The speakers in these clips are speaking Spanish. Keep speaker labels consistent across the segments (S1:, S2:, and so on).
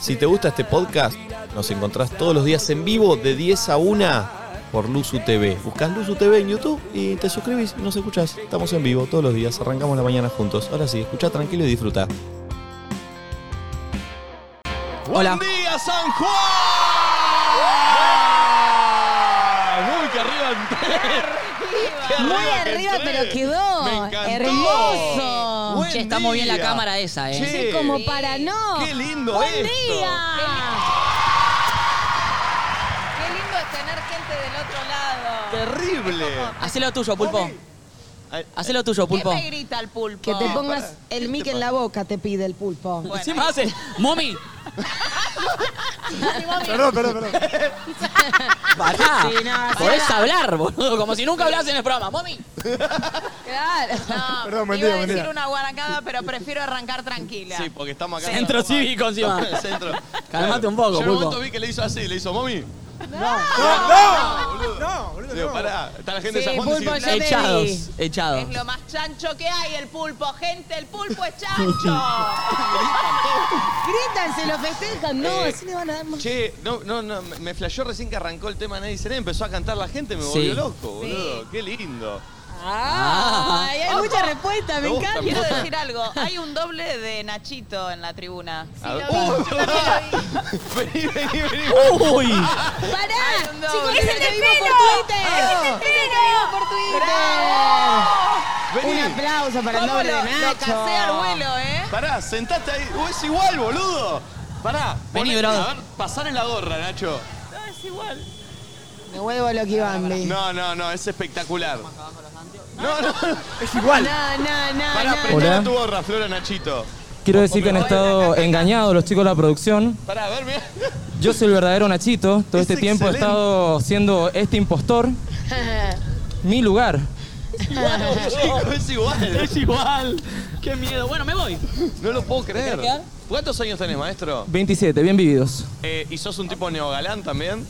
S1: Si te gusta este podcast, nos encontrás todos los días en vivo de 10 a 1 por Luzu TV. Buscás Luzu TV en YouTube y te suscribís y nos escuchás. Estamos en vivo todos los días, arrancamos la mañana juntos. Ahora sí, escucha tranquilo y disfruta.
S2: Hola.
S3: ¡Buen día, San Juan! ¡Uy, qué arriba! Qué
S4: Muy
S3: que
S4: arriba,
S3: entré.
S4: pero quedó.
S3: Me encantó.
S4: Hermoso.
S3: Buen
S2: Che, está muy bien la
S3: día.
S2: cámara esa, eh.
S3: Che,
S4: Como para no.
S3: ¡Qué lindo
S4: ¡Buen
S3: esto!
S4: día!
S5: Qué lindo es tener gente del otro lado.
S3: ¡Terrible!
S2: Hacé lo tuyo, Pulpo.
S3: Ay,
S2: Hacé lo tuyo,
S5: ¿Qué
S2: Pulpo.
S5: me grita el pulpo?
S4: Que te
S3: Ah,
S4: pongas el mic en la boca, te pide el pulpo.
S2: Encima hace, mami,
S6: Perdón, perdón, perdón.
S2: pará.
S4: Sí, no,
S2: Podés
S4: sí, no.
S2: hablar, boludo, como si nunca hablas en el programa. Mami.
S5: Claro. No,
S6: Perdón, buen
S5: iba
S6: día,
S5: a
S6: buen
S5: decir
S6: día.
S5: una guarangada, pero prefiero arrancar tranquila.
S3: Sí, porque estamos acá.
S2: Centro cívico encima.
S3: El centro.
S2: Calmate un poco,
S3: Yo en un momento
S2: Pulpo.
S3: vi que le hizo así, le hizo, mami.
S6: No, no, no, boludo.
S3: Digo,
S6: no.
S3: pará, está la gente
S4: Sí,
S3: de San Juan.
S4: Pulpo,
S3: diciendo-
S4: ya te
S2: Echados,
S4: vi.
S2: echados.
S5: Es lo más chancho que hay, el pulpo. Gente, el pulpo es chancho.
S4: Gritan, se lo festejan. No,
S3: Eh,
S4: así le van a dar más.
S3: Che, no, no, no, me- me flasheó recién que arrancó el tema Nadie Serena, empezó a cantar la gente, me
S2: Sí.
S3: volvió loco, boludo. Qué lindo.
S4: Ay, hay
S5: Ojo.
S4: mucha respuesta, me
S3: Me gusta,
S4: encanta.
S3: me
S5: Ah. Quiero decir algo. Hay un doble de Nachito en la tribuna.
S3: A ver-
S5: lo vi,
S3: ¡Uh!
S5: yo también
S3: vení, vení, vení.
S2: Uy.
S5: Hay un
S4: ¡Pará!
S5: doble.
S4: Chicos, es el que
S5: ¡Ese
S4: vimos por
S5: pelo!
S4: Twitter.
S5: ¡Ese
S4: Es el que vimos por Twitter.
S3: Vení.
S4: Un aplauso para el
S5: ¿Cómo
S4: doble
S5: lo,
S4: de
S5: lo
S4: Nacho.
S5: casé al vuelo, eh?
S3: Pará, sentate ahí. Uh, es igual, boludo. Pará.
S2: Vení,
S3: ponete-
S2: bro.
S3: A ver, pasale la gorra, Nacho.
S4: Me vuelvo loqui Bambi.
S3: No,
S4: No,
S3: no, no, es espectacular. No, no.
S6: Es igual.
S4: no, no,
S3: Pará,
S4: no.
S3: prendele
S7: Hola.
S3: tu gorra, Flora Nachito.
S7: Quiero decir que han estado engañados los chicos de la producción.
S3: Pará, a ver, mirá.
S7: Yo soy el verdadero Nachito. Todo
S3: Es
S7: este tiempo he
S3: excelente.
S7: estado siendo este impostor. Mi lugar.
S3: Chico, es igual.
S2: igual. Qué miedo. Bueno, me voy.
S3: No lo puedo creer.
S2: querés quedar?
S3: ¿Cuántos años tenés, maestro?
S7: 27, bien vividos.
S3: Eh, ¿Y sos un tipo neogalán también?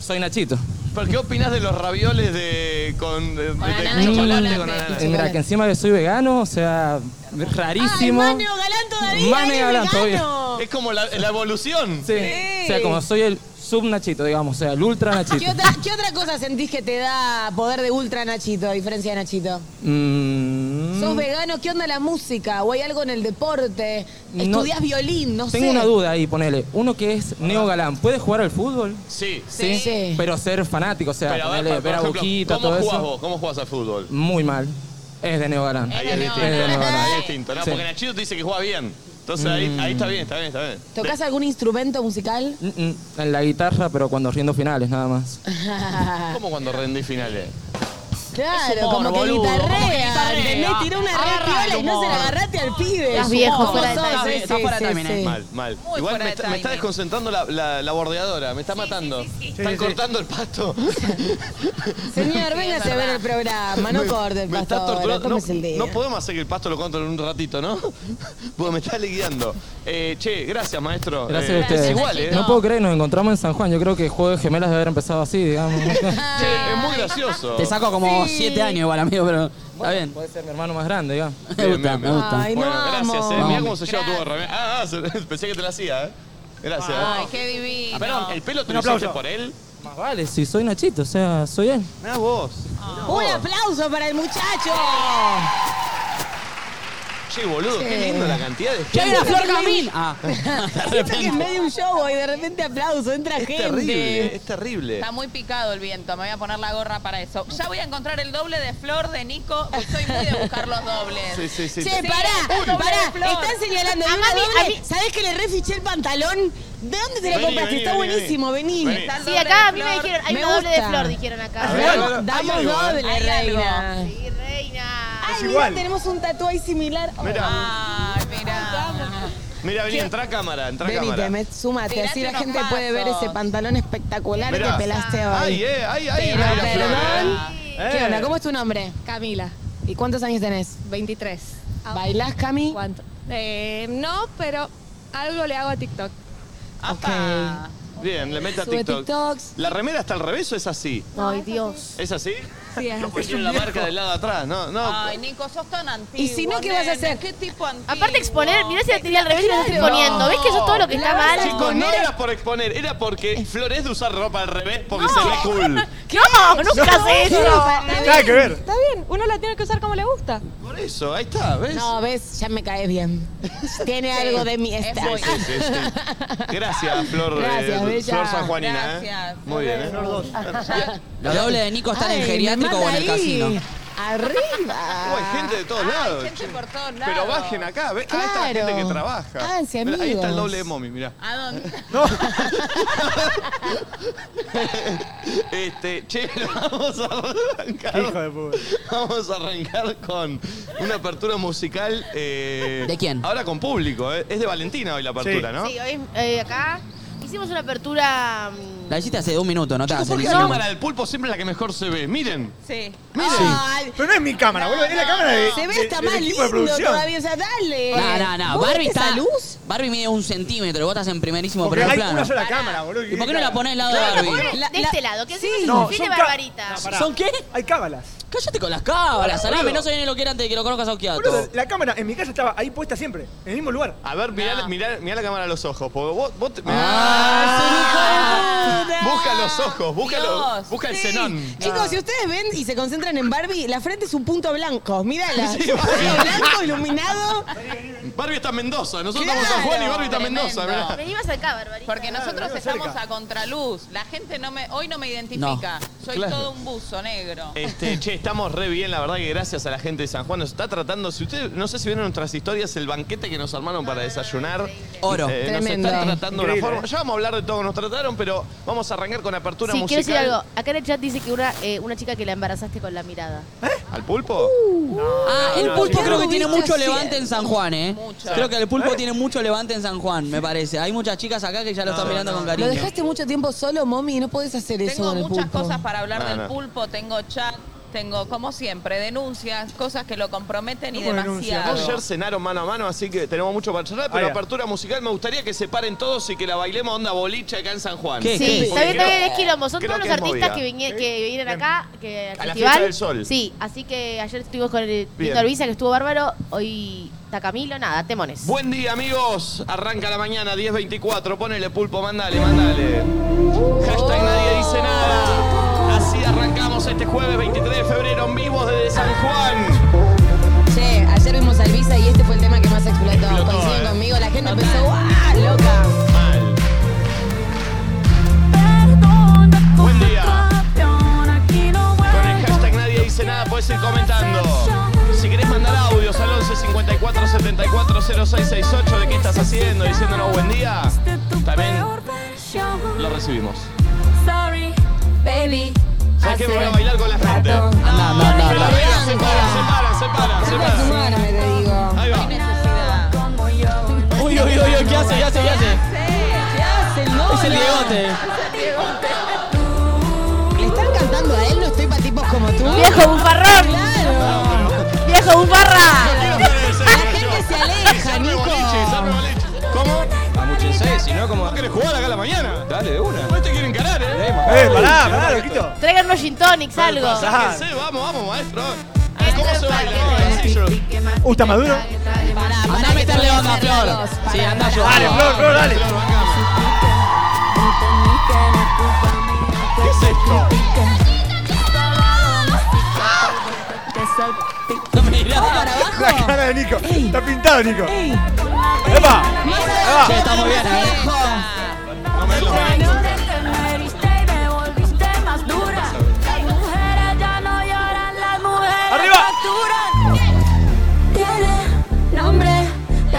S7: Soy Nachito.
S3: ¿Pero qué opinás de los ravioles de con de, de- de
S5: anana
S7: y
S3: chocolate
S7: chocolate.
S3: con anana?
S7: Eh, mira, que encima que soy vegano, o sea, rarísimo.
S4: Ay, Manu Galán todavía.
S7: Manu
S4: eres
S7: Galán todavía.
S4: vegano.
S3: Es como la, la evolución.
S7: Sí. O sea, como soy el sub Nachito, digamos, o sea, el ultra
S4: ¿Qué
S7: Nachito.
S4: otra, ¿Qué otra cosa sentís que te da poder de ultra Nachito, a diferencia de Nachito?
S7: Mm,
S4: ¿Sos vegano? ¿Qué onda la música? ¿O hay algo en el deporte?
S7: No.
S4: ¿Estudias violín? No
S7: tengo
S4: sé.
S7: una duda ahí, ponele. Uno que es neogalán, ¿puede jugar al fútbol?
S3: Sí.
S4: Sí. Sí.
S7: Pero ser fanático, o sea,
S3: Pero a ver,
S7: ponele,
S3: por
S7: ver a
S3: ejemplo,
S7: Boquita,
S3: ¿cómo
S7: todo eso.
S3: jugás vos? ¿Cómo jugás al fútbol?
S7: Muy mal. Es de Neo Galán.
S3: Ahí
S5: de
S3: es
S5: no,
S3: distinto.
S7: es de no, no,
S3: Ahí
S7: no.
S3: es distinto. No,
S7: Sí.
S3: porque Nachito te dice que juega bien. Entonces ahí, ahí está bien, está bien, está bien.
S4: ¿Tocás algún instrumento musical?
S7: Mm, mm, En la guitarra, pero cuando riendo finales, nada más.
S3: ¿Cómo cuando rendí finales?
S2: Es
S4: Claro,
S2: humor,
S4: como que
S2: boludo, como que
S4: guitarrea.
S2: guitarrea.
S4: ¿Entendés? Tiró una
S2: Agarra
S4: re piola y
S2: el
S4: no se la
S2: humor.
S4: agarraste al pibe.
S5: Estás viejo,
S4: ¿Cómo
S5: fuera de
S4: sos?
S5: timing.
S4: Sí,
S2: Está
S4: sí,
S2: fuera de
S4: sí,
S2: timing,
S4: sí.
S2: eh.
S3: Mal, mal.
S5: Muy
S3: Igual
S5: fuera
S3: me
S5: de
S3: está, me está
S5: timing.
S3: desconcentrando la, la- la bordeadora, me está matando. Están cortando el pasto.
S4: Señor, véngase a ver el programa, no corte el
S3: me está
S4: pastor,
S3: torturando. No,
S4: tómese el dedo.
S3: no podemos hacer que el pasto lo controle en un ratito, ¿no? Porque me está liquidando. Eh, che, gracias, maestro.
S7: Gracias
S3: Eh,
S7: a ustedes.
S3: Es igual, ¿eh?
S7: No puedo creer, nos encontramos en San Juan. Yo creo que Juego de Gemelas debe haber empezado así, digamos.
S3: Che, es muy gracioso.
S2: Te saco como siete años igual, amigo, pero está bien.
S7: Puede ser mi hermano más grande, digamos.
S2: Me gusta,
S3: Bien, bien,
S2: me gusta.
S4: Ay,
S3: Bueno,
S4: no
S3: gracias, eh.
S4: amo.
S3: Mirá cómo se lleva tu gorra. Mirá- Ah, ah, se- pensé que te la hacía, eh. Gracias.
S5: Ay, qué divino.
S3: Ah, Perdón, ¿el pelo te
S6: Un
S3: lo hiciste
S6: aplauso.
S3: por él?
S7: Más vale, si soy Nachito, o sea, soy él.
S3: Mirá vos.
S4: Ah. Un aplauso para el muchacho.
S3: Che, boludo, qué lindo la cantidad de
S2: ¡Ya hay una
S3: gente.
S2: flor camín! Ah.
S4: Siento que es medio un show y de repente aplauso, entra
S3: Es
S4: gente.
S3: terrible, es terrible.
S5: Está muy picado el viento, me voy a poner la gorra para eso. Ya voy a encontrar el doble de Flor, de Nico, porque soy muy de buscar los dobles.
S3: Sí, sí, sí.
S4: Che,
S5: Sí,
S4: pará,
S5: un doble
S4: pará,
S5: de flor.
S4: están señalando de una doble. ¿Sabés que le refiché el pantalón? ¿De dónde te lo
S3: Vení,
S4: compraste?
S3: vení,
S4: Está
S3: vení,
S4: buenísimo, vení.
S3: Vení.
S5: Está el
S8: Sí,
S5: doble
S8: acá
S5: de
S8: a mí me
S5: Flor.
S8: dijeron, hay
S4: Me
S8: un doble de
S4: gusta.
S8: flor, dijeron acá.
S3: A ver,
S4: Damos-
S3: a ver, hay
S4: Damos
S3: algo, ¿eh?
S4: doble,
S5: Hay algo.
S4: reina.
S8: Sí, reina.
S4: Ay,
S6: Es
S4: mira,
S6: igual.
S4: tenemos un tatuaje similar. Oh.
S3: Mira,
S5: Ay, mirá.
S3: mira, vení, entra a cámara, entra a cámara.
S4: Venite, me- sumate, así la
S5: Tirate
S4: gente
S5: unos
S4: puede ver
S5: pasos.
S4: ese pantalón espectacular
S3: Mirá.
S4: que pelaste hoy.
S3: Ay, eh, ay, ay.
S4: Pero,
S3: mira,
S4: perdón.
S3: Flor, eh.
S4: ¿Qué onda? ¿Cómo es tu nombre?
S9: Camila,
S4: ¿Y cuántos años tenés?
S9: 23.
S4: ¿Bailás, Cami?
S9: ¿Cuánto? Eh, no, pero algo le hago a TikTok.
S5: Apa.
S3: Bien, le mete a
S9: Sube
S3: TikTok.
S9: TikToks.
S3: ¿La remera está al revés o es así?
S9: Ay, Dios.
S3: ¿Es así?
S9: Sí, es
S3: Porque
S9: así.
S3: tiene la marca del lado de atrás, no, no.
S5: Ay, Nico, sos tan antiguo.
S4: ¿Y si no, qué vas a
S5: nene,
S4: hacer?
S5: ¿Qué tipo antiguo?
S8: Aparte exponer, mirá si la tenía al revés y la estoy
S4: Claro.
S8: exponiendo. ¿Ves que eso es todo lo que está mal?
S3: Chicos, no era por exponer, era porque flores de usar ropa al revés porque se ve cool.
S8: No, nunca sé eso.
S6: Nada que ver.
S9: Está bien, uno la tiene que usar como le gusta.
S3: Por eso, ahí está, Ah, ¿ves?
S4: No, ves, ya me caes bien. Tiene algo de mí.
S5: es
S4: Esta.
S5: muy-
S3: Sí, sí, sí. Gracias, Flor, eh,
S4: Gracias, bella.
S3: Flor San Juanina. ¿eh?
S5: Gracias.
S3: Muy bien, ¿eh?
S2: Los dobles de Nico están
S4: Ay,
S2: en
S4: me
S2: geriátrico o en
S4: manda
S2: el
S4: ahí.
S2: casino.
S3: Oh, hay
S4: Arriba.
S3: gente de todos
S5: Ay,
S3: lados.
S5: gente
S3: che.
S5: por todos lados.
S3: Pero bajen acá, ¿ves? Ah, esta es la gente
S4: Claro.
S3: que trabaja.
S4: Ah, sí,
S3: Mirá, ahí está el
S4: amigos.
S3: doble de Momi, mirá.
S5: ¿A dónde?
S3: Este, che, vamos a
S6: Hijo
S3: arrancar.
S6: de puta.
S3: Vamos a arrancar con una apertura musical. eh,
S2: ¿De quién?
S3: Ahora con público, ¿eh? Es de Valentina hoy la apertura,
S6: Sí.
S3: ¿no?
S8: Sí, hoy eh, acá hicimos una apertura. mm,
S2: La hiciste hace un minuto, no te hagas
S3: Chicos, ¿por
S2: el
S3: qué la
S2: lindo.
S3: cámara del pulpo siempre es la que mejor se ve? Miren.
S5: Sí.
S4: Ay,
S6: Pero no es mi cámara, boludo. Es la cámara de.
S4: Se ve,
S6: de-
S4: está
S6: del
S4: más
S6: equipo
S4: lindo
S6: de producción.
S4: todavía. O sea, dale.
S2: No, no, no.
S4: ¿Vos
S2: Barbie
S4: viste
S2: está.
S4: esa luz?
S2: Barbie mide un centímetro, vos estás en primerísimo
S6: Porque
S2: primer
S6: hay
S2: plano.
S6: una sola cámara, boludo.
S2: ¿Y por qué no la pones al lado de Barbie?
S8: De este lado, que encima es
S6: No,
S8: un fin de
S6: son ca-
S8: barbarita.
S6: No, pará.
S2: ¿Son qué?
S6: Hay cábalas.
S2: Cállate con las cábalas, salame,
S6: boludo.
S2: no soy ni lo que era antes de que lo conozcas a
S6: Boludo,
S2: Okiato.
S6: la cámara en mi casa estaba ahí puesta siempre, en el mismo lugar.
S3: A ver, mirá, mirá- mirá la cámara a los ojos. Porque vos, vos te-
S2: Ah,
S3: Busca los ojos, busca, los-
S5: Dios,
S3: busca el
S5: sí.
S3: cenón.
S4: Chicos, si ustedes ven y se concentran en Barbie, la frente es un punto blanco. Mírala.
S3: Sí,
S4: Es un punto blanco iluminado.
S3: Barbie está en Mendoza. Nosotros
S4: Claro.
S3: estamos en San Juan y Barbie está en
S5: Tremendo.
S3: Mendoza. mirá.
S8: Vení más acá, barbarita.
S5: Porque nosotros
S6: venimos
S5: estamos
S6: cerca.
S5: a contraluz. La gente no me, hoy no me identifica. Soy
S3: Claro.
S5: todo un buzo negro.
S3: Este, che, estamos re bien, la verdad que gracias a la gente de San Juan nos está tratando. Si ustedes, no sé si vieron nuestras historias, el banquete que nos armaron para desayunar.
S2: Oro.
S3: Eh,
S4: Tremendo.
S3: Nos están tratando de una
S6: Increíble,
S3: forma.
S6: eh.
S3: Ya vamos a hablar de todo que nos trataron, pero vamos a arrancar con apertura
S8: Sí, quiero
S3: musical.
S8: decir algo. Acá en el chat dice que una, eh, una chica que la embarazaste con la mirada.
S3: ¿Al pulpo?
S8: Uh.
S2: Ah, el pulpo
S4: no,
S2: creo que
S4: no,
S2: tiene
S4: viste
S2: mucho
S4: así,
S2: levante en San Juan, ¿eh?
S5: Mucho.
S2: Creo que el pulpo tiene mucho levante en San Juan, me parece. Hay muchas chicas acá que ya lo están mirando con
S4: Lo
S2: cariño.
S4: dejaste mucho tiempo solo, mommy, y no podés hacer eso
S5: Tengo
S4: con el
S5: muchas
S4: pulpo.
S5: cosas para hablar
S3: No,
S5: del
S3: no.
S5: pulpo, tengo chat, tengo, como siempre, denuncias, cosas que lo comprometen y
S6: ¿Cómo denuncias?
S5: demasiado.
S3: Ayer cenaron mano a mano, así que tenemos mucho para charlar, pero
S6: Ah, ya.
S3: apertura musical me gustaría que se paren todos y que la bailemos onda boliche acá en San Juan.
S2: ¿Qué?
S8: Sí, está bien, está bien, es quilombo. Son
S3: creo
S8: todos los
S3: que es
S8: artistas
S3: movida.
S8: que, vinie- que vienen acá que al
S3: A la
S8: festival.
S3: Fecha del Sol.
S8: Sí, así que ayer estuvimos con el
S3: Bien.
S8: Víctor Visa, que estuvo bárbaro. Hoy está Camilo, nada, temones.
S3: Buen día, amigos. Arranca la mañana, 10.24. Ponele pulpo, mandale, mandale. Hashtag nadie dice nada. Así arrancamos este jueves 23 de febrero en vivo desde San Juan.
S4: Che, ayer vimos a Elvisa y este fue el tema que más explotó.
S3: Explotó,
S4: Coinciden
S3: eh.
S4: conmigo, la gente empezó, "Ah, ¡guau, loca!
S3: Mal. Buen día. Con el hashtag nadie dice nada, puedes ir comentando. Si querés mandar audios al 11 54 74 0668 de qué estás haciendo, diciéndonos buen día, también lo recibimos. ¿Sabes qué? Me voy a bailar con la gente.
S2: Anda, anda, anda,
S3: Pero
S2: anda.
S3: venga, se para, se para, se para,
S4: Trata de
S3: se para.
S4: sumarme, te digo.
S3: Ahí va.
S5: Necesidad.
S2: Uy, uy, uy, uy, ¿qué hace? ¿Qué hace? ¿Qué hace? Es el diegote.
S4: ¿Le están cantando a él? No estoy para tipos como tú.
S8: ¡Viejo bufarrón!
S4: Claro.
S8: ¡Viejo bufarra!
S4: La gente se aleja,
S3: Salve
S4: Nico.
S3: boliche, salve boliche. ¿Cómo?
S7: Amuchense, si no, como.
S3: ¿No querés jugar acá a la mañana?
S7: Dale, de una.
S3: Pues te quieren encarar, ¿eh?
S6: ¡Eh, pará, pará, loquito!
S8: Traigan unos gin tonics, algo. Ah,
S3: Sáquense, vamos, vamos, maestro. ¿Cómo se baila? Sencillo.
S6: Uh, ¿está maduro?
S2: Anda a meterle onda, Flor. Sí, anda yo.
S6: Dale, Flor, Flor, dale.
S3: ¿Qué es esto?
S2: No me mirás.
S6: La cara de Nico. Está pintado, Nico. ¡Epa! ¡Epa!
S2: Che, está muy bien, ¿eh?
S3: No me lo me-
S6: ¡Arriba!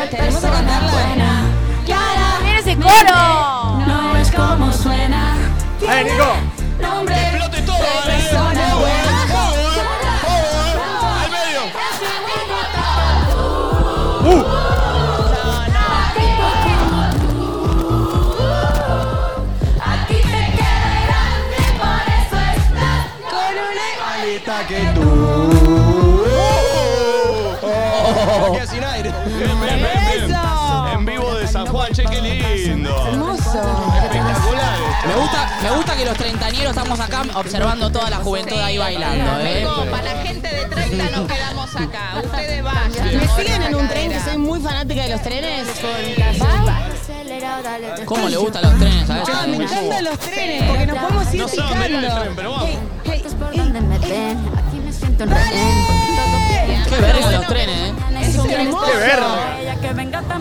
S4: Tenemos que cantarla.
S8: ¡Mira ese coro!
S6: ¡Eh, Nico!
S3: ¡Explote todo! dale. Vamos, eh. Vamos, eh. Al medio.
S6: ¡Uh!
S3: Oh.
S7: Me quedé sin aire.
S3: Bien, bien, bien, bien. En vivo de San Juan, che, qué lindo.
S4: Hermoso.
S3: Espectacular,
S2: Me gusta, me gusta que los treintañeros estamos acá observando toda la juventud ahí bailando, ¿eh?
S5: Vengo, para la gente de 30 nos quedamos acá. Ustedes vayan.
S4: ¿Me
S5: ahora
S4: siguen en un
S5: sacadera.
S4: tren que soy muy fanática de los trenes?
S2: ¿Cómo le gustan los trenes a
S4: Ah, me
S2: veces?
S4: encantan los trenes porque nos podemos ir
S3: No sé dónde era el
S4: picando.
S3: tren, pero vamos.
S4: Hey, hey,
S2: Qué verga los trenes, ¿eh?
S4: es un hermoso.
S6: ¡Qué verga!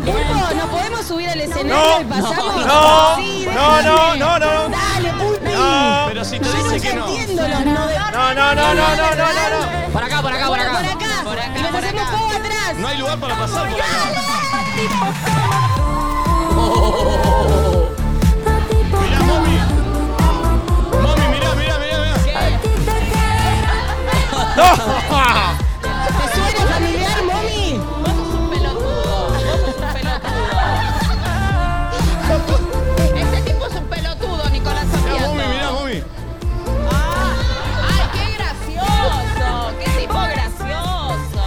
S4: Pulpo, ¿nos podemos subir al
S6: No,
S4: escenario y pasamos?
S6: no,
S4: Sí,
S6: no, no, no,
S4: déjame.
S6: no, no.
S4: Dale, Pulpi.
S6: No.
S3: Pero si te
S4: Yo no
S3: dice que no.
S4: entiendo los no de...
S6: No, no, no, no, no, no, no, no.
S2: Por acá, por acá, por
S4: Ah,
S2: acá.
S4: Por acá.
S5: Por acá,
S4: Y nos
S5: por
S4: hacemos
S5: acá.
S4: fuego atrás.
S3: No hay lugar para pasar por acá. Mirá, mami. Mami, mirá, mirá, mirá, mirá.
S4: ¿Te suena familiar, mami?
S5: Vos sos un pelotudo. Vos sos un pelotudo. Este tipo es un pelotudo, Nicolás
S3: Mirá,
S5: Sapiato.
S3: mami, mirá, Ah, mami.
S5: ¡Ay, qué gracioso! ¡Qué tipo gracioso!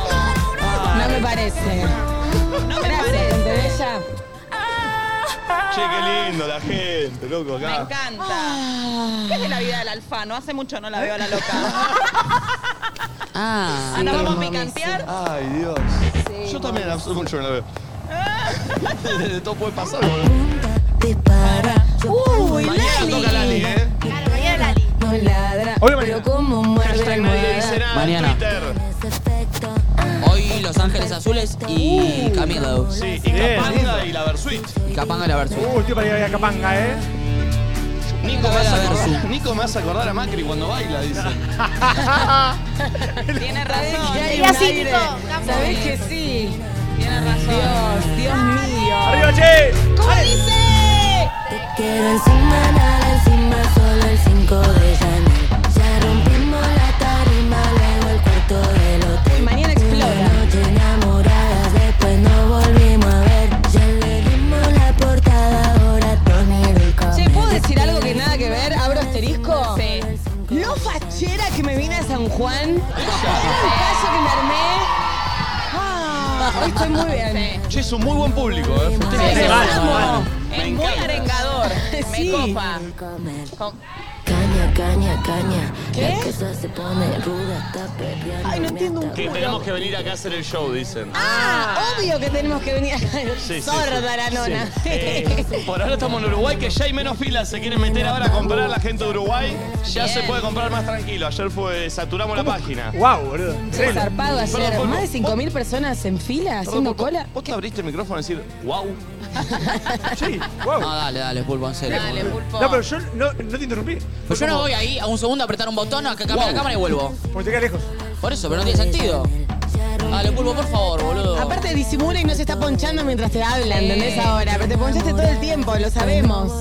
S4: No me parece.
S5: No me
S4: Gracias,
S5: parece.
S4: ¿entendés ya?
S3: Che, qué lindo la gente, loco,
S5: Me
S3: acá.
S5: encanta. ¿Qué es de la vida del alfano? Hace mucho no la veo a la loca.
S2: Ah.
S5: Ah, ¿Nos vamos a picantear?
S3: Ay, Dios. Yo también, absoluto mucho me la veo. De todo puede pasar, boludo.
S4: Uy,
S3: Mañana toca Lali, ¿eh?
S8: Claro, mañana Lali.
S4: No ladra,
S6: Hola, María.
S4: pero como muerde la
S3: Hashtag nadie dice
S4: almohada.
S3: nada
S2: Mañana.
S3: en Twitter.
S2: Hoy Los Ángeles Azules y
S5: Uh.
S2: Camilo.
S3: Sí, y Capanga y la Versuit.
S2: Y Capanga la versus.
S6: Uh, estoy para ir a Capanga, ¿eh?
S3: Nico me, hace
S2: La
S3: acordar,
S2: Versuit.
S3: Nico me hace acordar a Macri cuando baila, dice.
S5: Tiene
S4: ¿Sabés que
S5: razón.
S4: hay
S8: Y
S4: un
S8: así,
S4: aire?
S8: Nico, vamos.
S4: ¿Sabés que sí?
S5: Tiene razón.
S4: Dios, Dios mío.
S6: ¡Arriba, che!
S4: ¿Cómo dice?
S10: Quiero encima, nada encima, solo el 5 de Janel. Ya rompimos la tarima, luego el cuarto del hotel.
S4: Mañana
S10: Una
S4: explora.
S10: noche enamoradas, después nos volvimos a ver. Ya le dimos la portada, ahora tiene el
S4: Che, ¿puedo
S10: comer.
S4: decir algo que nada que ver? ¿Abro asterisco?
S5: Sí.
S4: Lo fachera que me vine a San Juan. Era el paso que me armé. Ah, hoy estoy muy bien.
S3: Che, es un muy buen público, ¿eh?
S2: Sí,
S4: Te
S2: vale,
S4: amo.
S2: vale.
S5: Es muy arengador. Me
S4: Sí.
S5: copa.
S10: El comer.
S5: Com-
S10: Caña, caña, caña.
S4: ¿Qué?
S10: La cosa se pone ruda, está perreando.
S4: Ay, no entiendo un
S3: Que tenemos que venir acá a hacer el show, dicen.
S4: Ah, obvio que tenemos que venir.
S3: Sí, sí,
S4: Sorda
S3: sí.
S4: la nona.
S3: Sí. Eh, por ahora estamos en Uruguay, que ya hay menos filas. Se quieren meter ahora a comprar la gente de Uruguay. Ya se puede comprar más tranquilo. Ayer fue, saturamos la página.
S6: ¡Wow, boludo!
S4: Fue
S6: Increíble.
S4: zarpado ayer.
S3: Perdón,
S4: Más de
S3: Pulpo.
S4: 5.000 personas en fila haciendo
S3: Perdón, ¿vos-
S4: cola.
S3: ¿Vos te abriste el micrófono a decir wow?
S6: Sí,
S2: No,
S6: wow.
S2: dale, dale, pulpo, en serio.
S5: Dale, pulpo.
S6: No, pero yo no, no te interrumpí.
S2: Pues yo no voy ahí a un segundo a apretar un botón, a que cambie la cámara y vuelvo.
S6: Porque te quedas lejos.
S2: Por eso, pero no tiene sentido. Dale, pulpo, por favor, boludo.
S4: Aparte disimula y no se está ponchando mientras te habla, ¿entendés ahora? Pero te ponchaste todo el tiempo, lo sabemos.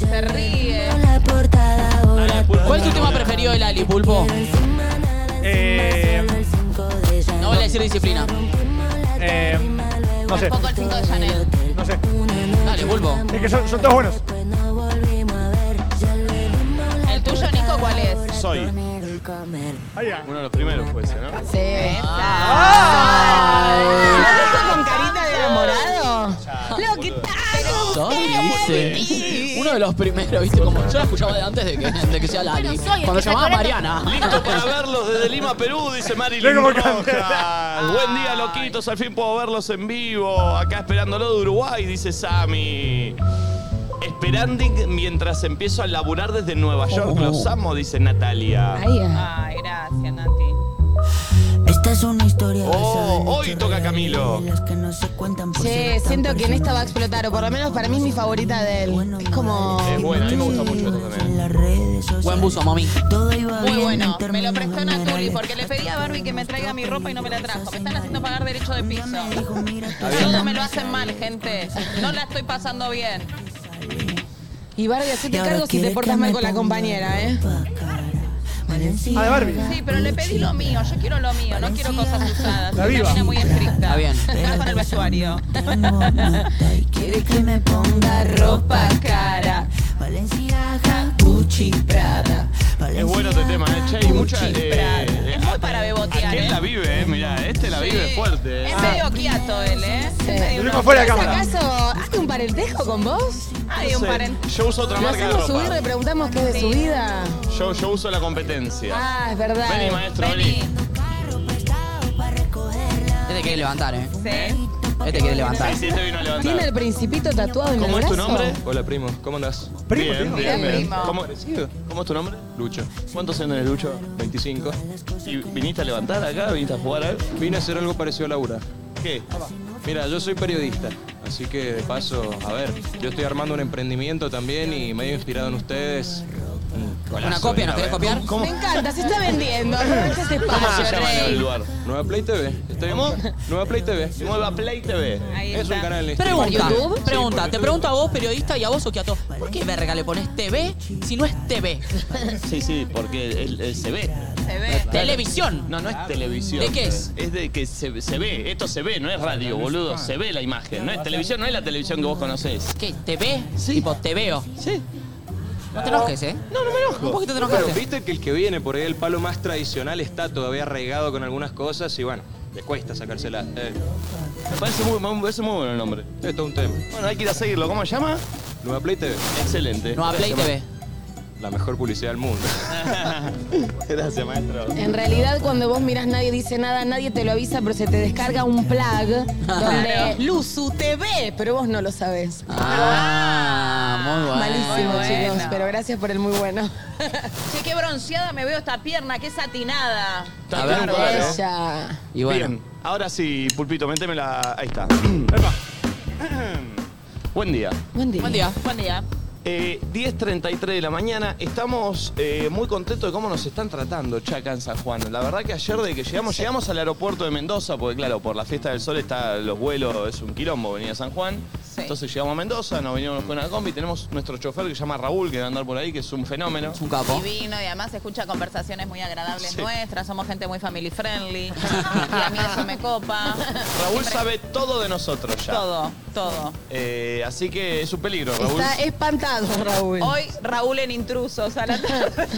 S5: Se ríe.
S10: La portada, ahora
S2: ¿Cuál es tu tema preferido de Lali, pulpo?
S6: Eh,
S10: el 5 de Janel.
S2: No voy a decir disciplina.
S6: eh, no sé,
S5: Tampoco el 5 de Chanel.
S6: no sé.
S2: Dale, pulpo.
S6: Es que son, son todos buenos.
S10: Pues no volvimos a ver. Ya le dimos la
S5: ¿El tuyo, Nico, cuál es?
S3: Soy. Uno
S10: comer, el comer.
S6: Ahí va.
S3: de los primeros fue ese, ¿no?
S4: ¿Lo dijo con carita de enamorado? ¡Lo que
S2: Sorry, dice. Uno de los primeros, viste, como yo la escuchaba de antes de que, de que sea Lali.
S8: Bueno, soy el
S2: Cuando
S8: que
S2: llamaba
S8: está
S2: Mariana.
S3: Listo para verlos desde Lima, Perú, dice Marilyn
S6: Luego me
S3: Rojas.
S6: cambia.
S3: Buen día, loquitos. Al fin puedo verlos en vivo. Acá esperándolo de Uruguay, dice Sami. Esperando mientras empiezo a laburar desde Nueva York.
S4: Oh.
S3: Los amo, dice Natalia.
S4: ah.
S5: Ay, gracias, Nati.
S10: Esta es una historia.
S3: Oh, hoy toca Camilo.
S4: Che, siento que en esta va a explotar, o por lo menos para mí es mi favorita de él. Es como. Mm.
S3: Es bueno, a mí me gusta mucho esto también.
S2: Buen buzo, mami.
S5: Muy bueno. Me lo prestó Natuli porque le pedí a Barbie que me traiga mi ropa y no me la trajo. Me están haciendo pagar derecho de piso. Todo me lo hacen mal, gente. No la estoy pasando bien.
S4: Y Barbie, hacete cargo si te portas mal con la compañera, ¿eh?
S6: Ah, de Barbie.
S5: Sí, pero le pedí lo mío. Yo quiero lo mío. No quiero cosas usadas.
S6: La
S5: Soy
S6: viva.
S5: una mina muy estricta.
S2: Está bien.
S5: Acá con el vestuario.
S10: Quiere que me ponga ropa cara. Valencia, Gucci, Prada.
S3: Es bueno este tema, ¿eh? Che, y mucha. eh, eh,
S5: Es muy para bebotear,
S3: aquel
S5: ¿eh?
S3: la vive, ¿eh? Mirá, este la vive fuerte, ¿eh?
S5: Es medio quiato él, ¿eh? Es medio
S6: Venimos fuera de
S4: ¿Sabes
S6: cámara.
S4: acaso? Hazte un par parentesco con vos?
S5: Hay un parentesco.
S3: Yo uso otra
S4: Lo
S3: marca de
S4: hacemos subir,
S3: ropa.
S4: le preguntamos qué es de su vida.
S3: Yo, yo uso la competencia.
S4: Ah, es verdad.
S3: Vení, maestro, vení.
S11: Este quiere levantar, ¿eh?
S5: Sí.
S11: Este quiere levantar.
S3: Sí, este vino a levantar.
S4: ¿Tiene el principito tatuado en
S3: ¿Cómo
S4: el
S3: es
S4: brazo?
S3: tu nombre? Hola, primo. ¿Cómo andás?
S6: Primo,
S3: bien,
S6: primo.
S3: bien,
S4: Bien,
S3: bien.
S4: primo.
S3: ¿Cómo, ¿Cómo es tu nombre? Lucho. ¿Cuántos años tenés, Lucho? 25. ¿Y viniste a levantar acá? ¿Viniste a jugar algo?
S12: Vine a hacer algo parecido a Laura.
S3: ¿Qué?
S12: Mira, yo soy periodista, así que de paso, a ver, yo estoy armando un emprendimiento también y medio inspirado en ustedes.
S11: Una copia, ¿nos
S12: ¿no
S11: querés copiar?
S4: Me encanta, se está vendiendo. Aprovecha ese
S11: Ah,
S3: Ah,
S4: espacio, rey.
S12: Nueva Play TV. Estoy Nueva Play TV.
S3: Nueva Play TV.
S5: Ahí
S12: Es un
S5: está.
S12: canal en
S11: Pregunta,
S12: Instagram.
S11: pregunta, te pregunto a vos, periodista, y a vos, Okiato, ¿por qué verga le pones TV si no es TV?
S3: Sí, sí, porque él, él se ve.
S5: Se ve.
S11: Televisión. Ah.
S3: No, no es televisión.
S11: ¿De qué es?
S3: Es de que se, se ve. Esto se ve, no es radio, boludo. Se ve la imagen. No es televisión, no es la televisión que vos conocés.
S11: ¿Qué? ¿TV? Sí. Tipo, te veo. Sí. No te enojes, ¿eh?
S3: No, no me enojo.
S11: Un poquito te
S12: Pero
S11: enojaste.
S12: viste que el que viene por ahí el palo más tradicional está todavía regado con algunas cosas y bueno, le cuesta sacársela. Eh,
S3: Me parece muy, me parece muy bueno el nombre.
S12: esto es todo un tema.
S3: Bueno, hay que ir a seguirlo. ¿Cómo se llama?
S12: Nueva Play TV,
S3: Excelente.
S11: No, a Play TV.
S12: la mejor publicidad del mundo.
S3: Gracias, maestro.
S4: En realidad, cuando vos mirás, nadie dice nada, nadie te lo avisa, pero se te descarga un plug donde Luzu te ve, pero vos no lo sabés.
S11: Ah, muy bueno.
S4: Malísimo,
S5: Muy bueno.
S4: chicos, pero gracias por el muy bueno.
S5: Che, qué bronceada me veo esta pierna, qué satinada.
S11: A ver,
S3: Claro, ¿eh?
S4: Ella.
S11: Y bueno.
S3: Bien, ahora sí, Pulpito, méteme la. Ahí está. Buen día.
S4: Buen día.
S11: Buen día.
S5: Buen día.
S3: Eh, 10.33 de la mañana, estamos eh, muy contentos de cómo nos están tratando Chaca en San Juan. La verdad que ayer de que llegamos, llegamos al aeropuerto de Mendoza, porque claro, por la fiesta del sol está los vuelos, es un quilombo venir a San Juan.
S5: Sí.
S3: Entonces llegamos a Mendoza, nos vinimos con una combi, tenemos nuestro chofer que se llama Raúl, que va a andar por ahí, que es un fenómeno.
S11: Es un capo.
S5: Divino y además escucha conversaciones muy agradables
S3: Sí.
S5: nuestras, somos gente muy family friendly. y a mí eso me copa.
S3: Raúl sabe todo de nosotros ya.
S5: Todo, todo.
S3: Eh, así que es un peligro, Raúl.
S4: Está espantado, Raúl.
S5: Hoy Raúl en intrusos a la tarde.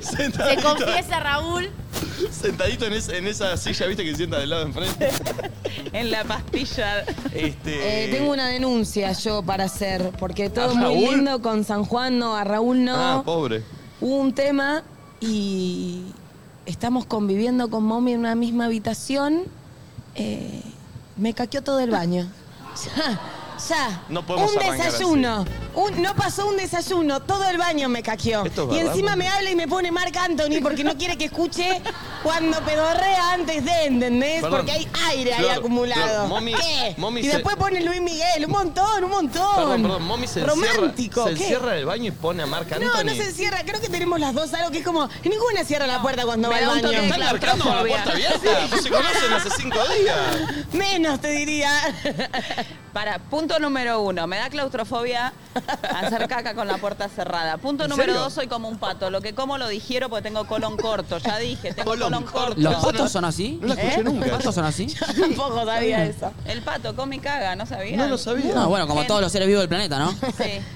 S8: Se
S3: Sentadito,
S8: confiesa Raúl.
S3: sentadito en, es- en esa silla, viste que se sienta del lado de enfrente.
S5: en la pastilla.
S3: Este,
S4: Eh, tengo una denuncia yo para hacer, porque todo
S3: ¿A
S4: muy
S3: Raúl?
S4: lindo con San Juan, no, a Raúl no.
S3: Ah, pobre.
S4: Hubo un tema y estamos conviviendo con mommy en una misma habitación. Eh, me caqueó todo el baño. Ya, ya.
S3: No podemos
S4: un
S3: arrancar
S4: desayuno. Un- no pasó un desayuno, todo el baño me caqueó.
S3: Esto es
S4: y
S3: verdad,
S4: encima
S3: Mami.
S4: me habla y me pone Marc Anthony porque no quiere que escuche cuando pedorrea antes de, ¿entendés?
S3: Perdón.
S4: Porque hay aire ahí
S3: Flor,
S4: acumulado.
S3: Flor, Mommy-
S4: ¿Qué?
S3: Mommy
S4: y
S3: se-
S4: después pone Luis Miguel, un montón, un montón.
S3: Perdón, perdón, mommy se encierra-
S4: Romántico.
S3: Se
S4: ¿qué?
S3: encierra en el baño y pone a Marc Anthony.
S4: No, no se encierra. Creo que tenemos las dos algo que es como. Ninguna cierra la puerta cuando va
S5: me
S4: al
S5: da un
S4: baño.
S5: toque
S3: Están arcando con la puerta abierta. No se conocen hace cinco días.
S4: Menos, te diría.
S5: Para, punto número uno, me da claustrofobia hacer caca con la puerta cerrada. Punto
S6: ¿En
S5: número
S6: serio?
S5: dos, soy como un pato. Lo que como lo digiero porque tengo colon corto, ya dije, tengo
S3: Colon
S5: colon,
S3: corto.
S5: corto. ¿Eh?
S11: ¿Los patos son así?
S3: No la
S13: ¿Eh?
S3: escuché
S11: ¿Los
S3: nunca.
S11: patos son así?
S4: Tampoco sabía eso.
S5: El pato come y caga, ¿no sabía?
S3: No lo sabía.
S11: No, bueno, como todos los seres vivos del planeta, ¿no?
S5: Sí,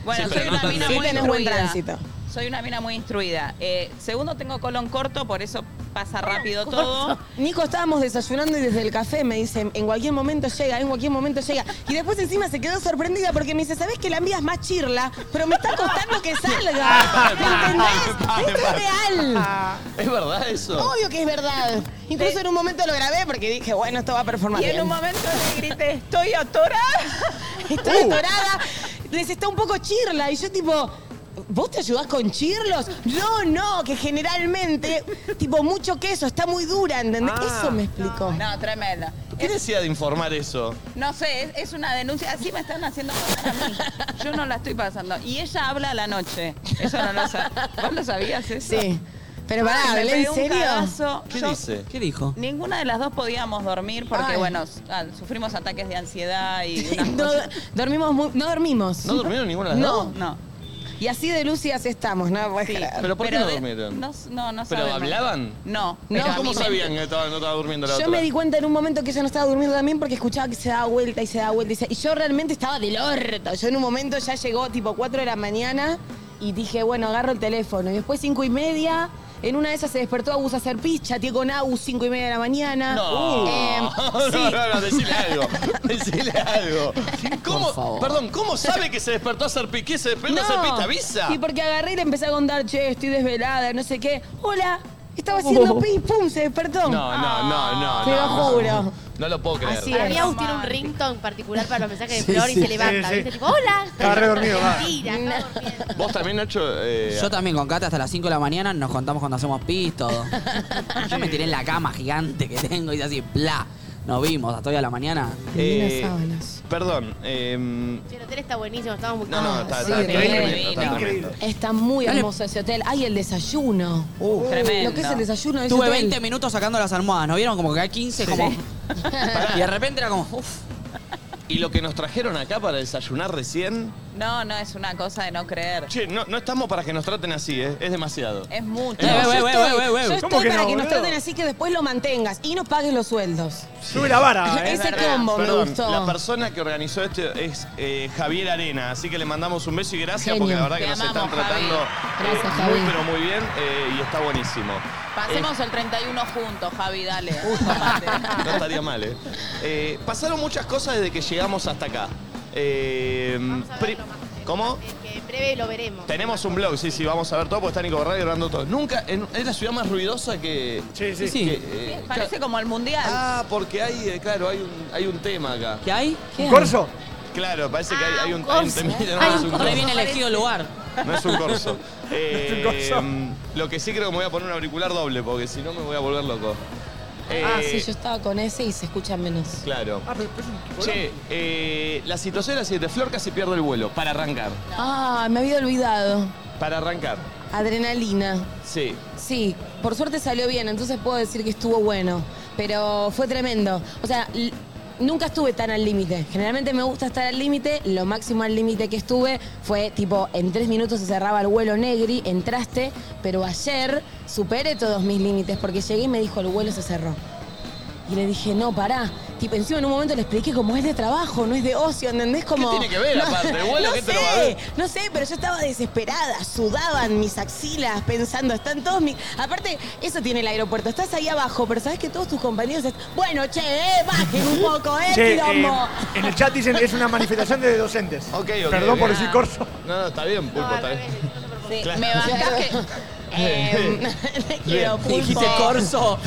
S5: bueno,
S3: Sí,
S5: soy
S3: pero no
S5: una
S3: tan
S5: mina
S3: bien.
S5: muy
S4: Sí, tenés buen
S5: instruida.
S4: tránsito.
S5: Soy una mina muy instruida. Eh, segundo, tengo colon corto, por eso pasa rápido todo.
S4: Nico, estábamos desayunando y desde el café me dice, en cualquier momento llega, en cualquier momento llega. Y después encima se quedó sorprendida porque me dice, ¿sabés que la envías más chirla? Pero me está costando que salga. ¿Me entendés? Esto es
S3: Ah.
S4: real.
S3: ¿Es verdad eso?
S4: Obvio que es verdad. Incluso en un momento lo grabé porque dije, bueno, esto va a performar
S5: Eh. Y en
S4: bien.
S5: un momento le grité, estoy atorada.
S4: Estoy
S3: Uh.
S4: atorada, les está un poco chirla. Y yo tipo, ¿vos te ayudás con chirlos? No, no, que generalmente, tipo, mucho queso, está muy dura, ¿entendés?
S3: Ah.
S4: Eso me explicó.
S5: No, tremenda.
S3: ¿Qué decía de informar eso?
S5: No sé, es, es una denuncia. Así me están haciendo pasar a mí. Yo no la estoy pasando. Y ella habla a la noche. Eso no lo sabía. ¿Vos lo sabías eso?
S4: Sí. Pero pará,
S5: Me
S4: Belén,
S5: pegué
S4: ¿en
S5: un
S4: serio?
S5: cagazo.
S3: ¿Qué
S5: Yo-
S3: dice?
S11: ¿Qué dijo?
S5: Ninguna de las dos podíamos dormir porque,
S4: Ay.
S5: bueno, s- ah, sufrimos ataques de ansiedad y unas
S4: No,
S5: cosas.
S4: dormimos muy- no dormimos.
S3: ¿No durmieron ninguna de las dos?
S4: No.
S5: No.
S4: Y así de lúcidas estamos, ¿no? Pues,
S5: Sí.
S3: ¿Pero por qué no
S5: de-
S3: durmieron?
S5: No, no, no
S3: ¿Pero
S5: sabemos.
S3: hablaban?
S5: No.
S3: No,
S5: pero a
S3: ¿Cómo
S5: mí me-
S3: sabían que estaba- no estaba durmiendo la
S4: Yo
S3: otra?
S4: me di cuenta en un momento que ella no estaba durmiendo también porque escuchaba que se daba vuelta y se daba vuelta. Y, se- y yo realmente estaba del orto. Yo en un momento ya llegó tipo 4 de la mañana y dije, bueno, agarro el teléfono. Y después 5 y media En una de esas se despertó Agus a hacer picha, tío con Agus, cinco y media de la mañana.
S3: No.
S4: Em,
S3: no, no, no, decile algo. Decile algo. ¿Cómo, perdón, ¿cómo sabe que se despertó a hacer piqué? ¿Se despertó a hacer pista avisa?
S4: Y porque agarré y le empecé a contar, che, estoy desvelada, no sé qué. Hola, estaba haciendo pis, pum, se despertó. Ah.
S3: No, no, no, no.
S4: Te
S3: no,
S4: lo
S3: no.
S4: juro.
S3: No lo puedo creer.
S8: Así es. Agus tiene un ringtone particular para los mensajes de
S3: Sí,
S8: Flor
S3: sí,
S8: y se levanta.
S3: sí, sí.
S8: ¿viste? Tipo, hola.
S3: Estaba re dormido, va.
S8: Mentira, estaba
S3: Vos también, Nacho. eh,
S13: Yo también con Cata hasta las 5 de la mañana nos contamos cuando hacemos pis, todo. Yo me tiré en la cama gigante que tengo y así, bla. Nos vimos hasta hoy a la mañana.
S3: eh, Perdón. eh,
S8: El hotel está buenísimo, estamos muy
S3: no, no,
S8: cómodos.
S3: está, está,
S8: Sí,
S3: está
S8: re
S3: tremendo,
S8: divino.
S3: está tremendo.
S4: Está muy hermoso ese hotel. Ay, el desayuno.
S3: Uh,
S13: Tremendo.
S4: Lo que es el desayuno de ese
S13: Tuve
S4: hotel.
S13: 20 minutos sacando las almohadas, ¿no vieron? Como que hay 15, como. y de repente era como, uff.
S3: Y lo que nos trajeron acá para desayunar recién.
S5: No, no, es una cosa de no creer.
S3: Che, no, no estamos para que nos traten así, ¿eh? Es demasiado.
S5: Es mucho.
S3: Eh,
S4: Yo
S3: eh, eh,
S4: estoy-
S3: eh, eh, eh.
S4: Yo
S3: ¿Cómo
S4: estoy
S3: que
S4: para
S3: no,
S4: que nos
S3: boludo?
S4: traten así que después lo mantengas y nos pagues los sueldos.
S6: Sube la vara, eh.
S4: Ese
S3: Es verdad.
S4: combo
S3: Perdón,
S4: me gustó.
S3: La persona que organizó esto es eh, Javier Arena, así que le mandamos un beso y gracias
S5: Genio.
S3: porque la verdad que
S5: Te
S3: nos
S5: amamos,
S3: están
S5: Javi.
S3: tratando
S5: Gracias,
S3: eh,
S5: Javi.
S3: muy pero muy bien eh, y está buenísimo.
S5: Pasemos el 31 juntos, Javi, dale.
S3: Eh, no estaría mal, ¿eh? Eh, Pasaron muchas cosas desde que llegamos hasta acá. Eh, pri- ¿Cómo?
S8: Que en breve lo veremos.
S3: Tenemos un blog, sí, sí, vamos a ver todo porque está Nico Barrario grabando todo. Nunca, en- es la ciudad más ruidosa que.
S5: sí.
S3: que, eh,
S5: Parece como el mundial.
S3: Ah, porque hay, eh, claro, hay un, hay un tema acá.
S13: ¿Qué hay?
S5: ¿Qué ¿Un hay? corso?
S3: Claro, parece que hay, hay Ah, un, hay un temita, no,
S13: Ay,
S3: no es un corso.
S13: re bien elegido el lugar.
S3: No es un corso. Eh,
S13: No es
S3: mm, Lo que sí creo que me voy a poner un auricular doble, porque si no me voy a volver loco.
S4: Ah,
S3: Eh,
S4: sí, yo estaba con ese y se escucha menos.
S3: Claro. Che, eh, la situación es la siguiente. Flor casi pierde el vuelo, para arrancar.
S4: Ah, me había olvidado.
S3: Para arrancar.
S4: Adrenalina.
S3: Sí.
S4: Sí, por suerte salió bien, entonces puedo decir que estuvo bueno. Pero fue tremendo. O sea, l- nunca estuve tan al límite. Generalmente me gusta estar al límite. Lo máximo al límite que estuve fue tipo, en tres minutos se cerraba el vuelo negri, entraste. Pero ayer superé todos mis límites porque llegué y me dijo, el vuelo se cerró. Y le dije, no, pará. Tipo, encima en un momento le expliqué como es de trabajo, no es de ocio, ¿entendés? Como,
S3: tiene que ver, aparte? ¿El vuelo
S4: no
S3: qué te
S4: sé,
S3: lo va a ver?
S4: No sé, pero yo estaba desesperada, sudaban mis axilas pensando, están todos mis... Aparte, eso tiene el aeropuerto, estás ahí abajo, pero sabes que todos tus compañeros... est- Bueno, che, eh, bajen un poco, eh,
S6: Che,
S4: quilombo.
S6: eh, en el chat dicen es una manifestación de docentes. Perdón por decir corso.
S3: No, no, está bien, Pulpo, está bien.
S4: Sí,
S3: Claro.
S5: Me bancás que. Em, te quiero,
S3: Bien.
S5: pulpo.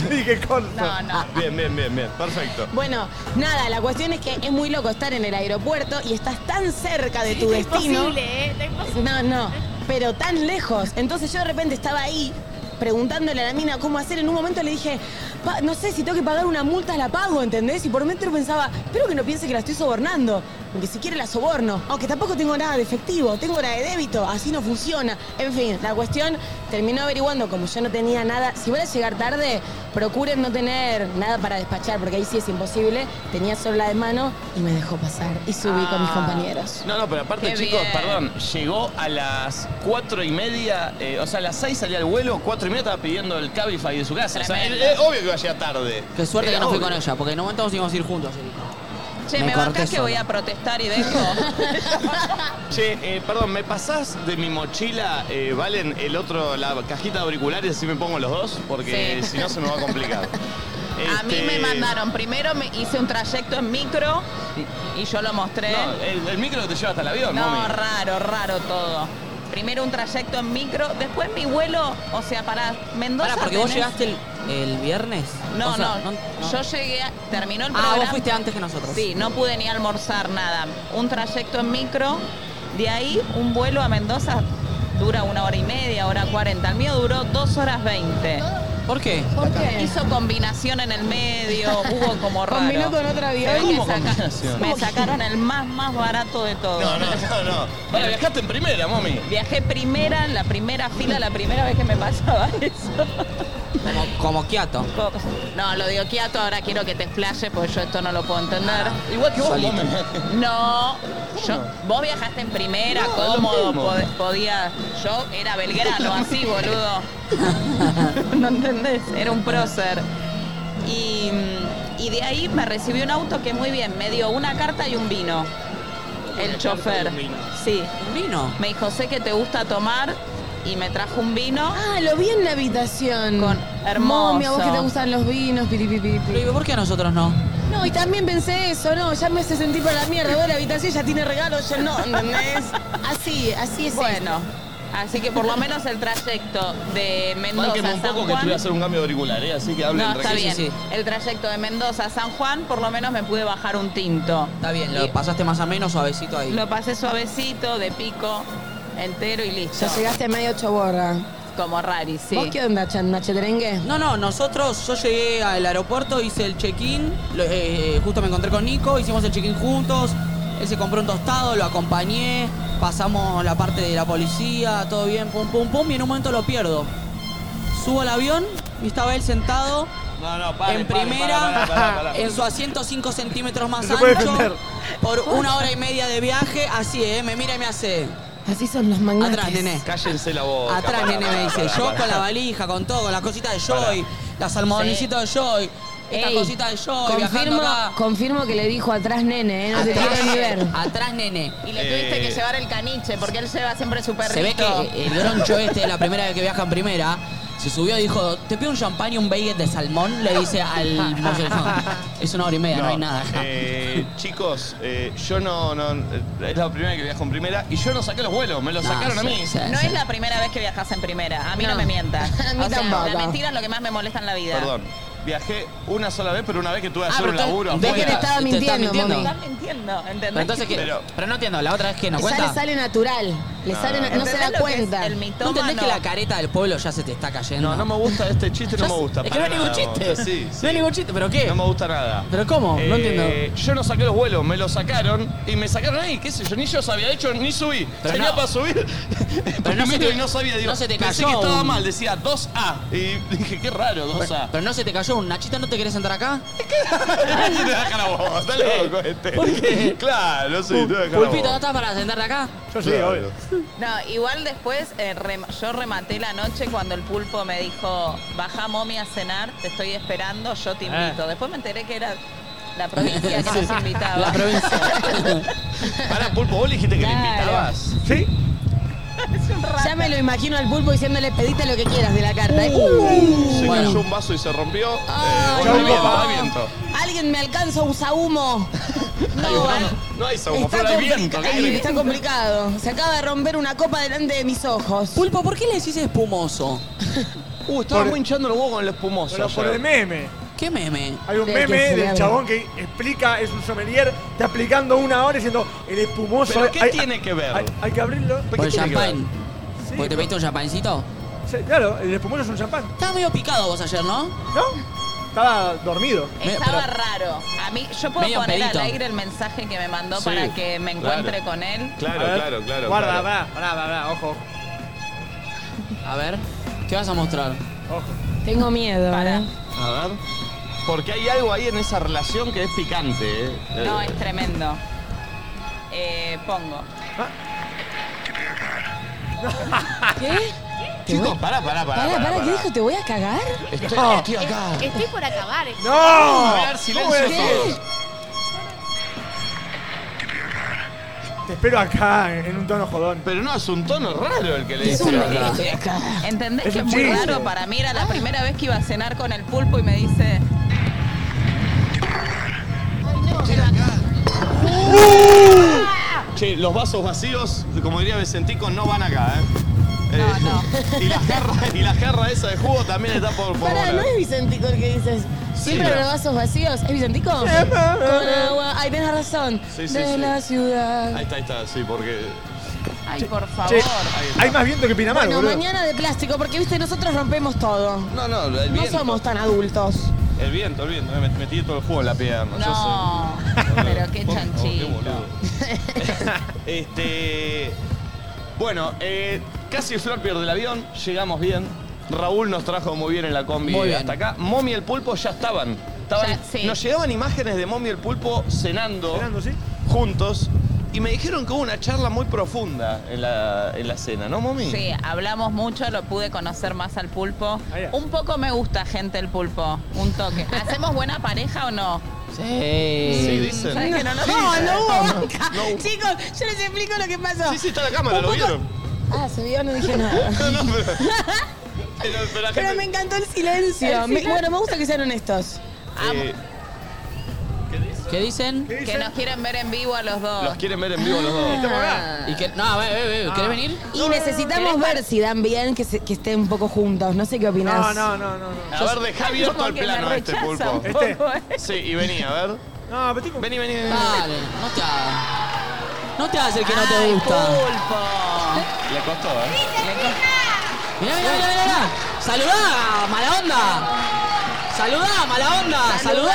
S6: Dije corso.
S5: No, no.
S3: Bien, bien, bien, bien. Perfecto.
S4: Bueno, nada, la cuestión es que es muy loco estar en el aeropuerto y estás tan cerca de tu destino.
S8: Imposible, ¿eh? Está imposible.
S4: No, no, pero tan lejos. Entonces yo de repente estaba ahí preguntándole a la mina cómo hacer. En un momento le dije, "Pa- no sé, si tengo que pagar una multa la pago, ¿entendés? Y por dentro pensaba, espero que no piense que la estoy sobornando, porque si quiere la soborno. Aunque tampoco tengo nada de efectivo, tengo nada de débito, así no funciona. En fin, la cuestión terminó averiguando, como yo no tenía nada, si van a llegar tarde, procuren no tener nada para despachar, porque ahí sí es imposible. Tenía solo la de mano y me dejó pasar. Y subí con mis
S3: Ah.
S4: compañeros.
S3: No, no, pero aparte,
S4: Qué
S3: chicos,
S4: bien.
S3: perdón, llegó a las cuatro y media, eh, o sea, a las seis salía el vuelo, cuatro y media estaba pidiendo el Cabify de su casa. O sea,
S13: Tremendo.
S3: es, es obvio que iba a llegar tarde.
S13: Qué suerte
S3: Era
S13: que no fui
S3: obvio.
S13: con ella, porque en un momento nos íbamos a ir juntos.
S5: Che,
S13: Me
S5: me,
S13: corté
S5: bancás que
S13: solo.
S5: voy a protestar y dejo.
S3: Che, eh, perdón, ¿me pasás de mi mochila, eh, Valen, el otro, la cajita de auriculares, así me pongo los dos? Porque
S5: Sí.
S3: si no se me va a complicar.
S5: A mí
S3: Este,
S5: me mandaron. Primero me hice un trayecto en micro y yo lo mostré.
S3: No, el, el micro te lleva hasta el avión,
S5: ¿eh? No,
S3: mami.
S5: raro, raro todo. Primero un trayecto en micro, después mi vuelo, o sea, para Mendoza.
S13: Pará, porque vos
S5: tenés-
S13: llegaste el, el viernes.
S5: No,
S13: O sea,
S5: no, Yo llegué, a- terminó el
S13: Ah,
S5: programa.
S13: vos fuiste antes que nosotros.
S5: Sí, no pude ni almorzar nada. Un trayecto en micro, de ahí un vuelo a Mendoza dura una hora y media, hora cuarenta. El mío duró dos horas veinte.
S13: ¿Por qué?
S5: Hizo combinación en el medio, hubo como raro.
S4: Combinó con otro avión.
S5: Se ve que
S4: ¿Cómo
S5: saca-
S3: combinación?
S5: Me sacaron el más, más barato de todo.
S3: No, no, no, no. Vale, viajaste en primera, mami.
S5: Viajé primera, en la primera fila, la primera vez que me pasaba eso.
S13: Como, como Kiato.
S5: No, lo digo quieto, ahora quiero que te explayes porque yo esto no lo puedo entender.
S3: Ah, Igual que vos,
S13: Solito.
S3: mami.
S5: No, yo, vos viajaste en primera,
S3: No, es lo
S5: cómodo,
S3: mismo.
S5: pod- podía. Yo era Belgrano, así, boludo. ¿No entendés? Era un prócer. Y, y de ahí me recibió un auto que muy bien, me dio una carta y un vino. El chofer. Sí.
S13: ¿Un vino?
S5: Me dijo, sé que te gusta tomar, y me trajo un vino.
S4: Ah, lo vi en la habitación. Con
S5: hermoso.
S4: Mami, a vos que te gustan los vinos, piripipi.
S13: Pero, ¿y ¿por qué a nosotros no?
S4: No, y también pensé eso, no, ya me hace sentir para la mierda. Voy a la habitación, ya tiene regalos, yo no, ¿entendés? Así, así es.
S5: Bueno, así que por lo menos el trayecto de Mendoza
S3: Márqueme un
S5: a San
S3: poco que
S5: Juan.
S3: estoy a hacer un cambio de auricular, ¿eh? así que hablen
S5: no, está
S3: tranquilo.
S5: bien. El trayecto de Mendoza a San Juan, por lo menos me pude bajar un tinto.
S13: Está bien, lo pasaste más ameno, suavecito ahí.
S5: Lo pasé suavecito, de pico, entero y listo.
S4: Ya llegaste medio ocho borra.
S5: Como rari, sí.
S4: ¿Vos qué onda, Chan- Nacheterengue?
S13: No, no, nosotros, yo llegué al aeropuerto, hice el check-in, lo- eh, eh, justo me encontré con Nico, hicimos el check-in juntos, él se compró un tostado, lo acompañé, pasamos la parte de la policía, todo bien, pum, pum, pum, y en un momento lo pierdo. Subo al avión y estaba él sentado
S3: No, no,
S13: en primera,
S3: para, para, para.
S13: en su asiento 5 centímetros más
S3: se puede
S13: ancho,
S3: defender.
S13: por una hora y media de viaje, así, eh, me mira y me hace...
S4: Así son los magnates.
S13: Atrás, nene.
S3: Cállense la boca.
S13: Atrás,
S3: para,
S13: nene,
S3: para,
S13: me dice.
S3: para,
S13: Yo
S3: para.
S13: con la valija, con todo, con las cositas de Joy, las almohadonicitas de Joy, estas
S4: Ey,
S13: cositas de Joy,
S4: confirmo,
S13: viajando acá.
S4: confirmo que le dijo atrás nene, ¿eh? no te quiero ni ver.
S13: atrás, nene.
S5: Y
S3: Eh.
S5: le tuviste que llevar el caniche, porque él lleva siempre su perrito.
S13: Se ve que el groncho este, la primera vez que viaja en primera, se subió y dijo, te pido un champagne y un baguette de salmón, le dice al mozzarellón. Es una hora y media, no, hay nada. acá.
S3: eh, chicos, eh, yo no, no. eh, Es la primera vez que viajo en primera y yo no saqué los vuelos, me los
S13: No,
S3: sacaron a
S13: Ah, sí,
S3: mí.
S13: sí,
S5: No es la primera vez que viajas en primera. A mí no,
S4: No.
S5: me mientas.
S4: A mí
S5: o sea,
S4: tampoco.
S5: la mentira es lo que más me molesta en la vida.
S3: Perdón. Viajé una sola vez, pero una vez que tuve que hacer
S13: Ah, pero
S3: un
S13: te-
S3: laburo.
S13: ¿de
S3: afuera.
S13: qué te estaba Te mintiendo, estaba mintiendo. mami?
S5: Estás mintiendo, ¿entendés?
S13: Pero entonces, ¿qué? Pero,
S3: Pero-
S13: no entiendo, la otra vez que nos
S4: ya
S13: cuenta...
S4: le sale natural, le
S13: No,
S4: sale,
S13: no,
S4: na-
S13: no.
S4: no, se
S5: ¿Entendés
S4: da
S5: lo que es
S4: cuenta.
S5: el
S13: ¿No
S5: mitómano?
S13: entendés que la careta del pueblo ya se te está cayendo?
S3: No, no me gusta este chiste, no
S13: Ya
S3: me
S13: sé,
S3: gusta.
S13: es que
S3: para
S13: no hay ningún
S3: nada,
S13: chiste.
S3: Sí, sí.
S13: No hay ningún chiste, ¿pero qué?
S3: No me gusta nada. Eh,
S13: ¿Pero cómo? No entiendo.
S3: Yo no saqué los vuelos, me los sacaron y me sacaron ahí, qué sé yo, ni yo sabía, de hecho ni subí.
S13: Pero
S3: Tenía
S13: no.
S3: para subir. Pero
S13: no se te-
S3: y no sabía, digo,
S13: no se te
S3: pensé
S13: cayó
S3: que estaba
S13: un-
S3: mal, decía 2A. Y dije, qué raro, 2A.
S13: Pero, pero no se te cayó un Nachito, ¿no te querés entrar acá?
S3: te dejan a vos, está loco este.
S13: ¿Por qué?
S3: Claro, sí, te dejan a vos.
S13: Pulpito, ¿no estás para sentarte acá?
S6: Yo sí,
S3: Claro.
S6: obvio.
S5: No, igual después eh, rem- yo rematé la noche cuando el pulpo me dijo, baja momi a cenar, te estoy esperando, yo te
S13: Ah.
S5: invito. Después me enteré que era la provincia que nos invitaba.
S13: La provincia.
S3: Pará, Pulpo, vos le dijiste que
S5: Claro.
S3: le invitabas.
S6: ¿Sí?
S4: Ya me lo imagino al pulpo diciéndole pedite lo que quieras de la carta. ¿eh?
S3: Se
S13: Bueno.
S3: cayó un vaso y se rompió.
S4: Ah,
S3: eh, volví
S6: no.
S3: al apartamento.
S4: Alguien me alcanza un sahumo.
S3: Hay
S4: No,
S3: un-
S4: bueno.
S3: No hay saúl, pero hay
S4: compli-
S3: viento. ¿qué
S4: Ay,
S3: querés?
S4: está complicado. Se acaba de romper una copa delante de mis ojos.
S13: Pulpo, ¿por qué le decís espumoso?
S3: Uh, estaba
S6: Por-
S3: muy hinchando los huevos con el espumoso.
S6: Pero por
S3: ayer.
S6: el meme.
S13: ¿Qué meme?
S6: Hay un
S4: Sí, que
S6: meme
S4: se le
S6: del
S4: abre.
S6: chabón que explica, es un sommelier, está aplicando una hora diciendo el espumoso.
S3: ¿Pero qué
S6: hay-
S3: tiene que ver?
S6: Hay, hay que abrirlo.
S13: ¿Por el
S3: tiene que ver?
S13: champán?
S6: Sí,
S13: ¿Porque te pediste un champancito?
S6: sí, claro, el espumoso es un champán,
S13: Estabas medio picado vos ayer, ¿no?
S6: ¿no? Estaba dormido.
S13: Me-
S5: Estaba
S13: pero-
S5: raro. A mí, yo puedo
S13: Medio
S5: poner
S13: pedito.
S5: al aire el mensaje que me mandó
S3: Sí,
S5: para que me encuentre
S3: claro.
S5: con él.
S3: Claro,
S6: A ver,
S3: claro, claro.
S6: Guarda,
S3: claro.
S6: pará, pará, pará, ojo, ojo,
S13: A ver, ¿qué vas a mostrar?
S6: ojo.
S4: Tengo miedo.
S5: Para.
S4: ¿eh?
S3: A ver. Porque hay algo ahí en esa relación que es picante, ¿eh?
S5: No,
S3: Eh,
S5: es tremendo. Eh, pongo.
S13: Ah.
S4: ¿Qué?
S3: Chicos, pará, pará, pará.
S4: Pará, pará, ¿qué dijo? ¿Te voy a cagar?
S3: Estoy,
S6: No.
S3: estoy acá.
S8: Estoy por acabar. eh.
S6: ¡No!
S3: A ver,
S6: ¿Cómo
S3: silencio
S6: es?
S3: todos.
S6: Te espero acá, eh, en un tono jodón.
S3: Pero no, es un tono raro el que le
S4: Es
S3: dice
S4: un
S3: acá.
S4: estoy acá.
S5: ¿Entendés
S6: Es
S5: que es
S6: un
S5: muy
S6: chiste.
S5: raro para mí? Era la primera vez que iba a cenar con el pulpo y me dice.
S3: Che, los vasos vacíos, como diría Vicentico, no van acá, ¿eh?
S5: No,
S3: Eh,
S5: no.
S3: Y la jarra, y la jarra esa de jugo también está por, por
S4: Pará,
S3: volar.
S4: ¿no es Vicentico el que dices? Siempre
S3: pero-
S4: los vasos vacíos. ¿Es Vicentico? Con agua. Ay, tenés razón.
S3: Sí, sí,
S4: de
S3: sí.
S4: la ciudad.
S3: Ahí está, ahí está, sí, porque.
S5: Ay, por
S6: Che,
S5: favor.
S6: hay más viento que Pinamar,
S4: Bueno,
S6: boludo.
S4: mañana de plástico, porque viste, nosotros rompemos todo.
S3: No, no, el
S4: No
S3: viento.
S4: somos tan adultos.
S3: El viento, el viento. Me metí todo el jugo en la pierna. yo sé.
S5: No, pero qué
S3: Oh,
S5: chanchito.
S3: boludo. este. Bueno, eh, casi Flor pierde el avión, llegamos bien. Raúl nos trajo muy bien en la combi
S13: Muy bien.
S3: hasta acá. Momi y el pulpo ya estaban. Estaban-
S5: Ya, sí.
S3: Nos llegaban imágenes de Momi y el pulpo cenando,
S6: Fernando, ¿sí?
S3: juntos. Y me dijeron que hubo una charla muy profunda en la, en la cena, ¿no, Momi?
S5: Sí, hablamos mucho, lo pude conocer más al pulpo.
S6: Ah, ya.
S5: Un poco me gusta, gente, el pulpo. Un toque. ¿Hacemos buena pareja o no?
S3: Sí,
S13: Sí.
S3: dicen.
S5: ¿Sabes que no, no?
S4: No, no hubo banca.
S3: No.
S4: Chicos, yo les explico lo que pasó.
S3: Sí, sí, está la cámara,
S4: Un
S3: ¿lo
S4: poco-
S3: vieron?
S4: Ah, subió, no dije nada.
S3: No, no, pero. Pero, pero la
S4: Pero me
S3: gente-
S4: encantó el silencio.
S3: El
S4: Me-
S3: silencio.
S4: bueno, me gusta que sean honestos.
S3: eh,
S13: Ah, ¿Qué dicen?
S5: Que nos quieren ver en vivo a los dos.
S3: los quieren ver en vivo los
S4: Ah.
S3: dos.
S13: Y que, no, ve, ve, ve, eh, ¿querés venir?
S4: Y necesitamos ver si dan bien, que, se- que estén un poco juntos. No sé qué opinás.
S6: No, no, no, no. no.
S3: A ver, dejá abierto el plano a este pulpo. ¿Este? Sí, y vení, a ver.
S6: No, pero tengo...
S3: Vení, vení, vení.
S13: Dale, no te hagas. No te hagas el que no te gusta.
S3: Le costó, ¿eh?
S13: Mirá, mirá, mirá, mirá, mirá. Saludá, mala onda. Saludá, mala onda. Saludá.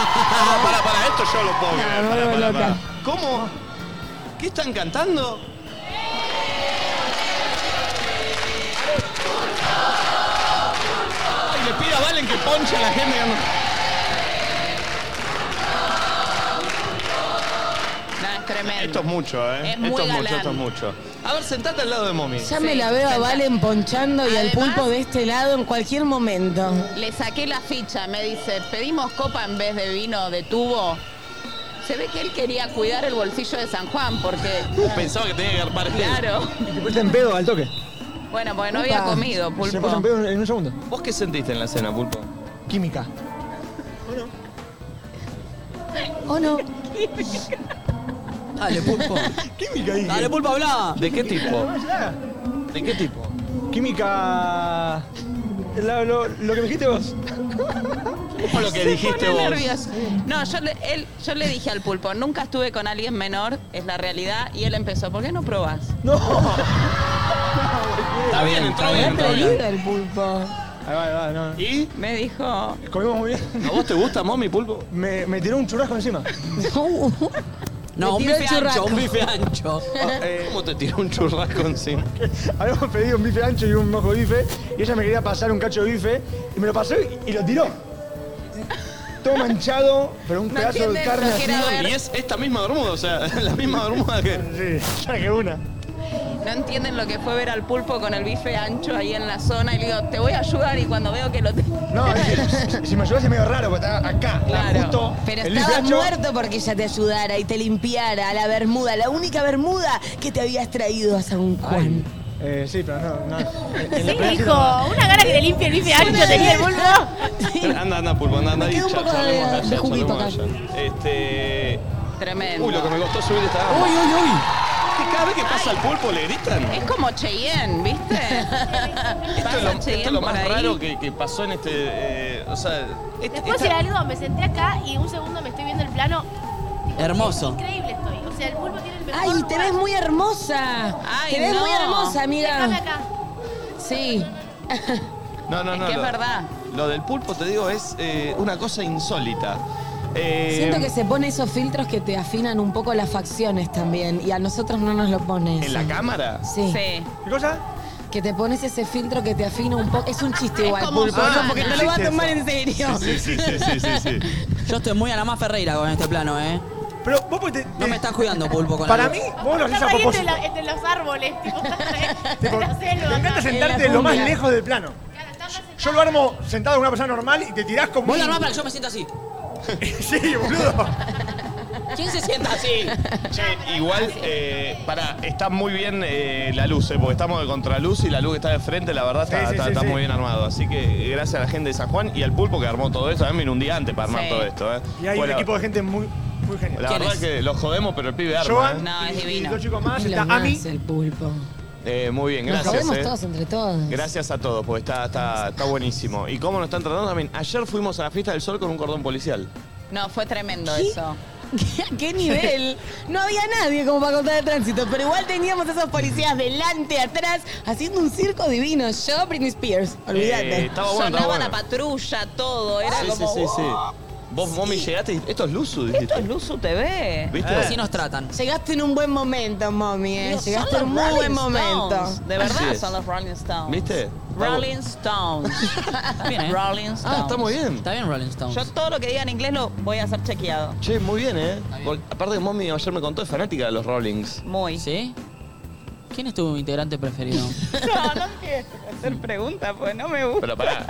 S3: Ah, para, para, esto yo lo puedo creer.
S13: me
S3: Pará,
S13: vuelvo
S3: pará,
S13: loca.
S3: pará. ¿Cómo? ¿Qué están cantando? Ay, le pida a Valen que ponche a la gente.
S5: No, es tremendo.
S3: Esto es mucho, ¿eh?
S5: Es muy
S3: esto es mucho,
S5: galán.
S3: esto es mucho. A ver, sentate al lado de Mommy.
S4: Ya me la veo a Valen ponchando y al
S5: Además-
S4: pulpo de este lado en cualquier momento.
S5: Le saqué la ficha, me dice, pedimos copa en vez de vino de tubo. Se ve que él quería cuidar el bolsillo de San Juan porque,
S3: Pensaba que tenía que garpar
S5: claro,
S6: Y te pusiste en pedo al toque.
S5: bueno, porque no había
S6: Upa.
S5: comido,
S6: Se puso en
S5: pulpo.
S6: pedo en un segundo.
S3: ¿Vos qué sentiste en la cena, Pulpo?
S6: Química.
S4: ¿O no?
S13: Dale, pulpo.
S6: Química, dije.
S13: Dale, pulpo, hablá.
S3: ¿De qué tipo? ¿De qué tipo?
S6: Química... La- lo, lo que me dijiste vos.
S3: ¿Cómo lo que dijiste
S5: Qué
S3: vos?
S5: nervios. No, yo le, él- yo le dije al pulpo, nunca estuve con alguien menor, es la realidad, y él empezó, ¿por qué no probás?
S6: No.
S3: Está bien, entró bien, entró bien.
S4: el pulpo.
S6: Ahí va, ahí va, no. no.
S3: ¿Y?
S5: Me dijo,
S6: Comimos muy bien.
S3: ¿A vos te gusta, Mommy, Pulpo?
S6: Me, me tiró un churrasco encima.
S13: No, un
S6: Me tiró el
S13: bife ancho,
S6: churrasco.
S13: un bife ancho.
S6: Ah, eh.
S3: ¿Cómo te tiró un churrasco encima?
S6: Habíamos pedido un bife ancho y un mojo bife. Y ella me quería pasar un cacho de bife. Y me lo pasó y, y lo tiró. Todo manchado, pero un pedazo de carne así.
S3: Y es esta misma bermuda, o sea, la misma bermuda que...
S6: Sí, ya que una.
S5: no entienden lo que fue ver al pulpo con el bife ancho ahí en la zona, y le digo, te voy a ayudar, y cuando veo que lo tengo...
S6: No,
S3: eh.
S6: es que si- si me ayudas es medio raro, porque estaba acá.
S5: Claro.
S6: Justo
S4: Pero
S6: el bife
S4: estabas
S6: ancho.
S4: muerto porque ella te ayudara y te limpiara la bermuda, la única bermuda que te habías traído a San Juan.
S6: Eh, sí, pero no, no. En- en
S8: Sí,
S6: la playa
S8: hijo,
S6: no.
S8: una gana que le limpie el bife ancho tenía el bulbo.
S3: Anda, anda, Pulpo, anda, anda.
S4: Me
S3: y
S4: queda un
S3: cha-
S4: poco de-
S3: charlemos
S4: de
S3: allá,
S4: juguito
S3: charlemos allá. Este...
S5: Tremendo.
S3: Uy, lo que me costó subir esta
S13: Uy, uy, uy.
S3: Que cada vez que pasa el pulpo le gritan.
S5: Es como Cheyenne, ¿viste?
S3: Esto es lo, esto es lo
S5: por
S3: más
S5: ahí.
S3: raro que, que pasó en este... eh, o sea... este-
S8: ¿Les puedo
S3: esta-
S8: decir algo? Me senté acá y un segundo me estoy viendo el plano.
S13: Hermoso.
S8: Increíble estoy. O sea, el pulpo tiene el mejor
S4: Ay, te ves
S8: lugar.
S4: muy hermosa.
S5: Ay,
S4: te ves
S5: no.
S4: muy hermosa,
S8: Déjame
S4: amiga.
S8: acá.
S4: Sí.
S3: No, no, no.
S5: que es
S3: lo-
S5: verdad.
S3: Lo del pulpo, te digo, es eh, una cosa insólita. Eh,
S4: Siento que se pone esos filtros que te afinan un poco las facciones también y a nosotros no nos lo pones.
S3: ¿En la cámara?
S4: Sí.
S5: Sí.
S6: ¿Qué cosa?
S4: Que te pones ese filtro que te afina un poco. Es un chiste igual,
S5: como
S4: pulpo,
S5: Susana.
S4: ¿no? Porque te lo va a tomar en serio.
S3: Sí, sí, sí, sí, sí, sí.
S13: Yo estoy muy a la más Ferreira con este plano, ¿eh?
S6: Pero vos porque te-
S13: No me estás cuidando, pulpo, con
S6: Para
S13: algo.
S6: mí, vos lo haces
S8: Estás
S6: a
S8: ahí entre,
S6: propósito.
S8: la- entre los árboles, tipo, estás re-
S6: Tipo,
S8: en la
S6: te
S8: selva.
S6: encanta
S8: acá.
S6: sentarte
S4: En la
S6: lo más
S4: jungla.
S6: lejos del plano.
S8: Claro, estás re sentado.
S6: Yo lo armo sentado con una persona normal y te tirás como.
S13: Vos la armás para que yo me sienta así.
S6: Sí, boludo.
S13: ¿Quién se sienta así?
S3: Che, igual, eh, para, está muy bien eh, la luz, eh, porque estamos de contraluz y la luz que está de frente, la verdad, está,
S6: Sí, sí,
S3: está-
S6: sí,
S3: está
S6: sí.
S3: muy bien armado. Así que eh, gracias a la gente de San Juan y al pulpo que armó todo esto. También vino un día antes para armar
S5: Sí.
S3: todo esto. Eh.
S6: Y hay
S3: Bueno,
S6: un equipo de gente muy, muy genial.
S3: La
S13: ¿Quién
S3: verdad
S13: es?
S3: que lo jodemos, pero el pibe arma.
S6: Joan
S5: No, es
S6: y- y
S5: divino.
S6: dos chicos más.
S4: Lo
S6: Está
S4: más,
S6: Ami.
S4: el pulpo.
S3: eh. Eh, muy bien,
S4: Nos
S3: gracias.
S4: jodemos
S3: eh.
S4: todos entre todos.
S3: Gracias a todos, porque está, está, está buenísimo. ¿Y cómo nos están tratando también? Ayer fuimos a la fiesta del sol con un cordón policial.
S5: No, fue tremendo
S4: ¿Qué?
S5: eso.
S4: ¿A qué nivel? No había nadie como para contar de tránsito, pero igual teníamos esos policías delante, atrás, haciendo un circo divino. Yo, Britney Spears,
S3: Eh,
S4: olvídate.
S3: estaba bueno,
S5: Sonaba
S3: estaba
S5: la
S3: bueno.
S5: patrulla,
S4: Oh,
S5: todo. Era
S3: Sí, sí,
S5: como.
S3: sí, sí. Vos, Momi, llegaste y dijiste, esto es Luzu, Eh. dijiste.
S5: Esto es Luzu TV.
S3: ¿Viste?
S13: Así nos tratan.
S4: Llegaste en un buen momento, mommy, eh.
S5: Digo,
S4: Llegaste
S5: son
S4: en un
S5: los
S4: muy buen
S5: Rolling
S4: momento.
S5: Stones. De
S3: Así
S5: verdad
S3: es.
S5: son los Rolling Stones.
S3: ¿Viste? Está bueno.
S5: Rolling Stones.
S13: Bien, ¿eh?
S5: Rolling Stones.
S3: Ah, está muy bien.
S13: Está bien Rolling Stones.
S5: Yo todo lo que diga en inglés lo voy a hacer chequeado.
S3: Che, muy bien, ¿eh? Porque aparte que Momi ayer me contó, es fanática de los Rollings.
S5: Muy.
S13: ¿Sí? ¿Quién es tu integrante preferido?
S5: No, no quiero hacer preguntas, pues no me gusta.
S3: Pero pará.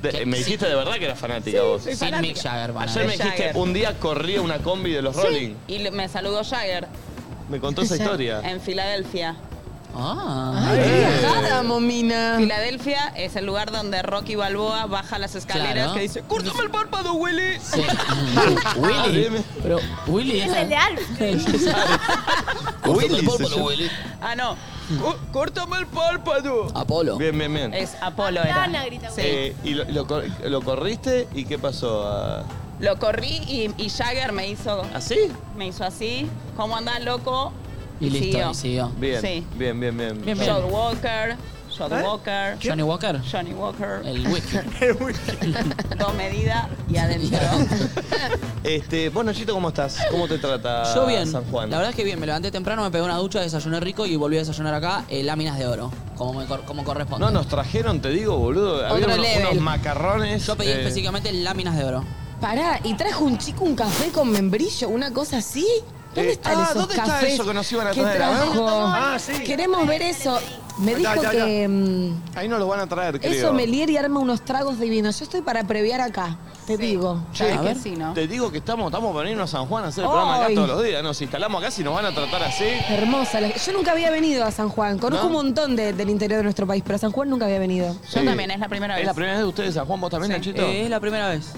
S3: De- me dijiste de verdad que eras fanática vos.
S5: soy
S13: Sin Mick
S5: fanática.
S13: Jagger, van a
S3: Ayer
S13: ver.
S3: me dijiste,
S5: Jagger.
S3: un día corría una combi de los Rolling.
S5: Y le- me saludó Jagger.
S3: me contó esa historia.
S5: En Filadelfia.
S3: Ah.
S4: Ay, qué viajada, momina.
S5: Filadelfia es el lugar donde Rocky Balboa baja las escaleras
S4: Claro.
S5: que dice, ¡Córtame el párpado, Willy!
S2: Willy. Pero Willy.
S5: Es el de
S2: Willy
S3: Willy,
S2: se
S3: se llama.
S5: Ah, no. Cor- ¡Córtame el párpado!
S13: Apolo.
S3: Bien, bien, bien.
S5: Es Apolo era.
S8: Aplana, grita
S5: Sí.
S3: Eh, ¿Y lo, lo cor- lo corriste y qué pasó? Ah,
S5: Lo corrí y, y Jagger me hizo...
S3: ¿Así?
S5: Me hizo así. ¿Cómo andás, loco?
S3: Y listo,
S5: siguió.
S3: y siguió. Bien,
S5: Sí.
S3: bien, bien, bien.
S5: John Walker. John
S3: ¿Eh?
S5: Walker.
S3: ¿Quién? ¿Johnny Walker?
S5: Johnny Walker.
S13: El whisky.
S5: Dos medidas y adentro.
S3: Este, vos, Nachito, ¿cómo estás? ¿Cómo te trata
S13: Yo bien.
S3: San Juan?
S13: La verdad es que bien, me levanté temprano, me pegué una ducha, desayuné rico y volví a desayunar acá eh, láminas de oro, como, me cor- como corresponde.
S3: No, nos trajeron, te digo, boludo. Había
S13: Otro
S3: unos,
S13: level.
S3: unos macarrones.
S13: Yo pedí
S3: eh,
S13: específicamente láminas de oro.
S4: Pará, y trajo un chico un café con membrillo, una cosa así. ¿Dónde
S3: Eh,
S4: están
S3: ah,
S4: esos
S3: ¿dónde está
S4: cafés
S3: eso que nos iban a
S4: que
S3: traer? A ver.
S4: trajo?
S3: Ah, sí.
S4: Queremos ver eso. Me dijo
S3: Ya, ya, ya.
S4: que mm,
S3: Ahí nos lo van a traer, creo.
S4: eso Melier y arma unos tragos divinos. Yo estoy para previar acá, te digo.
S3: Che, a ver, Te digo que estamos, estamos para irnos a San Juan a hacer el
S4: Ay.
S3: programa acá todos los días. Nos instalamos acá si nos van a tratar así.
S4: Hermosa. la- Yo nunca había venido a San Juan. Conozco
S3: ¿No?
S4: un montón de- del interior de nuestro país, pero a San Juan nunca había venido.
S3: Sí. ¿Es la primera vez de ustedes, San Juan? ¿Vos también, Nachito?
S13: Eh, es la primera vez.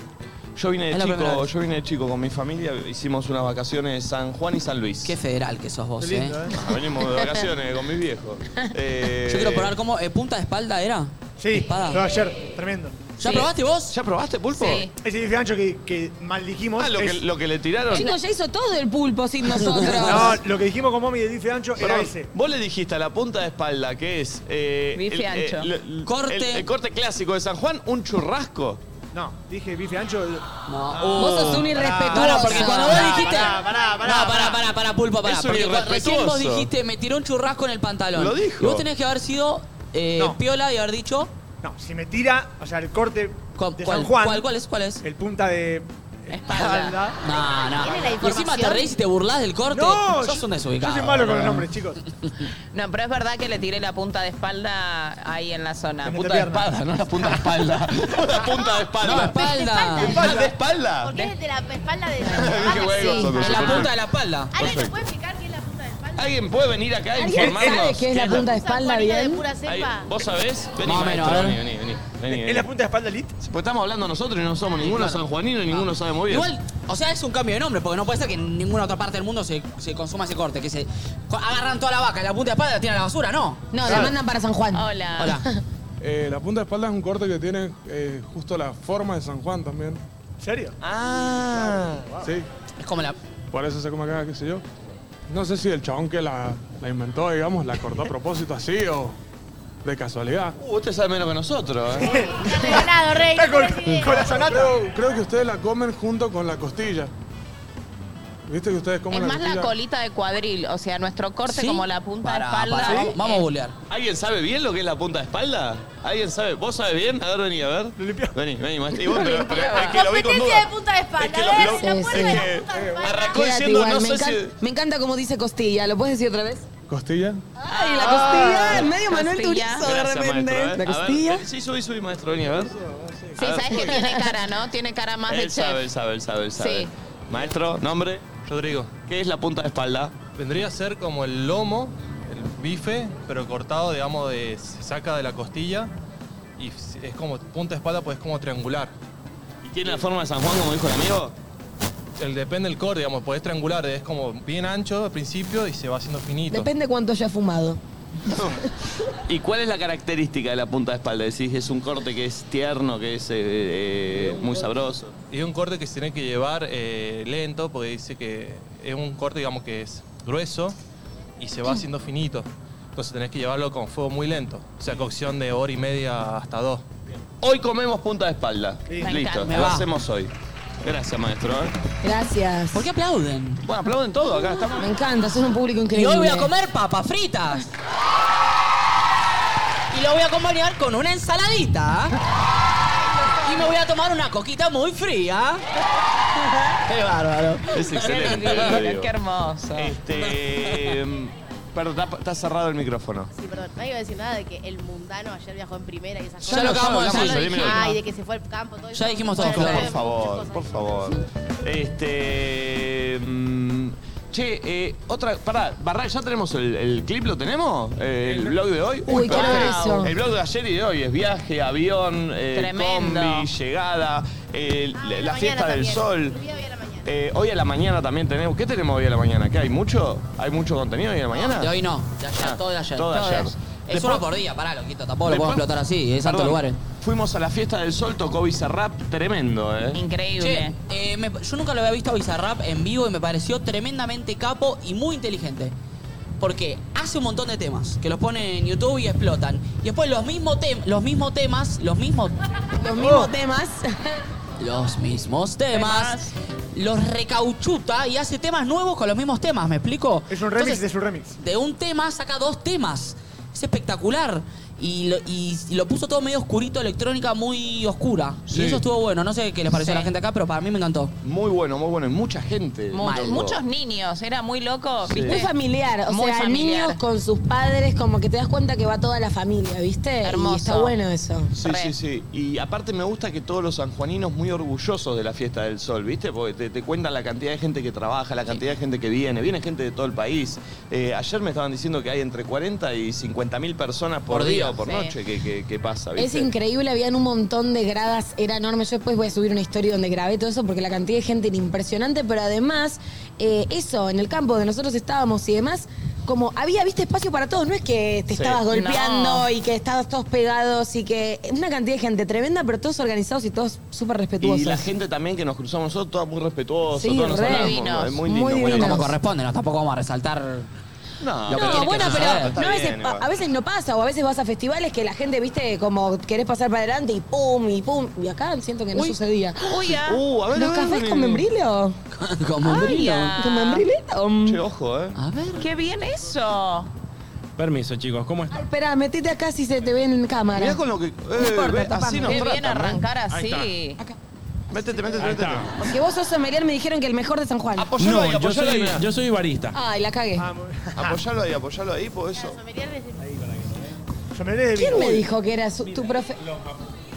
S3: Yo vine de
S13: Es la primera
S3: chico,
S13: vez.
S3: yo vine de chico con mi familia, hicimos unas vacaciones San Juan y San Luis. Qué
S13: federal que sos vos, ¿eh?
S3: Venimos de vacaciones con mis viejos. Eh,
S13: Yo quiero probar cómo. eh, ¿Punta de espalda era? Sí. Espada.
S6: Lo de ayer, tremendo.
S13: ¿Ya probaste vos?
S3: ¿Ya probaste, Pulpo?
S6: Sí. Ese bife ancho que, que maldijimos.
S3: Ah, lo que,
S6: es-
S3: lo que le tiraron.
S4: Chico, ya hizo todo el pulpo sin nosotros.
S6: No, lo que dijimos con Mommy del bife ancho era
S3: Perdón,
S6: ese.
S3: vos le dijiste a la punta de espalda que es. eh,
S6: Bife ancho.
S3: corte. El, el corte clásico de San Juan, un churrasco.
S6: No, dije bife ancho.
S13: No.
S6: Vos
S13: sos un irrespetuoso. Pará, porque cuando vos dijiste-
S6: Pará, pará,
S13: No, pará, pará, pará, pulpo, pará.
S6: Es un
S13: Porque cua- recién vos
S6: irrespetuoso.
S13: dijiste, me tiró un churrasco en el pantalón.
S6: Lo dijo.
S13: Y vos tenés que haber sido eh, piola y haber dicho.
S6: No, si me tira, o sea, el corte de
S13: cuál-
S6: San Juan.
S13: cuál- es? ¿Cuál es?
S6: El punta de espalda.
S13: No,
S6: Tiene la
S13: no. Y encima
S6: información.
S13: te reís y te burlás del corte.
S6: No,
S13: sos
S6: yo-
S13: un desubicado.
S6: yo soy malo con los
S13: boludo.
S6: nombres, chicos.
S5: No, pero es verdad que le tiré la punta de espalda ahí en la zona.
S13: punta de espada,
S3: no la punta de espalda. la punta de espalda.
S13: No, espalda.
S3: Espalda, de espalda.
S8: ¿Por qué es de la espalda de
S3: Qué huevos,
S13: Sí,
S3: hombre,
S13: en la
S3: Superman.
S13: punta de la espalda.
S8: ¿Alguien nos puede explicar qué es la punta de espalda?
S3: ¿Alguien puede venir acá a
S8: ¿Alguien
S3: informarnos?
S8: sabe qué es la punta
S4: de espalda
S8: Juanito de
S4: bien?
S8: pura
S3: Ahí,
S8: cepa?
S3: ¿Vos sabés? Vení,
S13: Más o
S3: maestro,
S13: menos, a ver.
S3: vení, vení, vení, vení,
S6: ¿Es la punta de espalda lit?
S3: Pues estamos hablando nosotros y no somos ninguno sanjuanino y ninguno sabe muy bien.
S13: Igual, o sea, es un cambio de nombre, porque no puede ser que en ninguna otra parte del mundo se, se consuma ese corte, que se co- agarran toda la vaca, la punta de espada la tiran a la basura, ¿no.
S4: No, la
S14: Claro.
S4: mandan para San Juan.
S5: Hola.
S14: Eh, la punta de espalda es un corte que tiene eh, justo la forma de San Juan también.
S6: ¿En serio?
S3: Ah.
S14: Sí.
S13: Es como la.
S14: Por eso se come acá, qué sé yo. No sé si el chabón que la, la inventó, digamos, la cortó a propósito así o de casualidad.
S3: Uh, usted sabe menos que nosotros, ¿eh?
S8: Regalado, rey.
S6: Está con-
S8: presidente.
S6: con la sonata.
S14: Creo, creo que ustedes la comen junto con la costilla. ¿Viste que ustedes comen la
S5: Es más
S14: costilla?
S5: la colita de cuadril, o sea, nuestro corte
S14: ¿Sí?
S5: como la punta
S14: Pará,
S5: de espalda.
S14: pará,
S5: Eh,
S13: Vamos a bulear.
S3: ¿Alguien sabe bien lo que es la punta de espalda? ¿Alguien sabe? ¿Vos sabes bien? A ver, vení, a ver. Vení, vení, maestro. Y vos, pero- pero es que lo vi con
S8: Competencia de
S3: duda.
S8: punta de espalda.
S3: que lo-
S8: a ver
S3: lo-
S8: si la
S3: es
S8: puerta de
S3: que-
S8: la punta de espalda.
S3: Arrancó
S4: Quédate
S3: diciendo,
S4: igual,
S3: no
S4: me,
S3: sé
S4: encan-
S3: si...
S4: me encanta como dice costilla. ¿Lo puedes decir otra vez?
S14: ¿Costilla?
S4: Ay, la costilla.
S3: Ah.
S4: en medio Manuel
S5: Costilla.
S4: Turizo de
S3: Gracias,
S4: repente.
S3: maestro, ¿eh?
S4: La
S3: A ver,
S4: costilla.
S3: Sí, subí, subí, maestro. Vení, a ver.
S5: Sí, sabes que tiene cara, ¿no? Tiene cara más de
S3: Él sabe, él
S5: chef.
S3: sabe, él sabe, él sabe.
S5: Sí.
S3: Maestro, nombre.
S15: Rodrigo.
S3: ¿Qué es la punta de espalda?
S15: Vendría a ser como el lomo, el bife, pero cortado, digamos, de, se saca de la costilla y f- es como punta de espalda, pues es como triangular.
S3: ¿Y tiene la forma de San Juan, como dijo el amigo?
S15: El, depende del core, digamos, podés triangular, es como bien ancho al principio y se va haciendo finito.
S4: Depende cuánto haya fumado.
S3: ¿Y cuál es la característica de la punta de espalda? Decís, es un corte que es tierno, que es eh, eh, muy sabroso.
S15: Y es un corte que se tiene que llevar eh, lento porque dice que es un corte, digamos, que es grueso y se va haciendo finito. Entonces tenés que llevarlo con fuego muy lento. O sea, cocción de hora y media hasta dos.
S3: Hoy comemos punta de espalda.
S15: Me
S3: Listo,
S15: encanta. Me
S3: lo
S15: va.
S3: hacemos hoy. Gracias, maestro. ¿eh?
S4: Gracias. ¿Por
S13: qué aplauden?
S3: Bueno, aplauden todo acá. Estamos...
S4: Me encanta, sos un público
S13: Y
S4: increíble.
S13: hoy voy a comer papas fritas. Y lo voy a acompañar con una ensaladita. Y me voy a tomar una coquita muy fría. Qué bárbaro.
S3: Es excelente.
S5: Qué
S3: te
S5: divino,
S3: digo.
S5: qué hermoso.
S3: Este. mm, Perdón, está- está cerrado el micrófono.
S8: Sí, perdón, no iba a decir nada de que el mundano ayer viajó en primera y esas
S3: Ya
S8: cosas.
S3: lo acabamos de decir, ya lo dijimos.
S8: Ay, de que se fue al campo, todo eso.
S13: Ya dijimos
S3: Por
S13: todo.
S3: favor, por favor, por favor. Este. mm, Che, eh, otra. Pará, Barra, ¿ya tenemos el, el clip? ¿Lo tenemos? Eh, ¿El blog de hoy?
S10: Uy, quiero ver
S3: perfecto.
S10: eso.
S3: El blog de ayer y de hoy es viaje, avión, eh,
S10: Tremendo.
S3: combi, llegada, eh, la,
S10: la
S3: fiesta
S10: mañana
S3: del
S10: también.
S3: sol. Eh, hoy a la mañana también tenemos. ¿Qué tenemos hoy a la mañana? ¿Qué hay mucho? ¿Hay mucho contenido hoy a la mañana?
S13: De hoy no, de ayer,
S3: Ah,
S13: todo de ayer.
S3: Todo de ayer.
S13: Es
S3: Después-
S13: uno por día, pará, loquito, tampoco lo
S3: Después-
S13: puedo explotar así, es alto
S3: Perdón,
S13: lugar. eh.
S3: Fuimos a la fiesta del sol, tocó Bizarrap, tremendo, ¿eh?
S5: Increíble.
S13: Che, eh, me- yo nunca lo había visto a Bizarrap en vivo y me pareció tremendamente capo y muy inteligente. Porque hace un montón de temas que los pone en YouTube y explotan. Y después los mismos, tem- los mismos temas, los mismos
S4: Los
S3: Oh.
S13: Oh.
S4: mismos temas.
S13: los mismos temas, los recauchuta y hace temas nuevos con los mismos temas, ¿me explico? Es un remix de su remix. De un tema saca dos temas. Es espectacular. Y lo, y lo puso todo medio oscurito, electrónica muy oscura.
S3: Sí.
S13: Y eso estuvo bueno. No sé qué les pareció
S5: Sí.
S13: a la gente acá, pero para mí me encantó.
S3: Muy bueno, muy bueno. Y mucha gente.
S5: Mucho-
S13: Mal.
S5: muchos niños, era muy loco. ¿viste?
S4: Muy familiar, o
S5: Muy
S4: sea,
S5: familiar.
S4: niños con sus padres, como que te das cuenta que va toda la familia, ¿viste?
S5: Hermoso.
S4: Y está bueno eso.
S3: Sí, sí, sí. Y aparte me gusta que todos los sanjuaninos muy orgullosos de la fiesta del sol, ¿viste? Porque te, te cuentan la cantidad de gente que trabaja, la cantidad de gente que viene. Viene gente de todo el país. Eh, ayer me estaban diciendo que hay entre 40 y 50 mil personas por,
S13: Por
S3: día,
S13: día,
S3: o por
S13: sí.
S3: noche que, que- que pasa,
S4: Es
S3: ¿viste?
S4: increíble, habían un montón de gradas, era enorme. Yo después voy a subir una historia donde grabé todo eso porque la cantidad de gente era impresionante, pero además, eh, eso, en el campo donde nosotros estábamos y demás, como había, viste, espacio para todos, no es que te
S5: Sí.
S4: estabas golpeando
S5: No.
S4: y que estabas todos pegados y que una cantidad de gente tremenda, pero todos organizados y todos súper respetuosos.
S3: Y la gente también que nos cruzamos nosotros, todas muy respetuosos,
S4: Sí,
S3: todos nos
S4: re.
S3: hablamos,
S4: Divinos,
S3: es muy lindo.
S4: muy
S3: muy
S13: Bueno,
S3: lindo.
S13: como corresponde, no, tampoco vamos a resaltar.
S3: No,
S13: Lo que tiene
S4: No,
S13: que
S4: bueno,
S13: suceder.
S4: pero
S13: Está
S4: no, a,
S13: bien,
S4: veces,
S13: igual.
S4: a veces no pasa, o a veces vas a festivales que la gente, viste, como querés pasar para adelante y pum, y pum. Y acá siento que no sucedía.
S5: Uy, ah.
S3: Uh, a ver,
S4: ¿Los
S3: a ver,
S4: cafés
S3: Moni.
S4: con membrillo?
S13: Como un
S5: Ay,
S13: brillo.
S5: ah.
S4: ¿Con membrilito? Mm.
S3: Che, ojo, ¿eh?
S13: A ver.
S5: Qué bien eso.
S16: Permiso, chicos, ¿cómo están?
S4: Esperá, metete acá si se te ve en cámara.
S16: Mirá con lo que- eh, ve, así nos
S5: Qué bien
S16: tratan, ¿eh?
S5: arrancar
S16: Ahí
S5: así.
S3: Métete, métete,
S16: Ahí
S3: métete.
S16: está.
S4: Porque vos sos sommelier, me dijeron que el mejor de San Juan.
S3: Apoyalo ahí,
S16: No, yo
S3: apoyalo
S16: soy,
S3: ahí.
S16: yo soy barista.
S4: Ay, la cagué.
S3: Apoyalo ahí, apoyalo ahí, por eso.
S4: ¿Quién me dijo que era su- tu profe?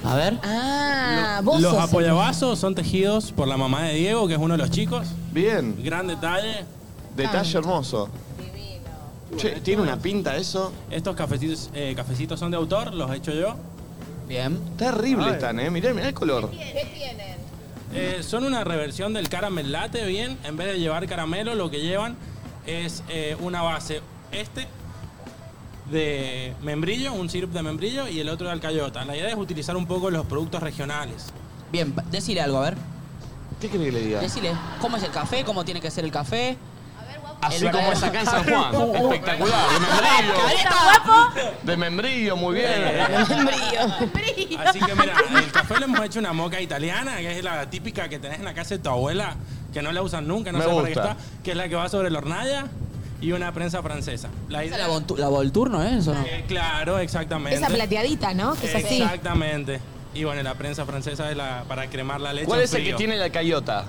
S13: A ver.
S4: Ah, vos
S16: Los
S4: sos.
S16: apoyabazos son tejidos por la mamá de Diego, que es uno de los chicos.
S3: Bien.
S16: Gran detalle.
S3: Detalle hermoso. Che, tiene una pinta eso.
S16: Estos cafecitos, eh, cafecitos son de autor, los he hecho yo.
S13: Bien.
S3: Terrible están, eh. Mirá, mirá el color.
S10: ¿Qué tienen?
S16: Eh, son una reversión del caramel latte, bien. En vez de llevar caramelo, lo que llevan es eh, una base este de membrillo, un sirup de membrillo y el otro de alcayota. La idea es utilizar un poco los productos regionales.
S13: Bien, decile algo, a ver.
S3: ¿Qué querés que le diga?
S13: Decile, ¿cómo es el café? ¿Cómo tiene que ser el café?
S3: Así
S13: El
S3: como
S13: verdadero-
S3: es acá en San Juan.
S13: Uh, uh.
S3: Espectacular. De membrillo. De membrillo, muy bien.
S16: Así que mira, el café le hemos hecho una moca italiana, que es la típica que tenés en la casa de tu abuela, que no la usan nunca, no
S13: Me
S16: sé para qué
S13: gusta.
S16: está, que es la que va sobre la hornalla y una prensa francesa. La
S13: ¿Esa la, Voltu- la Volturno es eso? no?
S16: Eh, claro, exactamente.
S4: Esa plateadita, ¿no? Que es así.
S16: Exactamente. Y bueno, la prensa francesa es la para cremar la leche.
S3: ¿Cuál
S16: en
S3: es el que
S16: frío.
S3: tiene la alcayota?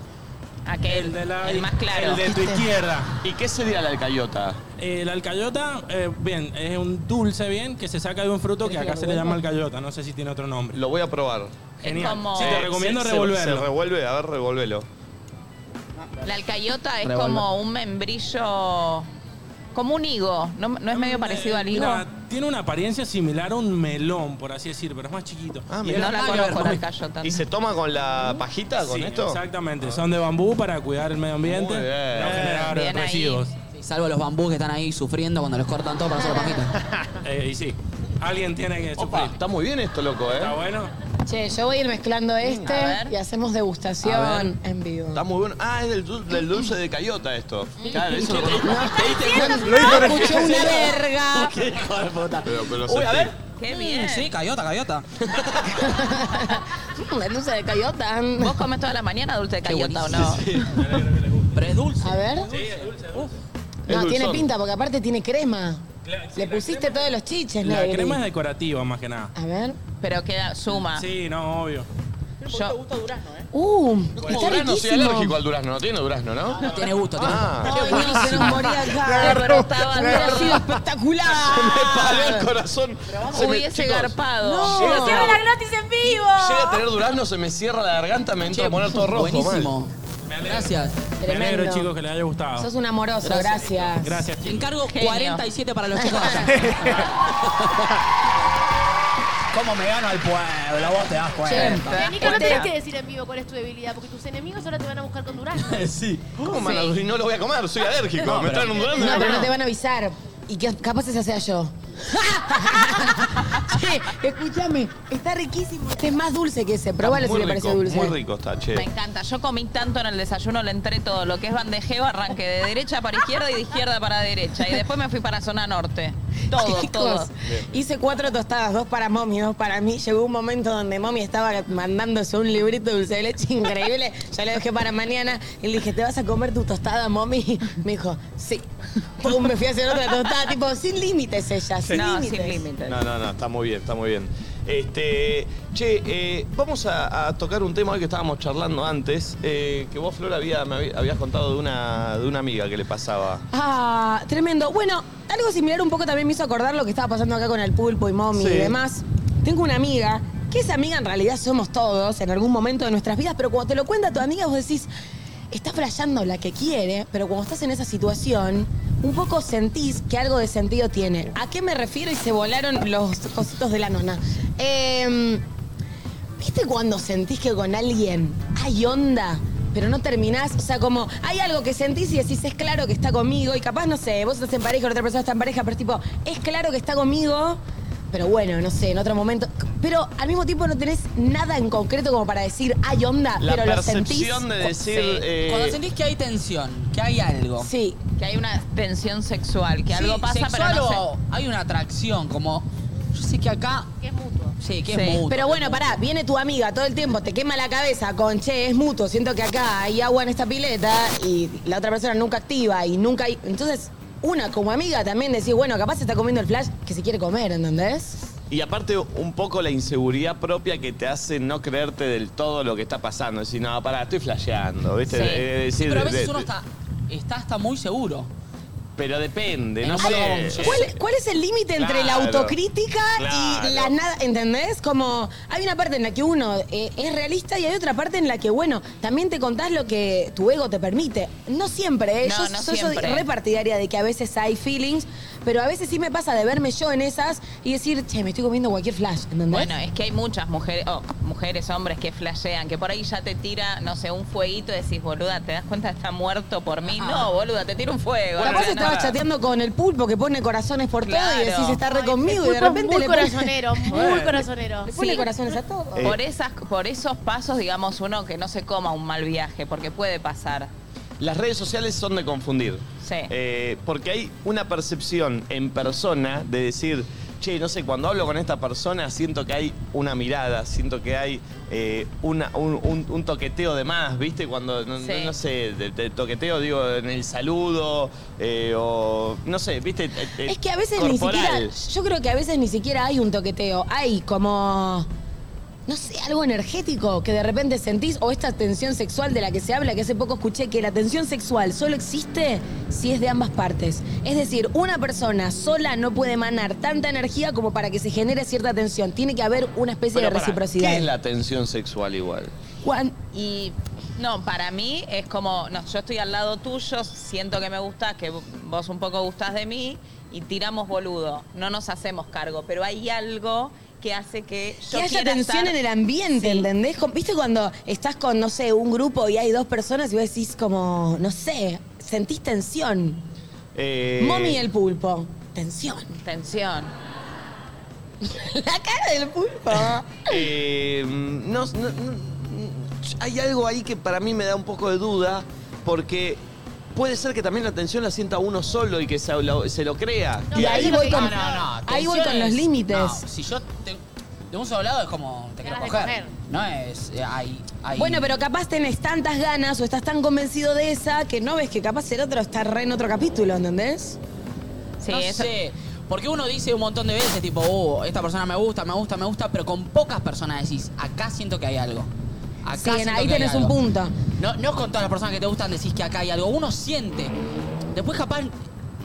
S5: Aquel, el, más claro.
S16: El de
S4: Este.
S16: tu izquierda.
S3: ¿Y qué sería la alcayota?
S16: Eh, la alcayota, eh, bien, es un dulce, bien, que se saca de un fruto que acá se le llama alcayota. No sé si tiene otro nombre.
S3: Lo voy a probar. Eh,
S16: Genial.
S5: como-
S16: Sí, te recomiendo
S3: se- se-
S16: revolverlo.
S3: Se revuelve, a ver, revuélvelo.
S5: La alcayota es
S3: Revolver.
S5: como un membrillo, como un higo. ¿No, no es medio parecido al higo?
S16: Eh, Mira, tiene una apariencia similar a un melón, por así decir, pero es más chiquito. Ah,
S5: mirá. No la conozco, la alcayota.
S3: ¿Y se toma con la pajita, con
S16: Sí,
S3: esto? Ah.
S16: exactamente. Son de bambú para cuidar el medio ambiente.
S3: Muy bien.
S16: No generar residuos.
S13: Sí, Ah. salvo los bambús que están ahí sufriendo cuando los cortan todo para hacer la pajita.
S16: Eh, y sí, alguien tiene que
S3: Opa, está muy bien esto, loco, ¿eh?
S16: Está bueno.
S4: Che, yo voy a ir mezclando este y hacemos
S3: A
S4: degustación en vivo.
S3: Está muy bueno. Ah, es del, dul- del dulce de cayota esto. Claro, eso
S4: ¿Qué
S3: lo
S4: te-
S3: conozco.
S4: ¿Te diste cuenta?
S3: Lo dijo recién.
S4: Escuchó una verga.
S13: Qué hijo de puta.
S3: Pero, pero
S13: Uy, a
S3: sentí.
S13: ver. Mm,
S5: Qué bien.
S13: Sí, cayota, cayota.
S4: La dulce de cayota.
S5: ¿Vos comés toda la mañana dulce de cayota o no?
S13: Pero es dulce.
S4: A ver.
S16: Es
S4: No, tiene
S16: dulzón.
S4: pinta porque aparte tiene crema. Le pusiste todos los chiches,
S16: La
S4: negri.
S16: crema es decorativa, más que nada.
S4: A ver.
S5: Pero queda suma.
S16: Sí, no, obvio.
S5: Yo,
S4: Uh,
S3: Como
S4: está
S3: durazno, soy
S4: riquísimo.
S3: alérgico al durazno. No tiene durazno, ¿no? No
S13: tiene gusto, tiene
S3: Ah.
S4: Ay, no, se nos moría acá.
S3: agarró,
S4: Pero estaba,
S3: me
S4: hubiera
S3: agarró.
S4: sido espectacular.
S3: Se me paró el corazón. Se me-
S5: hubiese
S3: chicos,
S5: garpado.
S4: No.
S3: Llega, a
S4: Haceme
S3: tener-
S9: gratis en vivo!
S3: llega a tener durazno, se me cierra la garganta, me entra a poner todo rojo.
S13: Buenísimo.
S3: mal.
S13: Gracias.
S16: Me alegro,
S4: Tremendo.
S16: chicos, que les haya gustado.
S4: Sos un amoroso, gracias.
S16: Gracias,
S13: Te
S16: chicos.
S13: encargo
S4: Genio.
S13: 47 para los chicos.
S17: ¿Cómo me gano al pueblo? Vos te das cuenta.
S8: Che, Nico, no tenés que decir en vivo cuál es tu debilidad, porque tus enemigos ahora te van a buscar con durazno.
S3: sí. ¿Cómo,
S8: Sí.
S3: mano? Si No lo voy a comer, soy alérgico.
S8: No,
S3: me
S8: pero-
S3: traen un duende.
S4: No, pero no te van a avisar. Y que capaz esa sea yo. che, escúchame, está riquísimo. Este es más dulce que ese. Probalo si
S3: Muy
S4: le parece
S3: rico,
S4: dulce.
S3: Muy rico está,
S5: Me
S3: che.
S5: encanta. Yo comí tanto en el desayuno, le entré todo. Lo que es bandejeo, arranqué de derecha para izquierda y de izquierda para derecha. Y después me fui para zona norte. Todo, todo.
S4: Chicos, hice cuatro tostadas, dos para mommy, dos para mí. Llegó un momento donde mommy estaba mandándose un librito de dulce de leche increíble. Yo le dejé para mañana y le dije, ¿te vas a comer tu tostada, mommy? Me dijo, sí. Pum, me fui a hacer otra tostada, tipo, sin límites ella, sin
S3: No,
S4: límites.
S3: No, no, no, está muy bien, está muy bien. Este, che, eh, vamos a, a tocar un tema hoy que estábamos charlando antes, eh, que vos, Flor, había- me habí- habías contado de una, de una amiga que le pasaba.
S4: Ah, tremendo. Bueno, algo similar un poco también me hizo acordar lo que estaba pasando acá con el pulpo y mommy
S3: Sí.
S4: y demás. Tengo una amiga, que esa amiga en realidad somos todos en algún momento de nuestras vidas, pero cuando te lo cuenta tu amiga vos decís, está flasheando la que quiere, pero cuando estás en esa situación, un poco sentís que algo de sentido tiene. ¿A qué me refiero? Y se volaron los cositos de la nona. Em, ¿Viste cuando sentís que con alguien hay onda? Pero no terminás, o sea, como hay algo que sentís y decís, es claro que está conmigo, y capaz, no sé, vos estás en pareja, la otra persona está en pareja, pero es tipo, es claro que está conmigo, pero bueno, no sé, en otro momento. Pero al mismo tiempo no tenés nada en concreto como para decir, hay onda,
S3: La
S4: pero lo sentís.
S3: percepción de decir...
S5: Sí.
S3: eh,
S13: Cuando sentís que hay tensión, que hay algo.
S4: Sí.
S5: Que hay una tensión sexual, que
S13: Sí,
S5: algo pasa,
S13: sexual
S5: pero no
S13: o Hay una atracción, como. Yo sé que acá.
S8: Que es mutuo.
S13: Sí, que es
S4: Sí.
S13: mutuo.
S4: Pero bueno, pará, viene tu amiga todo el tiempo, te quema la cabeza con, che, es mutuo, siento que acá hay agua en esta pileta y la otra persona nunca activa y nunca hay... Entonces, una como amiga también decir, bueno, capaz se está comiendo el flash que se quiere comer, ¿entendés?
S3: Y aparte un poco la inseguridad propia que te hace no creerte del todo lo que está pasando. Decir, no, pará, estoy flasheando, ¿viste?
S13: Sí.
S3: Eh, decir,
S13: pero a
S3: de-
S13: veces
S3: de-
S13: uno está, está hasta muy seguro.
S3: pero depende, no
S13: ¿Cuál-
S3: sé.
S4: ¿Cuál, cuál es el límite entre
S3: Eh,
S4: la
S3: Claro.
S4: autocrítica
S3: Claro.
S4: y la nada? ¿Entendés? Como hay una parte en la que uno eh, es realista y hay otra parte en la que, bueno, también te contás lo que tu ego te permite. No siempre, ¿eh?
S5: No,
S4: yo
S5: no
S4: soy
S5: siempre.
S4: re partidaria de que a veces hay feelings, pero a veces sí me pasa de verme yo en esas y decir, che, me estoy comiendo cualquier flash, ¿entendés?
S5: Bueno, es que hay muchas mujeres, oh, mujeres, hombres que flashean, que por ahí ya te tira, no sé, un fueguito y decís, boluda, ¿te das cuenta está muerto por mí? No, boluda, te tira un fuego.
S4: Capaz
S5: no,
S4: estabas
S5: nada.
S4: chateando con el pulpo que pone corazones por todo
S5: Claro.
S4: y decís está re conmigo y
S8: pulpo
S4: de
S8: es
S4: repente
S8: muy
S4: le pone-
S8: corazonero, muy Bueno. corazonero.
S4: Le pone
S5: Sí.
S4: corazones a todo.
S5: Por, esas, por esos pasos, digamos, uno que no se coma un mal viaje, porque puede pasar.
S3: Las redes sociales son de confundir.
S5: Sí.
S3: Eh, porque hay una percepción en persona de decir, che, no sé, cuando hablo con esta persona siento que hay una mirada, siento que hay eh, una- un, un- un toqueteo de más, ¿viste? Cuando, no,
S5: Sí.
S3: no sé, de, de toqueteo, digo, en el saludo, eh, o no sé, ¿viste? Eh, eh,
S4: Es que a veces
S3: corporal.
S4: ni siquiera, yo creo que a veces ni siquiera hay un toqueteo, hay como, no sé, algo energético que de repente sentís, o esta tensión sexual de la que se habla, que hace poco escuché que la tensión sexual solo existe si es de ambas partes. Es decir, una persona sola no puede emanar tanta energía como para que se genere cierta tensión, tiene que haber una especie
S3: Pero
S4: de
S3: pará,
S4: reciprocidad.
S3: ¿Qué es la tensión sexual igual?
S4: Juan,
S5: Y no, para mí es como, no, yo estoy al lado tuyo, siento que me gustás, que vos un poco gustás de mí y tiramos boludo, no nos hacemos cargo, pero hay algo que hace que yo
S4: que haya
S5: quiera
S4: tensión
S5: estar-
S4: en el ambiente, ¿entendés? Como- ¿Viste cuando estás con, no sé, un grupo y hay dos personas y vos decís como, no sé, sentís tensión?
S3: Eh,
S4: Mommy y el pulpo. Tensión.
S5: Tensión.
S4: La cara del pulpo.
S3: Eh, no, no- no- hay algo ahí que para mí me da un poco de duda, porque puede ser que también la atención la sienta uno solo y que se lo, se lo crea.
S4: Y ahí
S13: eso es lo
S4: voy
S13: que-
S4: con-
S13: No, no, no,
S4: ahí voy
S13: tensión
S4: con los
S13: es-
S4: límites.
S13: no, si yo te, de un solo lado es como te quiero
S8: Ganas
S13: coger.
S8: de coger.
S13: No es. eh, hay, hay-
S4: Bueno, pero capaz tenés tantas ganas o estás tan convencido de esa que no ves que capaz el otro está re en otro capítulo, ¿entendés?
S13: no sé. Porque uno dice un montón de veces, tipo, oh, esta persona me gusta, me gusta, me gusta, pero con pocas personas decís, acá siento que hay algo. Acá
S4: Sí, en-
S13: siento
S4: ahí
S13: que hay
S4: tenés un
S13: algo.
S4: punto.
S13: No, no con todas las personas que te gustan decís que acá hay algo. Uno siente. Después capaz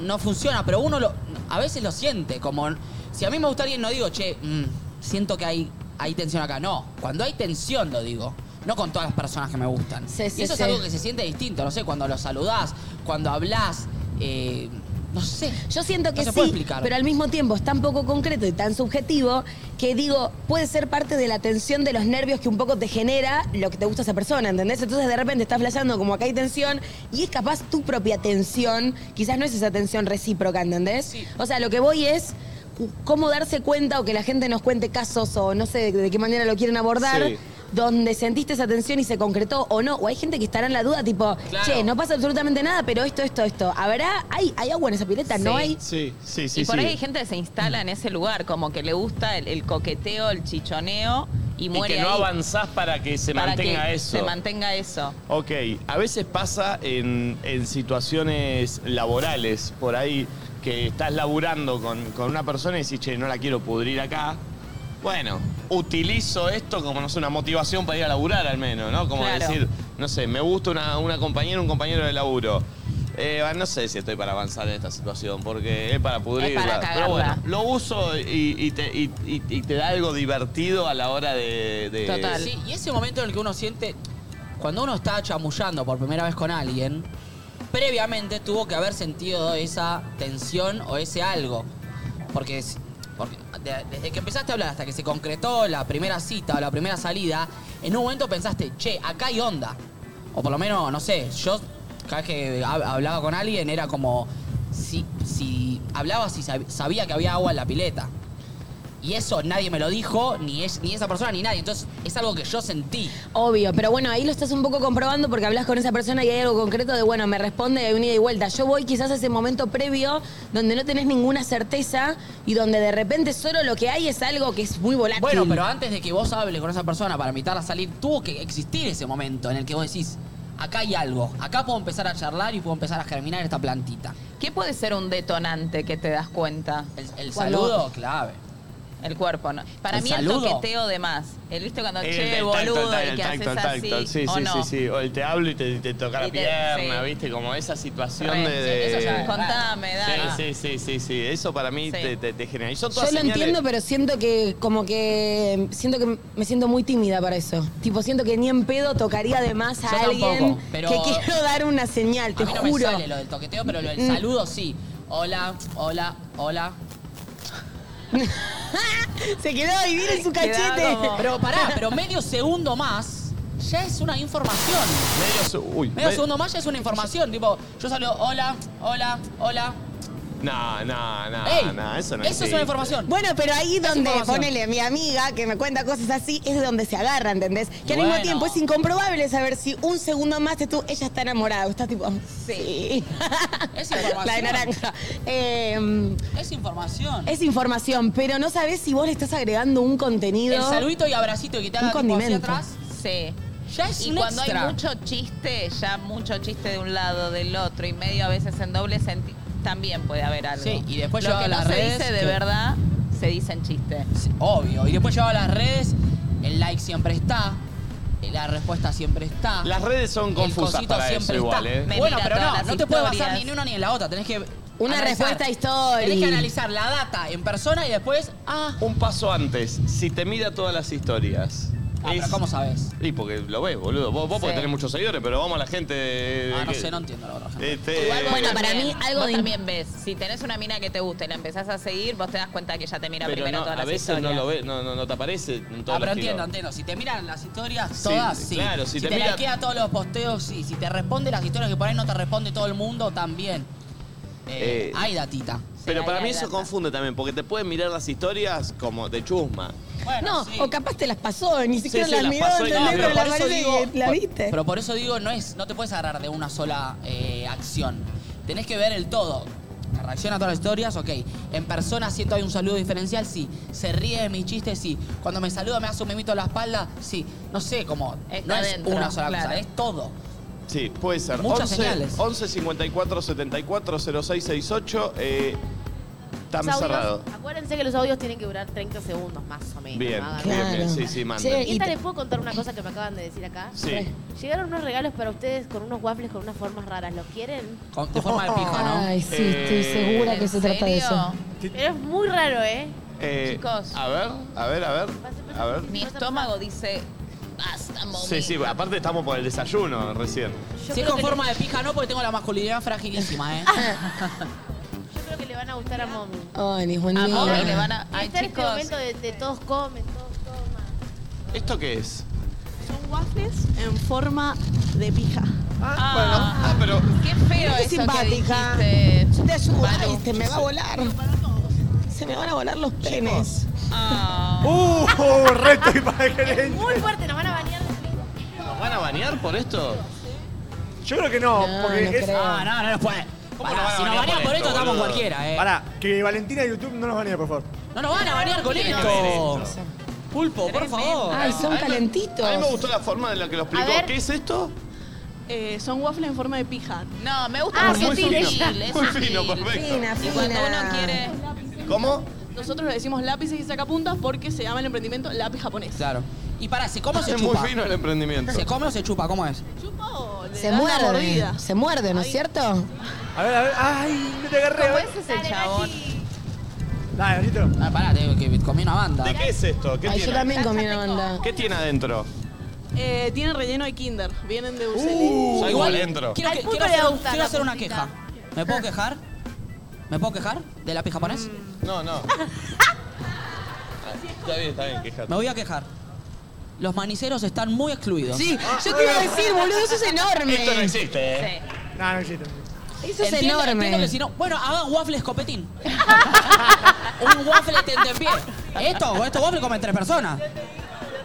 S13: no funciona, pero uno lo, a veces lo siente. Como si a mí me gusta alguien, no digo, che, mm, siento que hay, hay tensión acá. No, cuando hay tensión lo digo. no con todas las personas que me gustan.
S11: Sí, sí,
S13: y eso
S11: sí.
S13: es algo que se siente distinto, no sé, cuando los saludás, cuando hablás, eh, no sé.
S4: Yo siento que
S13: No se puede
S4: sí,
S13: explicar.
S4: pero al mismo tiempo es tan poco concreto y tan subjetivo que digo, puede ser parte de la tensión de los nervios que un poco te genera lo que te gusta esa persona, ¿entendés? Entonces de repente estás flasheando como acá hay tensión y es capaz tu propia tensión, quizás no es esa tensión recíproca, ¿entendés? O sea, lo que voy es cu- cómo darse cuenta o que la gente nos cuente casos o no sé de qué manera lo quieren abordar.
S10: Sí.
S4: Donde sentiste esa tensión y se concretó o no, o hay gente que estará en la duda, tipo,
S10: Claro.
S4: che, no pasa absolutamente nada, pero esto, esto, esto. ¿Habrá? ¿Hay, hay agua en esa pileta? ¿No hay?
S1: Sí, sí, sí.
S5: y por
S1: sí.
S5: ahí hay gente que se instala en ese lugar, como que le gusta el, el coqueteo, el chichoneo y
S3: Y
S5: muere
S3: que no
S5: ahí
S3: avanzás para que se
S5: para
S3: mantenga
S5: que
S3: eso.
S5: Se mantenga eso.
S3: Ok, a veces pasa en, en situaciones laborales, por ahí, que estás laburando con, con una persona y decís, che, no la quiero pudrir acá. Bueno, utilizo esto como, no sé, una motivación para ir a laburar al menos, ¿no? Como
S5: Claro.
S3: decir, no sé, me gusta una, una compañera, un compañero de laburo. Eh, no sé si estoy para avanzar en esta situación, porque es para pudrirla. Pero bueno,
S5: cagarla.
S3: lo uso y, y te, y- y- y te da algo divertido a la hora de... de-
S13: Sí, y ese momento en el que uno siente, cuando uno está chamullando por primera vez con alguien, previamente tuvo que haber sentido esa tensión o ese algo. Porque, es- porque de- desde que empezaste a hablar hasta que se concretó la primera cita o la primera salida, en un momento pensaste, che, acá hay onda. O por lo menos, no sé, yo cada vez que hab- hablaba con alguien era como, si, si hablaba si sab- sabía que había agua en la pileta. Y eso nadie me lo dijo, ni, es, ni esa persona, ni nadie. Entonces es algo que yo sentí.
S4: Obvio, pero bueno, ahí lo estás un poco comprobando porque hablas con esa persona y hay algo concreto de, bueno, me responde y hay un ida y vuelta. Yo voy quizás a ese momento previo donde no tenés ninguna certeza y donde de repente solo lo que hay es algo que es muy volátil.
S13: Bueno, pero antes de que vos hables con esa persona para invitarla a salir, tuvo que existir ese momento en el que vos decís, acá hay algo, acá puedo empezar a charlar y puedo empezar a germinar esta plantita.
S5: ¿Qué puede ser un detonante que te das cuenta?
S13: El, El
S5: Cuando-
S13: saludo, clave.
S5: El cuerpo, ¿no? Para
S13: ¿El
S5: mí
S13: saludo?
S5: el toqueteo de más. El viste cuando,
S3: El-
S5: che,
S3: el tacto,
S5: boludo,
S3: el
S5: y que haces
S3: tacto, el
S5: así,
S3: tacto. Sí,
S5: o
S3: sí,
S5: no.
S3: sí, sí. O el te hablo y te, te toca
S5: Y
S3: la
S5: te-
S3: pierna,
S5: sí.
S3: ¿viste? Como esa situación
S5: Re,
S3: de... de-
S5: sí, eso ya es Contame, dale.
S3: Sí, sí, sí, sí, sí. Eso para mí
S4: Sí.
S3: te, te- te genera. Y son
S4: Yo
S3: todas
S4: lo
S3: señales-
S4: entiendo, pero siento que como que siento que me siento muy tímida para eso. Tipo, siento que ni en pedo tocaría de más a
S13: Yo
S4: alguien
S13: tampoco, pero-
S4: que quiero dar una señal, te
S13: a mí no
S4: juro.
S13: me sale lo del toqueteo, pero lo del
S4: Mm.
S13: saludo sí. Hola, hola, hola.
S4: Se quedó a vivir en su cachete.
S13: Pero pará, pero medio segundo más ya es una información.
S3: Medio, se- uy,
S13: Medio
S3: me-
S13: segundo más ya es una información. Tipo, yo saludo, hola, hola, hola.
S3: No, no, no,
S13: Ey,
S3: Ah, no, eso no
S13: eso es
S3: existe.
S13: una información.
S4: Bueno, pero ahí
S13: Es
S4: donde,
S13: información.
S4: ponele, mi amiga que me cuenta cosas así, es donde se agarra, ¿entendés? Que al mismo
S13: Bueno.
S4: tiempo es incomprobable saber si un segundo más te tú, ella está enamorada, o estás tipo, "Oh, sí.
S13: Es información.
S4: La de naranja. Eh,
S13: Es información.
S4: es información, pero no sabes si vos le estás agregando un contenido.
S13: El saludito y abracito que te
S4: Un
S13: haga tipo hacia
S4: condimento.
S13: atrás.
S5: Sí.
S13: Ya es
S5: y
S13: un
S5: cuando
S13: extra.
S5: hay mucho chiste, ya mucho chiste de un lado, del otro, y medio a veces en doble sentido, también puede haber algo.
S13: Sí, y después
S5: Lo
S13: llevado
S5: que
S13: a
S5: no
S13: las
S5: se
S13: redes
S5: dice de
S13: que-
S5: verdad, se dice en chiste.
S13: Obvio. Y después llevado a las redes, el like siempre está, la respuesta siempre está.
S3: Las redes son
S13: el
S3: confusas
S13: cosito
S3: para eso
S13: siempre
S3: igual, ¿eh? Me
S13: Bueno,
S3: mira
S13: pero
S3: todas
S13: no,
S3: las
S13: no te puedes
S3: historias.
S13: basar ni en una ni en la otra. Tenés que.
S4: Una respuesta histórica.
S13: Tenés que analizar la data en persona y después. Ah,
S3: Un paso antes, si te mira todas las historias.
S13: Ah, pero ¿cómo sabes?
S3: Y porque lo ves, boludo. Vos, vos porque
S13: Sí.
S3: tenés muchos seguidores, pero vamos a la gente. de-
S13: Ah, no
S3: que-
S13: sé, no entiendo la otra.
S3: Este-
S5: También, vos también ves. Si tenés una mina que te gusta y la empezás a seguir, vos te das cuenta que ya te mira
S3: Pero
S5: primero
S3: no,
S5: todas
S3: a
S5: las
S3: veces no
S5: historias.
S3: lo ves, no, no, no te aparece en todas
S13: Ah, pero
S3: las
S13: entiendo,
S3: historias.
S13: entiendo. Si te miran las historias
S3: Sí,
S13: todas, sí.
S3: claro, si
S13: si,
S3: te
S13: te,
S3: mira-
S13: likea todos los posteos, sí. Si te responde las historias que por ahí no te responde todo el mundo, también.
S3: Eh,
S13: Eh, hay datita.
S3: Pero para mí eso confunde también, porque te pueden mirar las historias como de chusma.
S4: no, o capaz te las pasó, ni siquiera
S3: sí,
S4: las
S3: las
S4: miró,
S3: pasó y
S4: ¿entendés?
S3: no,
S4: pero
S3: pero
S4: la
S3: por eso
S4: parece
S3: digo-
S4: que la
S13: Por-
S4: viste.
S13: Pero por eso digo, no es, no te puedes agarrar de una sola eh, acción. Tenés que ver el todo. Reacciona a todas las historias, ok. En persona siento hay un saludo diferencial, sí. Se ríe de mis chistes, sí. Cuando me saluda me hace un mimito a la espalda, sí. No sé, como
S5: Está
S13: no es
S5: dentro,
S13: una sola
S5: claro.
S13: cosa, es todo.
S3: Sí, puede ser.
S13: Muchas señales.
S3: 11 54 74 06 68. Eh, están
S8: Los audios,
S3: cerrados.
S8: Acuérdense que los audios tienen que durar 30 segundos más o menos.
S3: Bien,
S8: ¿no? Hagan-
S3: bien, bien. Sí, sí, manden.
S8: Che, ¿Esta les puedo contar una cosa que me acaban de decir acá?
S3: Sí.
S8: Llegaron unos regalos para ustedes con unos waffles con unas formas raras. ¿Los quieren?
S13: Con- de forma de pija, ¿no?
S4: Ay, sí, estoy segura que se trata de eso.
S8: Pero es muy raro, ¿eh?
S3: Eh,
S5: Chicos.
S3: A ver, a ver, a ver. A ver.
S5: Mi estómago dice, "Basta".
S3: Sí, sí, aparte estamos por el desayuno recién.
S13: Si es con forma de pija, no, porque tengo la masculinidad fragilísima, ¿eh?
S8: Yo creo que le van a gustar a Mommy.
S13: Ah,
S4: Ay, ni buen
S5: A
S4: día.
S5: Mommy le van a-
S8: Y
S5: Ay,
S8: está en este
S5: chicos.
S8: momento de, de todos comen, todos toman.
S3: ¿Esto qué es?
S18: Son waffles en forma de pija.
S3: Ah, pero.
S5: Qué feo
S4: Qué
S5: eso
S4: simpática.
S5: que dijiste.
S4: Yo te ayudo.
S5: Maru.
S4: Ay, se me va a volar. Se me van a volar los penes.
S13: Ah.
S17: ¡Uh! ¡Reto imagínate!
S8: Muy fuerte, nos van a bañar.
S3: ¿Nos van a bañar por esto?
S17: Yo creo que no,
S3: porque no es- creo.
S17: Ah, no, no nos puede.
S13: Pará,
S17: nos van a
S13: si nos
S17: banear
S13: banean
S17: por esto,
S13: por esto, estamos
S17: boludo?
S13: cualquiera, ¿eh?
S17: Pará,
S6: que Valentina de YouTube no nos banee, por favor.
S13: No nos van a banear con
S3: ¿Qué
S13: esto.
S3: tiene que ver
S13: Pulpo, por favor.
S4: Ay,
S3: Ay,
S4: son
S3: me-
S4: calentitos.
S3: Oh. A mí me gustó la forma en la que lo explicó.
S18: ver.
S3: ¿Qué es esto?
S18: Eh, son waffles en forma de pija.
S5: No, me
S3: gusta Ah, porque qué es fino. sutil, es Muy fino, sutil. perfecto. Fina,
S18: Y
S3: fina.
S18: cuando uno quiere...
S3: ¿Cómo?
S18: Nosotros le decimos lápices y sacapuntas porque se llama el emprendimiento lápiz japonés.
S13: Claro. Y pará, ¿se come o se
S3: Es
S13: chupa?
S3: muy fino el emprendimiento.
S13: ¿Se come o se chupa? ¿Cómo es?
S4: Se
S13: dan la
S4: muerde.
S13: mordida.
S4: Se muerde, ¿no es cierto?
S17: A ver, a
S4: ah,
S17: ver. ¡Ay! No te agarré.
S5: ¿Cómo es ese chabón?
S17: Dale, Nachito.
S13: Ah, pará, tengo que comí una banda.
S3: ¿De qué es esto? ¿Qué
S4: Ay, yo
S3: tiene?
S4: también comí una banda.
S3: ¿Qué tiene adentro?
S18: Eh, tienen relleno de kinder. Vienen de Uceli.
S3: Soy
S13: Igual,
S3: adentro.
S13: Quiero,
S18: Al
S13: que-
S18: pulpo
S13: quiero
S18: le
S13: hacer, un-
S18: gusta
S13: quiero
S18: la
S13: hacer una
S18: puntita.
S13: queja. ¿Me puedo quejar? ¿Me puedo quejar de lápiz japonés?
S4: Mm.
S3: No, no. Está bien, está bien, quejate.
S13: Me voy a quejar. Los maniceros están muy excluidos.
S4: Sí, yo te iba a decir, boludo, eso es enorme.
S13: Esto no existe,
S3: ¿eh?
S17: No, no existe.
S4: Eso es
S13: Entiendo-
S4: enorme.
S13: entiendo que si no- bueno, hagan waffles copetín. Un waffle tente en pie. Esto, estos waffles comen tres personas.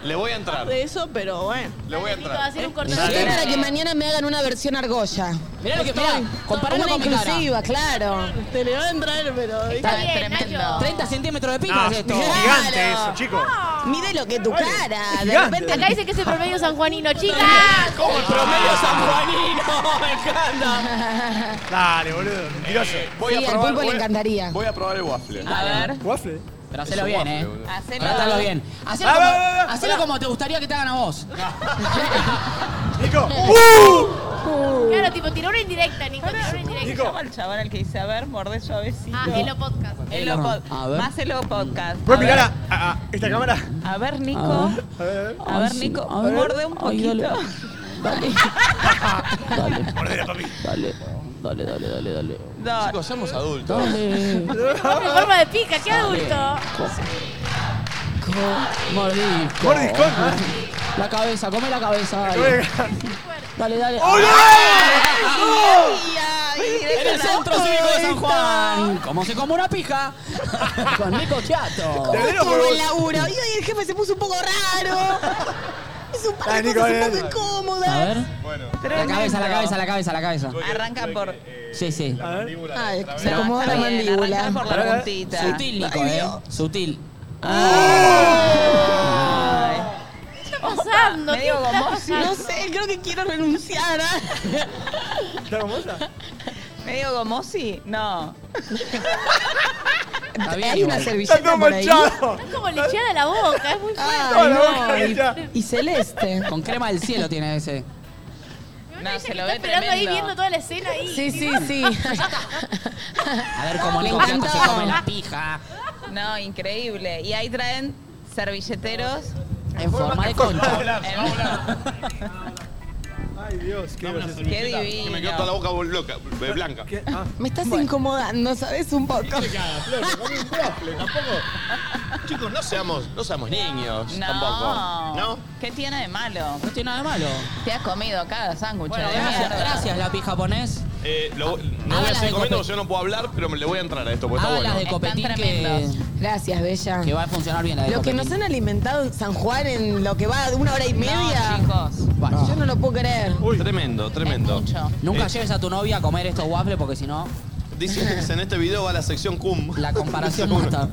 S3: Le voy a entrar.
S18: De eso, pero bueno.
S3: Le voy a entrar.
S18: hacer un
S4: Yo estoy para que mañana me hagan una versión argolla.
S13: Mirá lo que-
S4: Estoy.
S13: mirá, comparalo
S4: Una
S13: con mi cara.
S4: inclusiva, claro.
S18: Te le va a entrar, pero...
S13: Está bien, tremendo. 30 centímetros de pija
S17: No,
S13: es esto.
S17: es gigante eso, chico.
S4: Mide lo que tu cara. De
S17: gigante.
S4: repente
S8: Acá dice que es el promedio sanjuanino, chicas.
S13: ¡Como el promedio sanjuanino! ¡Me encanta! Eh,
S17: Dale, boludo. Mentiroso.
S3: Voy
S4: Sí,
S3: a
S4: al
S3: probar.
S4: pulpo le
S3: voy a-
S4: encantaría.
S3: Voy a probar el waffle.
S13: A ver.
S17: ¿Waffle?
S13: Pero
S3: Es
S13: hacelo
S3: un
S13: bien,
S3: waffle,
S13: ¿eh?
S3: boludo.
S5: Hacelo.
S13: Trátalo bien. Hacelo
S17: Ah, Va,
S13: como,
S17: va, va, va.
S13: hacelo como te gustaría que te hagan a vos.
S17: Nico.
S8: Claro, tipo, tiró una indirecta, Nico. Tiró una
S5: ¿Cómo se
S8: indirecta.
S5: llama el chaval al que dice, a ver, mordé suavecito?
S8: Ah, Elo Podcast.
S5: Elo
S13: Elo.
S5: Pod-
S13: A ver.
S5: Más Elo Podcast.
S17: ¿Puedes
S5: A
S17: mirar
S5: ver,
S17: a, a- a esta cámara?
S5: A ver,
S13: A
S5: Nico.
S13: ver.
S17: A ver, a ver.
S5: A
S13: Ay,
S5: ver,
S13: sí.
S5: Nico.
S13: A ver.
S5: Morde un
S13: Ay, dale.
S5: poquito.
S13: Dale. Dale.
S17: Mordela, papi.
S13: Dale. Dale, dale, dale, dale.
S5: No.
S3: Chicos, somos adultos.
S13: Dale.
S8: En forma de pica, qué adulto.
S13: Mordisco.
S17: Mordisco.
S13: La cabeza, come la cabeza. Dale,
S17: Yo
S13: dale. dale.
S17: ¡Oh, no!
S5: Ay, ay,
S13: En el
S5: directo a la
S13: centro cívico de San
S5: boca.
S13: Juan. ¿Cómo se come una pija? Con Nico Chiato.
S17: Te veo
S4: Justo
S17: por
S4: hubo
S17: vos.
S4: el laburo. Y hoy el jefe se puso un poco raro. Es un par
S17: Dale,
S4: de
S17: Nico,
S4: cosas un
S17: dale,
S4: poco
S17: dale.
S13: A
S4: incómodas.
S13: ver.
S3: Bueno.
S13: La cabeza, la cabeza, la cabeza, la cabeza.
S5: Arranca por.
S13: Sí, sí.
S17: A ver.
S4: Ay, se
S5: No,
S4: acomoda
S5: está
S4: la
S5: bien,
S4: mandíbula.
S5: arrancar por
S17: Pará,
S5: la
S17: pará.
S5: puntita.
S13: Sutil, Nico, eh. Sutil.
S5: Ay.
S8: ¿Qué está pasando?
S5: Medio
S8: ¿Qué está
S5: gomoso.
S8: pasando?
S4: No sé, creo que quiero renunciar. ah.
S17: ¿Está hermosa?
S5: ¿Medio gomosi? No.
S13: Está bien.
S4: Hay una
S13: igual.
S17: Está
S4: servilleta
S17: todo
S4: por ahí.
S17: manchado.
S8: Es como lechada la boca, es muy fuerte.
S17: Toda la
S4: Ay,
S17: boca
S4: no,
S17: hecha.
S4: y, y celeste.
S13: Con crema del cielo tiene ese.
S8: Me
S5: No,
S8: parece
S5: se
S8: que
S5: lo
S8: está
S5: ve
S8: esperando
S5: tremendo.
S8: ahí viendo toda la escena ahí.
S4: Sí, sí, sí.
S13: A ver cómo
S4: Le
S13: Nico Chiato se
S4: encantó.
S13: come la pija.
S5: No, increíble. Y ahí traen servilleteros.
S13: En forma de concha. Eh,
S17: Ay, Dios, qué gracioso.
S5: Qué
S3: Que me quedó toda la
S5: divino.
S3: boca bol- loca, eh, blanca.
S17: ¿Qué? Ah.
S4: Me estás incomodando, ¿sabes? Un poco.
S3: Chicos, no seamos, no seamos niños
S5: No.
S3: tampoco. ¿No?
S5: ¿Qué tiene de malo?
S13: No tiene nada de malo.
S5: Te has comido cada sándwich.
S13: Bueno,
S5: de
S13: gracias,
S5: mierda.
S13: gracias, lápiz japonés.
S3: Eh, lo- no voy a
S13: Hágalas de
S3: seguir
S13: copete.
S3: comiendo porque yo no puedo hablar, pero me le voy a entrar a esto porque
S13: Hagan
S3: está
S13: las de
S3: bueno.
S13: copetín
S5: Están
S13: que,
S5: tremendos.
S4: Gracias, Bella.
S13: que va a funcionar bien la de
S4: Lo que
S13: copetín.
S4: nos han alimentado en San Juan en lo que va de una hora y media.
S5: No, chicos.
S13: Bueno,
S4: yo no lo puedo Ah. creer.
S3: Tremendo, tremendo.
S5: Mucho.
S13: Nunca
S3: Eh,
S13: lleves a tu novia a comer estos waffles porque si no,
S3: Dicen que en este video va la sección cum.
S13: la comparación
S3: Seguro.
S13: mata.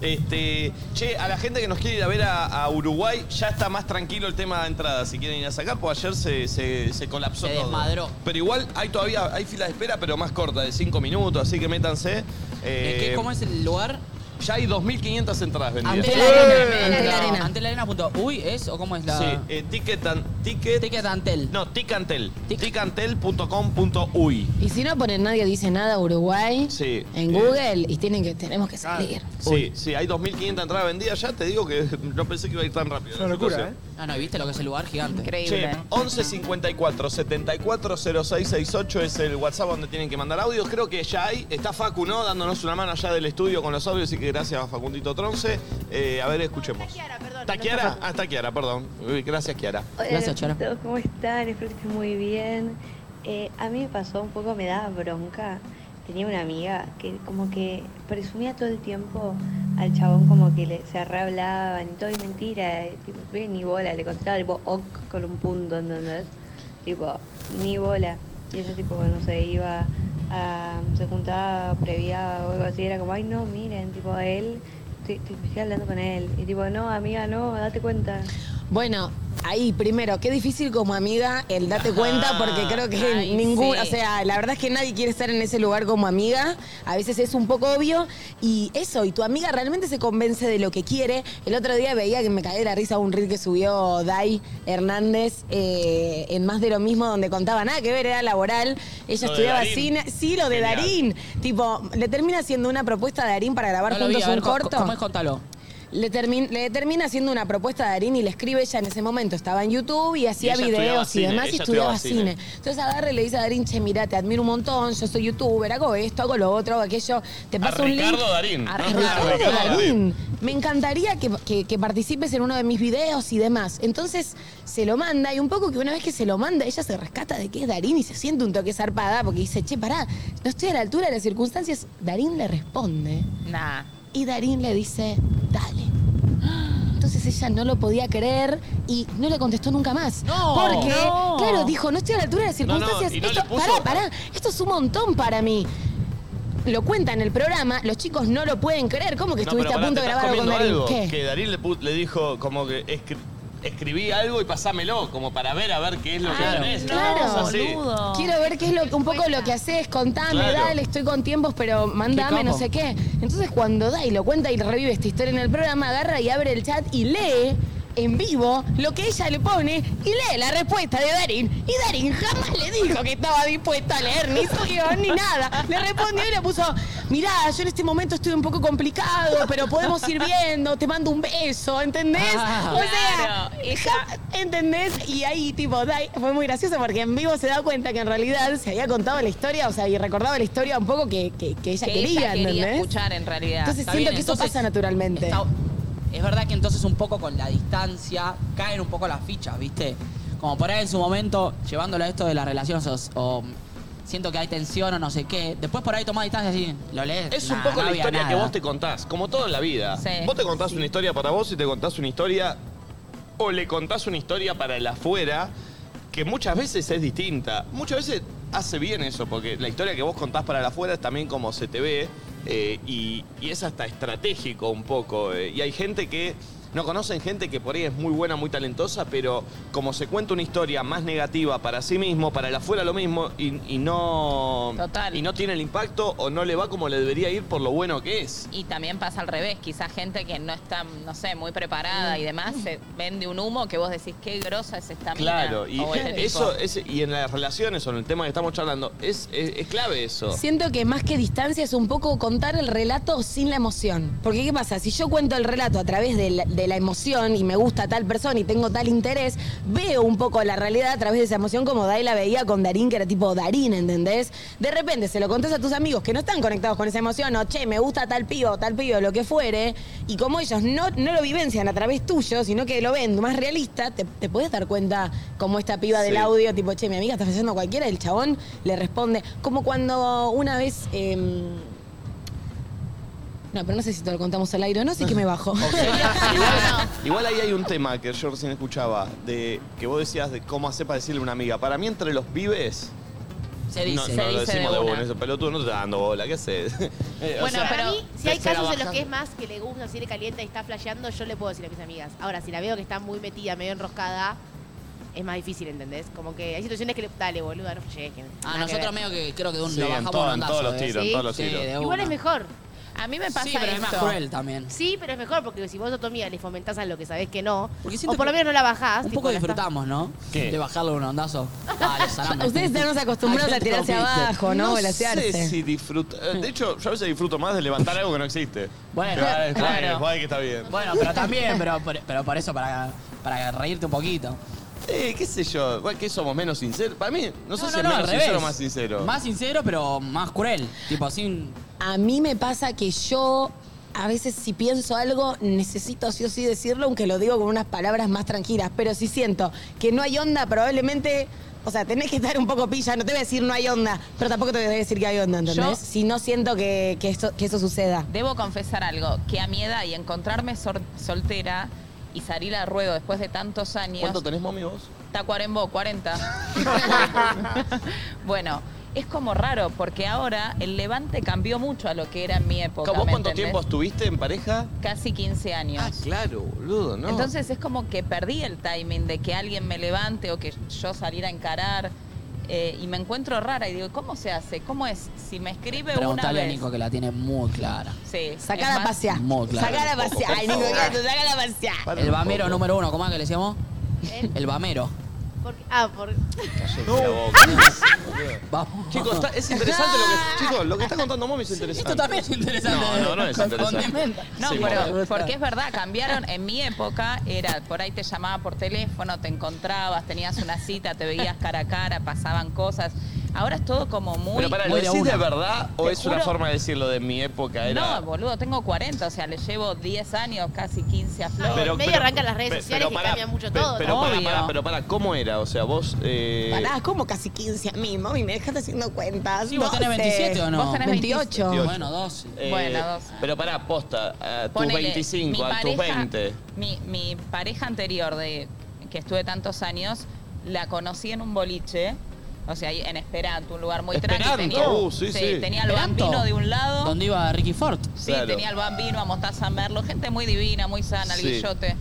S3: Este, che, a la gente que nos quiere ir a ver a, a Uruguay, ya está más tranquilo el tema de entrada. Si quieren ir a sacar, pues ayer se, se- se colapsó
S13: Se
S3: todo.
S13: desmadró.
S3: Pero igual hay todavía hay fila de espera, pero más corta, de 5 minutos, así que métanse. Eh,
S13: ¿Qué- ¿Cómo es el lugar?
S3: Ya hay 2.500 entradas vendidas.
S13: Ante
S4: la arena, ante la arena.
S13: Ante la arena. punto. Uy, ¿es o cómo es la...?
S3: Sí, eh, ticketan- Ticket.
S13: Antel.
S3: No, Ticantel. Ticantel.com.uy.
S19: Y si no ponen nadie dice nada Uruguay
S3: Sí.
S19: en
S3: eh,
S19: Google y tienen que tenemos que salir.
S3: Sí, sí, hay 2.500 entradas vendidas ya. Te digo que no pensé que iba a ir tan rápido.
S13: Es una locura,
S3: ¿eh?
S13: No, no, y viste lo que es el lugar gigante.
S3: Che, 11 54 74 06 68 es el WhatsApp donde tienen que mandar audios. Creo que ya hay. Está Facu, ¿no? Dándonos una mano allá del estudio con los audios. Así que gracias a Facundito Tronce. Eh, a ver, escuchemos. ¿Está Kiara? Ah, está Kiara, perdón. Uy, Gracias, Kiara.
S20: Hola, loquitos, ¿Cómo están? Espero que estén muy bien. Eh, a mí me pasó un poco, me daba bronca. Tenía una amiga que como que presumía todo el tiempo al chabón como que le, se rehablaban y todo, y mentira, eh, tipo, bien, ni bola, le contestaba tipo ok con un punto, ¿entendés? Tipo, ni bola. Y ese tipo, no sé, iba a, se juntaba, previa o algo así, era como, ay no, miren, tipo, él, estoy, estoy estoy hablando con él. Y tipo, no, amiga, no, date cuenta.
S4: Bueno, ahí primero, qué difícil como amiga el date cuenta, porque creo que
S19: Ay,
S4: ningún,
S19: sí.
S4: o sea, la verdad es que nadie quiere estar en ese lugar como amiga, a veces es un poco obvio, y eso, y tu amiga realmente se convence de lo que quiere. El otro día veía que me caí de la risa un reel que subió Dai Hernández eh, en Más de lo mismo, donde contaba nada que ver, era laboral, ella
S19: Lo de
S4: estudiaba
S19: Darín.
S4: cine, sí, lo de
S19: Genial.
S4: Darín, tipo, le termina haciendo una propuesta a Darín para grabar
S13: No lo vi,
S4: juntos
S13: a ver,
S4: un
S13: co-
S4: corto.
S13: ¿Cómo es? Contalo.
S4: Le, termin- le termina haciendo una propuesta a Darín y le escribe ella en ese momento. Estaba en YouTube y hacía
S19: ella estudiaba
S4: videos y
S19: cine,
S4: demás y
S19: ella
S4: estudiaba,
S19: estudiaba
S4: cine. Entonces agarra y le dice a Darín, che, mirá, te admiro un montón, yo soy youtuber, hago esto, hago lo otro, hago aquello. Te paso un link.
S3: Ricardo Darín.
S4: A
S3: ¿no?
S4: Ricardo Darín. Me encantaría que, que- que participes en uno de mis videos y demás. Entonces se lo manda y un poco que una vez que se lo manda, ella se rescata de que es Darín y se siente un toque zarpada porque dice, che, pará, no estoy a la altura de las circunstancias. Darín le responde.
S5: Nah.
S4: Y Darín le dice, dale. Entonces ella no lo podía creer y no le contestó nunca más.
S19: No,
S4: porque,
S19: no.
S4: claro, dijo, no estoy a la altura de las
S19: No, no,
S4: circunstancias.
S19: y no le
S4: esto,
S19: puso-
S4: pará, pará, esto es un montón para mí. Lo cuenta en el programa, los chicos no lo pueden creer. ¿Cómo que
S3: No,
S4: estuviste
S3: pero
S4: a punto de
S3: pará,
S4: grabar
S3: te
S4: algo
S3: estás
S4: con Darín?
S3: comiendo algo
S4: ¿Qué?
S3: Que Darín le, pu- le dijo como que escri- escribí algo y pasámelo, como para ver a ver qué es lo que
S4: Claro,
S3: tenés.
S4: claro.
S3: Cosas así.
S4: Quiero ver qué es lo, un poco lo que haces, contame,
S3: Claro.
S4: dale, estoy con tiempos, pero mandame,
S3: Qué
S4: no
S3: capo.
S4: sé qué. Entonces cuando da y lo cuenta y revive esta historia en el programa, agarra y abre el chat y lee en vivo lo que ella le pone y lee la respuesta de Darín. Y Darín jamás le dijo que estaba dispuesto a leer ni su guión ni nada. Le respondió y le puso, mirá, yo en este momento estoy un poco complicado, pero podemos ir viendo, te mando un beso, ¿entendés?
S5: Ah.
S4: o sea, ja- ¿entendés? Y ahí tipo, Dai, fue muy gracioso porque en vivo se da cuenta que en realidad se había contado la historia, o sea, y recordaba la historia un poco que, que- que ella
S5: que
S4: quería,
S5: ella quería
S4: ¿entendés?
S5: escuchar en realidad.
S4: Entonces
S13: Está
S4: siento
S13: bien,
S4: que eso
S13: entonces
S4: pasa naturalmente.
S13: Es verdad que entonces un poco con la distancia caen un poco las fichas, ¿viste? Como por ahí en su momento, llevándola a esto de las relaciones o, o siento que hay tensión o no sé qué. Después por ahí tomás distancia así, lo lees.
S3: Es
S13: nah,
S3: un poco
S13: no
S3: la
S13: había
S3: historia
S13: nada.
S3: que vos te contás, como todo en la vida.
S13: Sí.
S3: Vos te contás una historia para vos y te contás una historia, o le contás una historia para el afuera, que muchas veces es distinta. Muchas veces hace bien eso, porque la historia que vos contás para el afuera es también como se te ve, eh, y, y es hasta estratégico un poco. eh. Y hay gente que... No conocen gente que por ahí es muy buena, muy talentosa, pero como se cuenta una historia más negativa para sí mismo, para el afuera lo mismo, y, y no. Y no tiene el impacto o no le va como le debería ir por lo bueno que es.
S5: Y también pasa al revés, quizás gente que no está, no sé, muy preparada y demás,
S13: Mm.
S5: se vende un humo que vos decís, qué grosa es esta mina".
S3: Claro, y
S5: O este tipo.
S3: eso es, y en las relaciones o en el tema que estamos charlando, es, es, es clave eso.
S4: Siento que más que distancia es un poco contar el relato sin la emoción. Porque ¿qué pasa? Si yo cuento el relato a través de la, de la emoción y me gusta tal persona y tengo tal interés, veo un poco la realidad a través de esa emoción como Dai la veía con Darín, que era tipo Darín, ¿entendés? De repente se lo contás a tus amigos que no están conectados con esa emoción, o che, me gusta tal pibe o tal pibe, lo que fuere, y como ellos no, no lo vivencian a través tuyo, sino que lo ven más realista, te, te puedes dar cuenta como esta piba del
S19: Sí.
S4: audio audio, tipo, che, mi amiga está fallando cualquiera, y el chabón le responde, como cuando una vez... em, no, pero no sé si te lo contamos al aire, o no sé qué me bajó.
S3: Igual ahí hay un tema que yo recién escuchaba, de que vos decías de cómo hacer para decirle a una amiga. Para mí, entre los pibes.
S13: Se
S3: no,
S13: dice.
S3: no
S13: Se
S3: lo
S13: dice
S3: decimos
S13: de
S3: de
S13: una.
S3: bueno, ese pelotudo no te está dando bola, ¿qué haces? Eh, o
S8: Bueno,
S3: sea,
S8: para mí, si hay
S3: se la
S8: casos en los
S3: bajan.
S8: que es más que le gusta, si le calienta y está flasheando, yo le puedo decir a mis amigas. Ahora, si la veo que está muy metida, medio enroscada, es más difícil, ¿entendés? Como que hay situaciones que le. Dale, boluda, no flashees. que
S13: A
S8: nada que
S13: Ah,
S8: ver.
S13: nosotros medio que creo que de un,
S3: Sí,
S13: lo
S3: en
S13: bajamos
S3: todo- en
S13: un andazo,
S3: todos los
S13: ¿eh?
S3: tiros, en todos los
S13: Sí,
S3: tiros.
S13: de
S8: Igual
S13: una.
S8: es mejor.
S5: A mí me pasa
S13: Sí, pero es más
S5: esto.
S13: cruel también.
S8: Sí, pero es mejor porque si vos autonomía le fomentás a lo que sabés que no,
S13: siento
S8: o por lo
S13: que
S8: menos no la bajás.
S13: Un
S8: tipo,
S13: poco
S8: la estás-
S13: disfrutamos, ¿no?
S17: ¿Qué?
S13: De bajarlo de un ondazo. Dale, salame.
S19: Ustedes estamos acostumbrados a tirarse abajo, ¿no?
S3: sé
S19: Volasearse.
S3: si disfruto. eh, De hecho, yo a veces disfruto más de levantar algo que no existe.
S13: Bueno,
S3: Ah, está
S13: claro.
S3: bien, guay que está bien.
S13: Bueno, pero también, pero, pero, pero por eso, para, para reírte un poquito.
S3: Eh, qué sé yo, igual que somos menos sinceros. Para mí, no, sé
S13: No,
S3: si
S13: no,
S3: es
S13: no, al
S3: menos sincero o
S13: revés.
S3: más sincero.
S13: Más sincero, pero más cruel. Tipo, sin.
S19: A mí me pasa que yo a veces si pienso algo necesito sí o sí decirlo, aunque lo digo con unas palabras más tranquilas. Pero si siento que no hay onda, probablemente... O sea, tenés que estar un poco pilla, no te voy a decir no hay onda, pero tampoco te voy a decir que hay onda, ¿entendés?
S5: Yo-
S19: Si no siento que, que esto, que eso suceda.
S5: Debo confesar algo, que a mi edad y encontrarme sor- soltera y salir al ruedo después de tantos años...
S3: ¿Cuánto tenés, mami, vos?
S5: Tacuarembó, 40. bueno, es como raro, porque ahora el levante cambió mucho a lo que era en mi época.
S3: ¿Vos
S5: ¿me
S3: cuánto
S5: entendés?
S3: tiempo estuviste en pareja?
S5: Casi 15 años.
S3: Claro, boludo, ¿no?
S5: Entonces es como que perdí el timing de que alguien me levante o que yo saliera a encarar. eh, y me encuentro rara y digo, ¿cómo se hace? ¿Cómo es? Si me escribe una
S13: Preguntale a
S5: vez.
S13: Nico que la tiene muy clara.
S5: Sí.
S19: Sacala
S5: es
S19: a
S5: más-
S19: pasear.
S13: Muy claro.
S19: Sacala a pasear. Ay, Nico, gato, sacala a pasear.
S13: Ah. El bamero número uno, ¿cómo es que le decíamos? El bamero.
S8: porque- ah, por...
S13: Vamos.
S3: Chicos, está- es interesante lo que. Chicos, lo que
S5: ah.
S3: está contando Momi es interesante.
S13: Esto también es interesante.
S3: No, no, no es interesante.
S5: No,
S3: Sí,
S5: pero
S3: bueno.
S5: porque es verdad, cambiaron. En mi época era, por ahí te llamaba por teléfono, te encontrabas, tenías una cita, te veías cara a cara, pasaban cosas. Ahora es todo como muy...
S3: Pero pará, ¿lo
S5: muy
S3: decís
S5: una.
S3: de verdad o
S5: Te
S3: es una
S5: juro-
S3: forma de decirlo de mi época? Era...
S5: No, boludo, tengo 40, o sea, le llevo 10 años, casi 15 a Flor.
S3: Pero-
S8: medio
S3: pero-
S8: arrancan las redes
S3: pe-
S8: sociales
S3: pero
S8: que
S3: pará,
S8: cambia mucho
S3: pe-
S8: todo.
S3: Pero
S8: ¿no?
S3: para, para, pero para, ¿cómo era? O sea, vos. Eh...
S19: Pará, como casi 15 a mí, mami, me dejaste haciendo cuentas.
S13: Sí, vos tenés 27 o no?
S19: Vos tenés 28.
S3: 28.
S13: Bueno, 12.
S3: eh,
S5: Bueno, dos.
S3: Pero pará, posta, a tus
S5: Ponele,
S3: 25,
S5: mi
S3: a tus
S5: pareja-
S3: 20.
S5: Mi, mi pareja anterior, de que estuve tantos años, la conocí en un boliche. O sea, ahí en Esperanto, un lugar muy tranquilo.
S13: Esperanto,
S5: Tenía,
S13: uh, sí, sí.
S5: tenía el
S13: Esperanto.
S5: bambino de un lado.
S13: ¿Dónde iba Ricky Ford?
S5: Sí, tenía al Bambino, a Mostaza Merlo, gente muy divina, muy sana, el
S13: Sí.
S5: Guillote.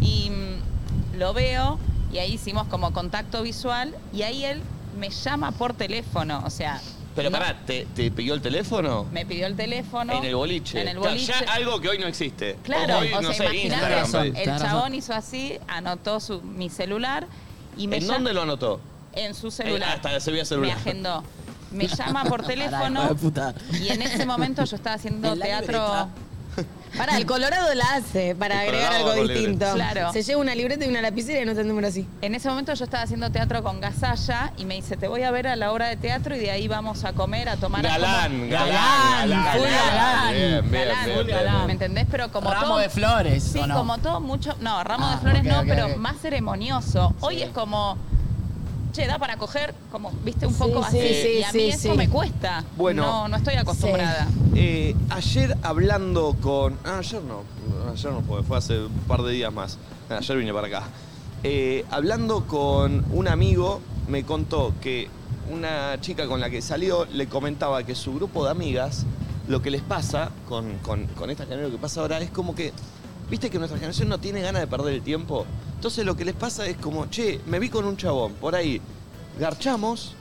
S5: Y mm, lo veo y ahí hicimos como contacto visual y ahí él me llama por teléfono, o sea,
S3: Pero pará, ¿te, te pidió el teléfono?
S5: me pidió el teléfono.
S3: En el boliche.
S5: En el
S3: Claro,
S5: boliche.
S3: ya algo que hoy no existe.
S5: Claro,
S3: hoy,
S5: o
S3: no
S5: sea,
S3: sé,
S5: imagínate
S3: Instagram.
S5: eso.
S3: ahí.
S5: El chabón hizo así, anotó su, mi celular y me
S3: ¿En
S5: llama-
S3: dónde lo anotó? Eh,
S5: En su celular.
S3: hasta se veía celular.
S5: Me agendó. Me llama por
S13: Pará, hijo de
S5: teléfono
S13: puta.
S5: y en ese momento yo estaba haciendo
S13: En la
S5: teatro.
S13: libreta.
S19: Para, el Colorado la hace para
S5: El
S19: agregar
S5: Colorado
S19: algo
S5: con libreta.
S19: distinto.
S5: Claro.
S19: Se lleva una libreta y una lapicera y anota el número así.
S5: En ese momento yo estaba haciendo teatro con Gazalla y me dice, te voy a ver a la hora de teatro y de ahí vamos a comer, a tomar...
S3: Galán, galán,
S5: a
S3: galán, galán,
S5: full galán,
S3: Bien, bien,
S5: galán,
S3: bien,
S5: full
S3: bien,
S5: galán.
S3: bien.
S5: ¿Me entendés? Pero como
S13: Ramo
S5: todo-
S13: de flores,
S5: Sí,
S13: ¿o no? Ah,
S5: como todo mucho... No, ramo de flores no,
S13: ok,
S5: pero
S13: ok.
S5: más ceremonioso. Hoy es como, che, da para coger, como, viste, un poco
S19: sí,
S5: así.
S19: sí,
S5: y a mí
S19: sí,
S5: eso
S19: sí.
S5: me cuesta.
S3: Bueno.
S5: No, no estoy acostumbrada.
S3: Eh, ayer hablando con. ah, ayer no. Ayer no, porque fue hace un par de días más. Ah, Ayer vine para acá. Eh, hablando con un amigo, me contó que una chica con la que salió le comentaba que su grupo de amigas, lo que les pasa con, con, con esta generación, lo que pasa ahora es como que. Viste que nuestra generación no tiene ganas de perder el tiempo. Entonces lo que les pasa es como, che, me vi con un chabón, por ahí. Garchamos,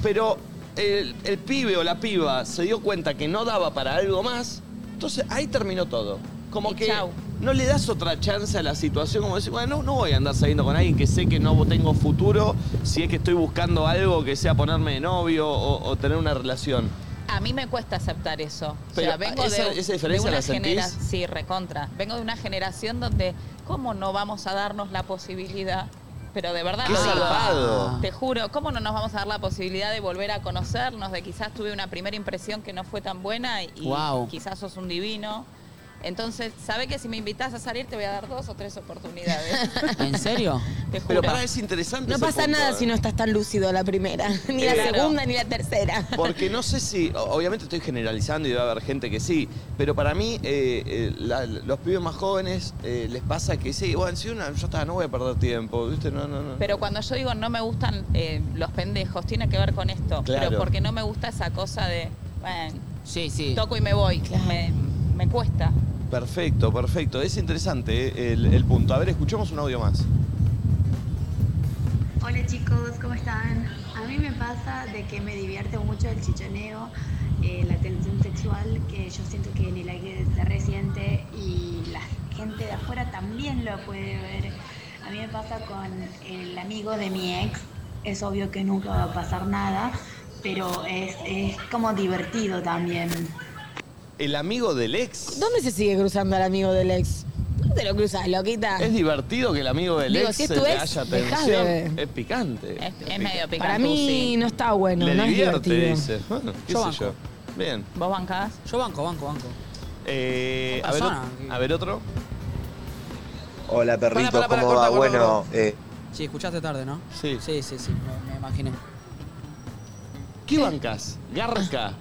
S3: pero el, el pibe o la piba se dio cuenta que no daba para algo más, entonces ahí terminó todo. Como que no le das otra chance a la situación, como decir, bueno, no, no voy a andar saliendo con alguien que sé que no tengo futuro, si es que estoy buscando algo que sea ponerme de novio o, o tener una relación.
S5: A mí me cuesta aceptar eso.
S3: Pero, ah,
S5: o sea, vengo
S3: ¿esa-
S5: de,
S3: esa diferencia
S5: de una
S3: la sentís?
S5: genera- Sí, recontra. Vengo de una generación donde, ¿cómo no vamos a darnos la posibilidad? Pero de verdad,
S3: ¡Qué
S5: lo digo.
S3: salvado!
S5: te juro, ¿cómo no nos vamos a dar la posibilidad de volver a conocernos? De quizás tuve una primera impresión que no fue tan buena y
S13: Guau.
S5: quizás sos un divino. Entonces, sabe que si me invitas a salir te voy a dar dos o tres oportunidades.
S13: ¿En serio?
S5: Te
S3: Pero
S5: juro.
S3: para es interesante.
S19: No
S3: ese
S19: pasa
S3: punto,
S19: nada
S3: ¿eh?
S19: si no estás tan lúcido la primera, ni la
S3: Claro.
S19: segunda, ni la tercera.
S3: Porque no sé si, o- obviamente estoy generalizando y va a haber gente que sí, pero para mí eh, eh, la- los pibes más jóvenes eh, les pasa que sí, bueno, si una, yo estaba, no voy a perder tiempo, ¿viste? No, no, no.
S5: Pero cuando yo digo no me gustan eh, los pendejos, tiene que ver con esto.
S3: Claro.
S5: Pero porque no me gusta esa cosa de, bueno,
S13: Sí, sí.
S5: toco y me voy. Me, me cuesta.
S3: Perfecto, perfecto. Es interesante eh, el, el punto. A ver, escuchemos un audio más.
S21: Hola chicos, ¿cómo están? A mí me pasa de que me divierte mucho el chichoneo, eh, la tensión sexual,
S22: mal, que yo siento que en el aire se resiente y la gente de afuera también lo puede ver. A mí me pasa con el amigo de mi ex, es obvio que nunca va a pasar nada, pero es, es como divertido también.
S3: El amigo del ex.
S4: ¿Dónde se sigue cruzando al amigo del ex? ¿Dónde lo cruzas, loquita?
S3: Es divertido que el amigo del
S4: Ah. Digo,
S3: ex
S4: si es
S3: se
S4: tu
S3: le
S4: ex,
S3: haya
S4: dejás
S3: atención.
S4: de-
S3: Es picante.
S5: Es medio picante.
S4: Para mí no está bueno,
S3: Le
S4: no
S3: divierte,
S4: es
S3: dice.
S4: divertido.
S3: Bueno, qué
S13: Yo
S3: sé yo. Bien.
S5: ¿Vos bancás?
S13: Yo banco, banco, banco.
S3: Eh, a, ver,
S13: Persona.
S3: o- a ver otro.
S16: Hola perritos,
S13: Pará, pará, pará,
S16: ¿cómo
S13: corta,
S16: va?
S13: corta,
S16: bueno,
S13: corta.
S16: eh,
S13: Sí, escuchaste tarde, ¿no?
S3: Sí.
S13: Sí, sí, sí, me, me imaginé.
S3: ¿Qué bancas? Garca.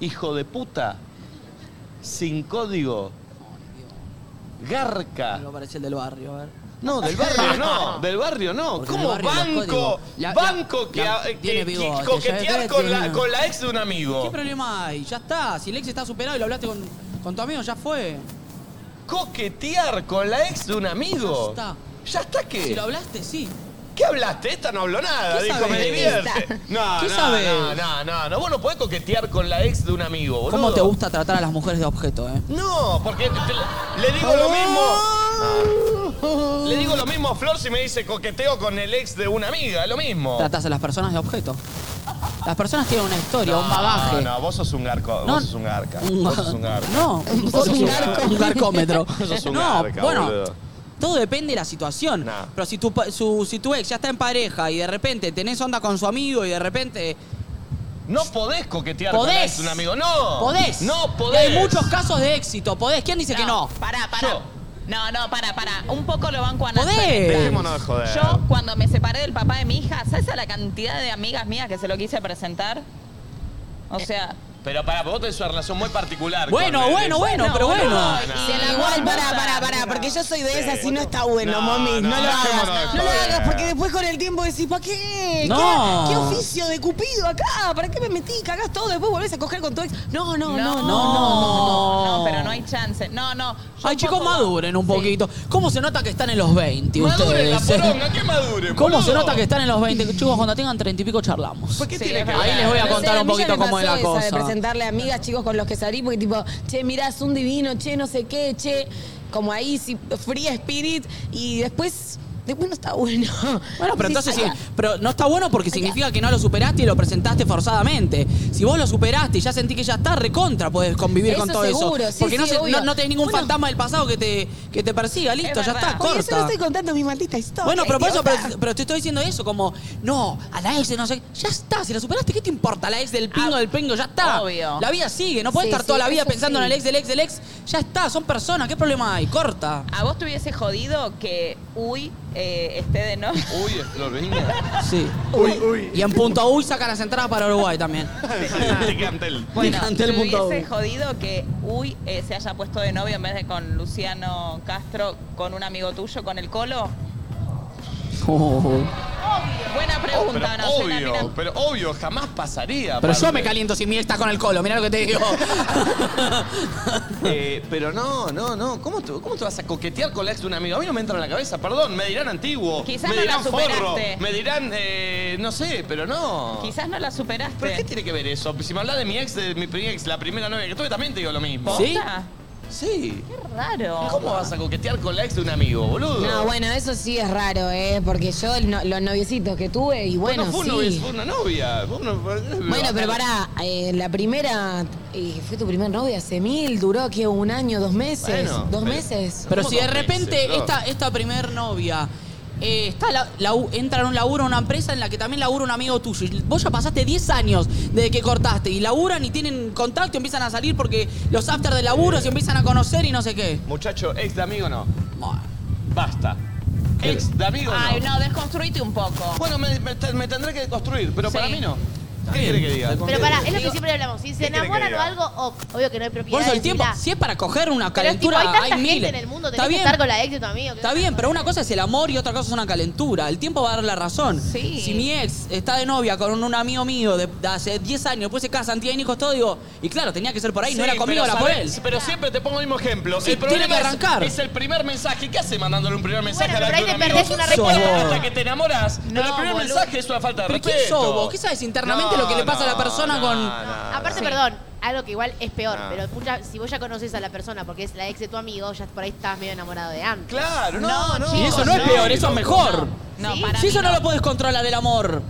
S3: Hijo de puta. Sin código. Garca.
S13: Me parecía el del barrio, a ver.
S3: No, del barrio no, del barrio no.
S13: Porque en el
S3: ¿Cómo
S13: barrio los
S3: banco?
S13: códigos- la-
S3: banco
S13: la-
S3: que,
S13: la-
S3: a- que-
S13: tiene
S3: que
S13: bigote, ya
S3: coquetear
S13: ves,
S3: con la,
S13: tiene-
S3: con la ex de un
S13: ¿Qué
S3: amigo.
S13: problema hay? Ya está. Si el ex está superado y lo hablaste con, con tu amigo, ya fue.
S3: Coquetear con la ex de un
S13: Ya
S3: amigo.
S13: está.
S3: ¿Ya está qué?
S13: Si lo hablaste, sí.
S3: ¿Qué hablaste? Esta no habló nada,
S13: ¿Qué
S3: dijo,
S13: sabés?
S3: me divierte. No,
S13: ¿Qué
S3: no,
S13: sabés?
S3: no, no, no, no, vos no podés coquetear con la ex de un amigo, boludo.
S13: ¿Cómo te gusta tratar a las mujeres de objeto, eh?
S3: No, porque te- le digo lo mismo.
S13: Ah.
S3: Le digo lo mismo a Flor si me dice coqueteo con el ex de una amiga, lo mismo.
S13: Tratas a las personas de objeto. Las personas tienen una historia, un bagaje.
S3: No, no, vos sos un garco,
S13: No.
S3: vos sos un garca.
S13: Un
S3: Vos
S13: ga-
S3: sos un garca.
S13: No,
S3: Vos sos un garca.
S13: un garcómetro.
S3: Vos sos un
S13: no,
S3: garca,
S13: bueno,
S3: boludo.
S13: todo depende de la situación. Pero si tu, pa- su- si tu ex ya está en pareja y de repente tenés onda con su amigo y de repente
S3: No podés coquetear con la
S13: podés.
S3: ex de un amigo, no.
S13: Podés.
S3: No
S13: Y
S3: podés.
S13: hay muchos casos de éxito. Podés. ¿Quién dice que no?
S5: Pará, pará. No, no, pará, pará. Un poco lo banco a Nacho.
S13: Podés.
S3: Dejémonos de joder.
S5: Yo, cuando me separé del papá de mi hija, ¿sabes a la cantidad de amigas mías que se lo quise presentar? O
S4: Eh,
S5: sea.
S3: Pero para vos tenés una relación muy particular.
S13: Bueno,
S3: con el
S13: bueno,
S3: ex.
S13: bueno, pero bueno.
S3: no.
S4: Igual, pará, pará, pará, porque yo soy de esas y no está bueno, mami. No,
S3: no,
S4: lo
S3: dejémonos
S4: hagas.
S3: de
S4: No lo
S3: joder.
S4: hagas porque después con el tiempo decís, ¿para qué?
S13: No.
S4: ¿Qué, qué oficio de cupido acá? ¿Para qué me metí? Cagás todo, después volvés a coger con tu ex. No, no, no, no, no, no.
S5: No, pero no hay chance. No, no. yo
S13: Ay,
S5: un
S13: chicos,
S5: poco-
S13: maduren un poquito. ¿Cómo se nota que están en los 20
S3: Maduren la
S13: ustedes? eh?
S3: poronga, que maduren,
S13: ¿Cómo se
S3: boludo?
S13: nota que están en los 20? Chicos, cuando tengan 30 y pico charlamos.
S3: ¿Por qué tiene que
S13: Ahí
S3: ver?
S13: les voy a
S4: No sé,
S13: contar
S4: a
S13: un
S4: mí ya
S13: poquito
S4: me
S13: cómo es
S4: pasó
S13: la
S4: esa de
S13: cosa.
S4: presentarle a amigas, chicos con los que salí, porque tipo, che, mirá, es un divino, che, no sé qué, che, como ahí, sí, free spirit, y después, después no está bueno.
S13: Bueno,
S4: Decís,
S13: pero entonces sí,
S4: "Ay,
S13: pero no está bueno porque significa que no lo superaste y lo presentaste forzadamente. Si vos lo superaste y ya sentí que ya está, recontra podés convivir
S4: Eso
S13: con todo
S4: seguro,
S13: eso.
S4: sí,
S13: porque no,
S4: sí,
S13: se-
S4: obvio.
S13: no, no tenés ningún
S4: Bueno.
S13: fantasma del pasado que te, que te persiga, listo, ya está,
S4: Oye, Yo no
S13: corta.
S4: estoy contando mi maldita historia.
S13: Bueno, pero por eso,
S4: idiota.
S13: pero, pero te estoy diciendo eso, como, no, a la ex de no sé qué, ya está, si la superaste, ¿qué te importa? La ex del
S4: Ah,
S13: pingo del pingo, ya está.
S5: obvio.
S13: La vida sigue, no puedes
S5: Sí,
S13: estar
S5: sí,
S13: toda la vida
S5: eso
S13: pensando
S5: sí.
S13: en el ex del ex del ex, ya está, son personas, ¿qué problema hay? Corta.
S5: ¿A vos te hubiese jodido que uy eh, esté de no?
S3: Uy, es Flor Viña.
S13: Sí. Uy, uy. Y en punto uy sacan las entradas para Uruguay también.
S3: Picantel.
S5: Bueno,
S13: Picante
S5: te
S13: el punto
S5: hubiese
S13: uy.
S5: jodido que uy eh, se haya puesto de novio en vez de con Luciano Castro, con un amigo tuyo, con el Colo?
S13: Oh,
S5: Buena
S3: Pero
S5: pregunta, no sé, la mina-
S3: obvio, pero obvio, jamás pasaría.
S13: Pero yo
S3: aparte.
S13: me caliento si mi ex está con el colo, mirá lo que te digo.
S3: Eh, pero no, no, no. ¿Cómo te, ¿Cómo te vas a coquetear con la ex de un amigo? A mí no me entra en la cabeza, perdón. Me dirán antiguo.
S5: Quizás
S3: me
S5: no la
S3: dirán forro.
S5: superaste.
S3: Me dirán, eh, no sé, pero no.
S5: Quizás no la superaste.
S3: Oh. ¿Pero qué tiene que ver eso? Si me hablas de mi ex, de mi pri- ex, la primera novia que tuve, también te digo lo mismo.
S5: ¿Sí?
S3: Sí.
S5: Qué raro.
S3: ¿Cómo vas a coquetear con la ex de un amigo, boludo?
S4: No, bueno, eso sí es raro, ¿eh? Porque yo no- los noviecitos que tuve, y
S3: Vos
S4: bueno,
S3: no fue,
S4: sí.
S3: una, vez, fue una novia. Vos no-
S4: Bueno, pero pará, eh, la primera, eh, fue tu primer novia hace mil, duró que un año, dos meses,
S13: Bueno,
S4: dos
S13: pero-
S4: meses.
S13: Pero si de repente esta, esta primer novia eh, está la- lau- entra en un laburo a una empresa en la que también labura un amigo tuyo, y vos ya pasaste 10 años desde que cortaste y laburan y tienen contacto, empiezan a salir porque los after de laburo se empiezan a conocer y no sé qué.
S3: Muchacho, ex de amigo no. Basta. Ex de amigo no.
S5: Ay, no, desconstruite un poco.
S3: Bueno, me, me te- me tendré que construir, pero para mí no. ¿Qué
S13: bien.
S3: quiere que diga?
S8: Pero pará, es lo que siempre hablamos. Si se
S3: ¿Qué querés que
S8: enamoran o
S3: diga?
S8: algo, ob- obvio que no hay propiedad.
S13: Por eso el tiempo, si es para coger una calentura,
S8: hay tanta gente
S13: miles.
S8: en el mundo, tenés
S13: Está
S8: que
S13: bien.
S8: estar con la ex de tu amigo. que
S13: Está
S8: no-
S13: bien, pero una cosa es el amor y otra cosa es una calentura. El tiempo va a dar la razón.
S8: Sí.
S13: Si mi ex está de novia con un amigo mío de, de hace 10 años, después se casan, tienen hijos, todo, digo, y claro, tenía que ser por ahí,
S3: Sí,
S13: no era conmigo,
S3: pero
S13: era por él.
S3: sabés- Pero siempre te pongo el mismo ejemplo.
S13: Sí,
S3: el problema
S13: tiene que
S3: es-
S13: arrancar.
S3: Es, el primer mensaje. ¿Qué hace mandándole un primer mensaje
S13: Bueno,
S3: a la
S13: pero
S3: de
S13: ahí
S3: un
S13: te
S3: amigo?
S13: perdés una
S3: ¿Quién sos
S13: responsabilidad.
S3: vos? Hasta que te enamoras. pero el
S13: No,
S3: primer
S13: boludo.
S3: mensaje es una falta de
S13: ¿Pero
S3: respeto.
S13: quién sos vos? ¿Qué sabes internamente lo que le pasa a la persona con...?
S8: Aparte, perdón, algo que igual es peor,
S3: Ah.
S8: pero mucha- si vos ya conoces a la persona porque es la ex de tu amigo, ya por ahí estabas medio enamorado de antes.
S3: Claro,
S13: no, no. Y eso no es peor, eso es mejor.
S8: No,
S13: Si eso no lo podés controlar del amor.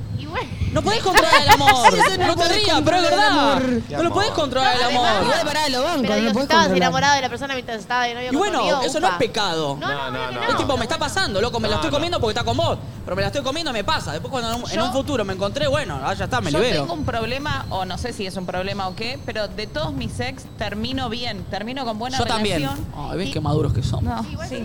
S13: No podés controlar el amor.
S8: Sí, eso no
S13: no te
S8: podés
S13: rías, pero es verdad.
S8: controlar el amor.
S13: No lo podés controlar el amor.
S8: Igual pará, lo banco, Pero no digo, podés estabas controlar. enamorado de la persona mientras estaba de novio
S13: Y
S8: con tu amigo,
S13: bueno, eso no es
S8: upa.
S13: pecado.
S8: No, no, no, no, no.
S13: Es tipo, me está pasando, loco, me
S8: No,
S13: la estoy
S8: no.
S13: comiendo porque está con vos. Pero me la estoy comiendo, me pasa. Después cuando en un- en un futuro me encontré, bueno, ah, ya está, me
S5: Yo
S13: libero.
S5: tengo un problema, o no sé si es un problema o qué, pero de todos mis ex termino bien, termino con buena
S13: Yo
S5: relación.
S13: también. Ay, ves qué maduros que somos.
S5: No, sí.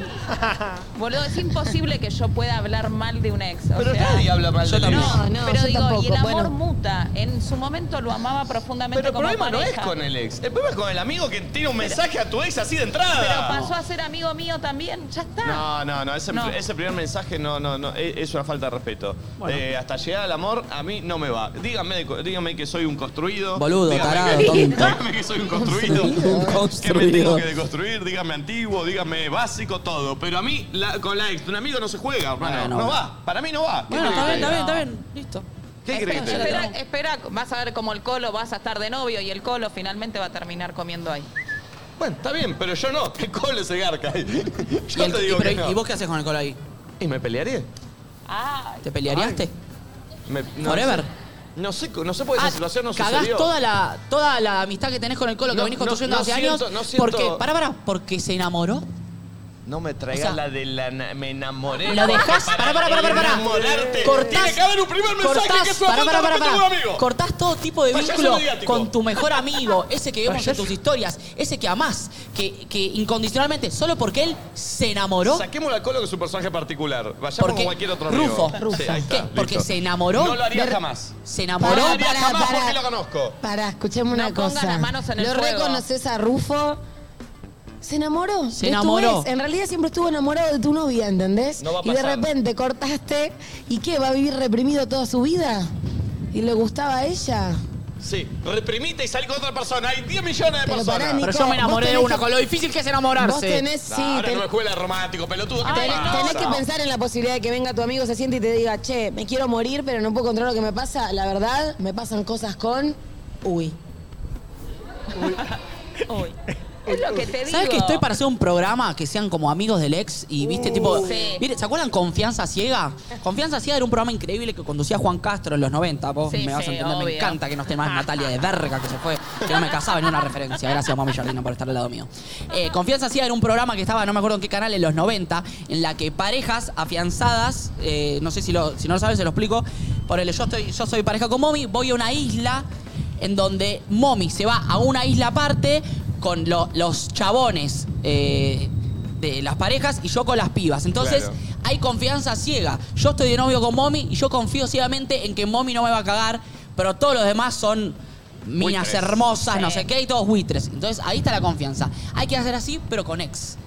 S5: Boludo, es imposible que yo pueda hablar mal de un ex. o sea,
S3: habla mal
S13: Yo
S3: del
S13: también.
S3: ex.
S5: No,
S3: no,
S5: pero
S3: yo
S5: digo,
S3: tampoco,
S5: y el amor
S3: bueno.
S5: muta. En su momento lo amaba profundamente
S3: Pero el
S5: como
S3: problema no es
S5: pareja.
S3: con el ex. El problema es con el amigo que tira un mensaje a tu ex así de
S5: Pero
S3: entrada.
S5: pasó a ser amigo mío también, ya está.
S3: No, no, no. Ese,
S5: No.
S3: ese primer mensaje no, no, no. Es, es una falta de respeto. Eh, hasta llegar al amor, a mí no me va. Díganme, de co- díganme que soy un construido.
S13: Boludo,
S3: díganme
S13: tarado,
S3: que,
S13: tonto.
S3: díganme que soy un construido.
S13: Un
S3: Que me tengo
S13: construido.
S3: que deconstruir. Díganme antiguo, díganme básico, todo. Pero a mí, la- con la ex de un amigo no se juega, hermano.
S13: Bueno,
S3: no
S13: bueno.
S3: va. Para mí no va. ¿Qué querés
S13: Bueno, está
S3: que te
S13: bien, está bien,
S3: diga?
S13: está bien. Listo.
S3: ¿Qué querés que te
S5: Espera,
S3: diga?
S5: espera, vas a ver como el colo vas a estar de novio y el colo finalmente va a terminar comiendo ahí.
S3: Bueno, está bien, pero yo no. El colo se garca.
S13: Y
S3: Yo
S13: el-
S3: te
S13: y
S3: digo
S13: pero-
S3: que no.
S13: ¿Y vos qué haces con el cola ahí?
S3: ¿Y me pelearé?
S5: Ah,
S13: ¿Te pelearíaste?
S3: Me-
S13: Forever.
S3: sé. No sé, no sé por esa
S13: Ah,
S3: situación no
S13: cagás
S3: sucedió.
S13: toda la, toda la amistad que tenés con el colo que
S3: No,
S13: venís
S3: no,
S13: construyendo
S3: no
S13: hace
S3: siento-
S13: años.
S3: no siento-
S13: Porque, pará, pará, porque se enamoró.
S3: No me traigas
S13: O sea,
S3: la de la na- me enamoré.
S13: Lo dejás. Pará, pará, pará, pará, pará.
S3: Enamorarte.
S13: Cortás.
S3: Tiene que haber un primer mensaje
S13: Cortás,
S3: que es una
S13: pará,
S3: falta
S13: pará,
S3: de
S13: pará,
S3: respeto a un
S13: pará.
S3: amigo.
S13: Cortás todo tipo de
S3: Payaso
S13: vínculo
S3: mediático.
S13: con tu mejor amigo, ese que vemos en
S3: Payaso.
S13: tus historias, ese que amás, que, que incondicionalmente, solo porque él se enamoró.
S3: Saquemos al colo que es un personaje particular. Vayamos
S13: Porque
S3: con cualquier otro amigo.
S13: Rufo,
S3: Sí,
S13: Rufo.
S3: ahí está,
S13: ¿Qué? Porque
S3: listo.
S13: se enamoró.
S3: No lo haría
S13: de-
S3: jamás.
S13: Se enamoró.
S3: No lo haría
S13: Pará,
S3: jamás
S13: pará.
S3: porque lo conozco.
S4: Pará, escuchame una
S5: No pongas
S4: cosa.
S5: las manos en el
S4: ¿Lo
S5: fuego.
S4: reconoces a Rufo? Se enamoró.
S13: Se
S4: de tu
S13: enamoró.
S4: ex. En realidad siempre estuvo enamorado de tu novia, ¿entendés?
S13: No va a
S4: y de
S13: pasar.
S4: repente cortaste. ¿Y qué? ¿Va a vivir reprimido toda su vida? ¿Y le gustaba a ella?
S3: Sí, reprimite y salí con otra persona. Hay 10 millones de
S4: Pero
S3: personas.
S4: pará, Nico, Pero yo me enamoré vos tenés de una, que- con lo difícil que es enamorarse. vos tenés- sí,
S3: Ahora
S4: ten-
S3: no me juegues romántico, pelotudo. ¿Qué te
S4: Ten-
S3: pasa?
S4: tenés que pensar en la posibilidad de que venga tu amigo, se siente y te diga, che, me quiero morir, pero no puedo controlar lo que me pasa. La verdad, me pasan cosas con. Uy.
S5: Es lo que te digo.
S13: ¿Sabes que estoy para hacer un programa que sean como amigos del ex y viste tipo,
S5: Uh, Sí.
S13: mire, ¿se acuerdan Confianza ciega? Confianza ciega era un programa increíble que conducía Juan Castro en los 90, vos
S5: Sí,
S13: me vas
S5: sí,
S13: a entender,
S5: obvio.
S13: me encanta que no esté más Natalia de verga que se fue, que no me casaba en una referencia. Gracias mami Jardino por estar al lado mío. Eh, Confianza ciega era un programa que estaba, no me acuerdo en qué canal en los 90, en la que parejas afianzadas, eh, no sé si lo si no lo sabes se lo explico, por yo estoy yo soy pareja con Momi, voy a una isla en donde Momi se va a una isla aparte con lo- los chabones eh, de las parejas y yo con las pibas. Entonces
S6: Claro.
S13: hay confianza ciega. Yo estoy de novio con Momi y yo confío ciegamente en que Momi no me va a cagar, pero todos los demás son minas
S6: Buitres.
S13: hermosas, no
S6: Sí.
S13: sé qué, y todos buitres. Entonces ahí está la confianza. Hay que hacer así, pero con ex.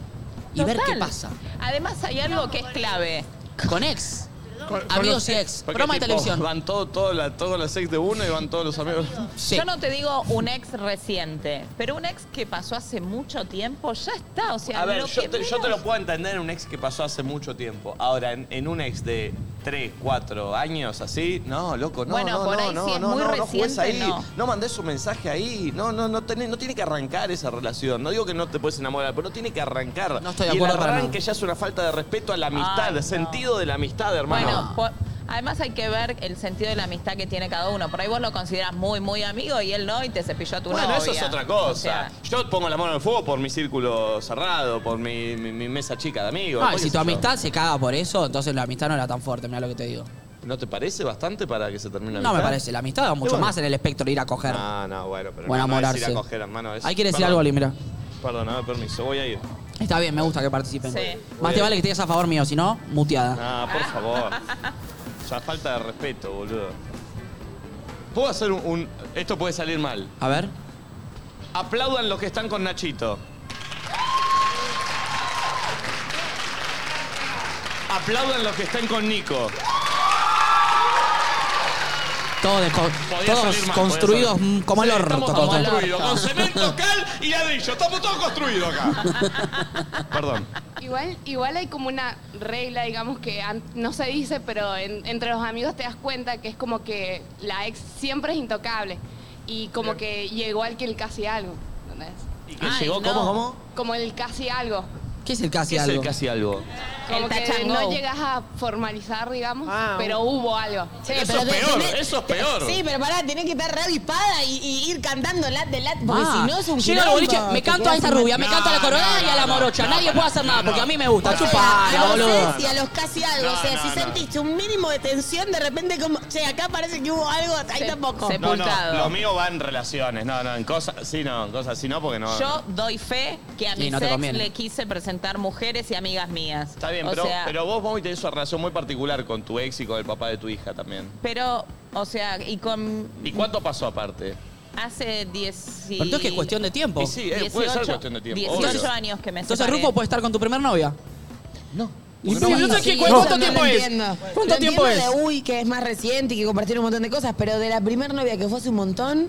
S13: Y ver qué
S5: Total.
S13: pasa.
S5: Además hay algo que es clave.
S13: Con ex.
S3: Con
S13: Amigos
S3: los-
S13: y ex.
S3: porque,
S13: Broma de
S3: tipo,
S13: televisión.
S3: Van todo, todo la- todos los ex de uno y van todos los amigos.
S5: Yo no te digo un ex reciente, pero un ex que pasó hace mucho tiempo ya está. O sea,
S3: A ver,
S5: lo
S3: yo
S5: que
S3: te, yo te
S5: menos-
S3: lo puedo entender en un ex que pasó hace mucho tiempo. Ahora, en, en un ex de 3, 4 años, así, no, loco, no,
S5: Bueno,
S3: no,
S5: por
S3: no,
S5: ahí
S3: no,
S5: si es
S3: no,
S5: muy
S3: no, no juegues
S5: reciente,
S3: ahí,
S5: no.
S3: no. mandes un mensaje ahí, no, no, no, tenés- no tiene que arrancar esa relación. No digo que no te puedes enamorar, pero no tiene que arrancar.
S13: No estoy de
S3: y
S13: acuerdo
S3: el
S13: para
S3: arranque
S13: nada.
S3: ya es una falta de respeto a la amistad,
S5: Ay,
S3: el sentido de la amistad, hermano.
S5: Bueno, po- además hay que ver el sentido de la amistad que tiene cada uno. Por ahí vos lo consideras muy, muy amigo y él no y te cepilló a tu
S3: Bueno,
S5: novia.
S3: eso es otra
S5: O sea,
S3: cosa. Yo pongo la mano en el fuego por mi círculo cerrado, por mi, mi- mi mesa chica de amigos.
S13: No, y
S3: ¿Por
S13: si
S3: qué
S13: tu
S3: sé yo?
S13: amistad se caga por eso, entonces la amistad no era tan fuerte, mira lo que te digo.
S3: ¿No te parece bastante para que se termine la
S13: No
S3: amistad?
S13: me parece, la amistad va mucho
S3: bueno.
S13: más en el espectro de ir a coger.
S3: No, Ah, no, bueno, pero
S13: O
S3: no, no es
S13: enamorarse.
S3: ir a coger, hermano. es-
S13: Ahí quiere decir
S3: Perdón.
S13: algo, Ali, mira.
S3: Perdón, no, permiso, voy a ir.
S13: Está bien, me gusta que participen.
S3: Sí.
S13: Más te vale que estés a favor mío, si no, muteada.
S3: Ah, por favor. O sea, falta de respeto, boludo. ¿Puedo hacer un, un- Esto puede salir mal.
S13: A ver.
S3: Aplaudan los que están con Nachito. Aplaudan los que están con Nico.
S13: Todos, desco-
S3: Podía
S13: todos
S3: Ah. salir mal,
S13: construidos
S3: podía salir.
S13: mm, como el
S3: Sí,
S13: orto.
S3: Estamos
S13: todos.
S3: todos construidos, con cemento, cal y ladrillo. Estamos todos construidos acá. Perdón.
S23: Igual, igual hay como una regla, digamos, que an- no se dice, pero en- entre los amigos te das cuenta que es como que la ex siempre es intocable.
S8: Y como que llegó al que el casi algo. ¿Entendés?
S3: ¿Y qué llegó? ¿Cómo, cómo?
S8: Como el casi algo.
S13: ¿Qué es el
S3: ¿Qué
S13: casi
S3: es
S13: algo?
S3: el casi algo?
S8: Como
S5: El
S8: que
S5: tachango.
S8: no llegas a formalizar, digamos, pero hubo algo.
S4: Eso es pero peor, tenés-
S3: eso es
S4: Sí, pero pará, tenés que estar revispada y, y ir cantando lat de lat, porque
S13: Ah,
S4: si no es un
S13: Llego al
S4: quilombo,
S13: boliche, me
S4: te
S13: canto a
S4: quedás
S13: esta
S4: mal.
S13: rubia, me canto a la coronada y a la morocha. Nadie puede hacer nada porque a mí me gusta. Chupala,
S4: a los
S13: boludo.
S4: seis y a los casi algo.
S13: No,
S4: o sea,
S13: no,
S4: si
S13: no.
S4: sentiste un mínimo de tensión, de repente como, che, acá parece que hubo algo, ahí tampoco.
S3: No, no, lo mío va en relaciones, no, no, en cosas, sí, no, en cosas, sí, no, porque no.
S5: Yo doy fe que a
S3: Sí,
S5: mi
S3: no te
S5: sex
S3: conviene.
S5: le quise presentar mujeres y amigas mías. Está
S3: Bien, pero, pero vos, Mommy, tenés una relación muy particular con tu ex y con el papá de tu hija también.
S5: Pero, o sea, y con
S3: ¿Y cuánto pasó aparte?
S5: hace 10.
S13: Pero entonces que es cuestión de tiempo.
S3: Y sí, eh, puede ser cuestión de tiempo,
S5: 18
S3: obvio.
S5: años que me
S13: Entonces
S5: separé.
S13: Rufo puede estar con tu primer novia. No.
S4: Sí,
S13: entonces,
S4: sí,
S13: ¿qué- ¿Cuánto
S4: eso no
S13: tiempo
S4: lo
S13: es?
S4: entiendo.
S13: ¿Cuánto
S4: Lo
S13: tiempo es?
S4: entiendo de Uy, que es más reciente y que compartieron un montón de cosas, pero de la primer novia que fue hace un montón,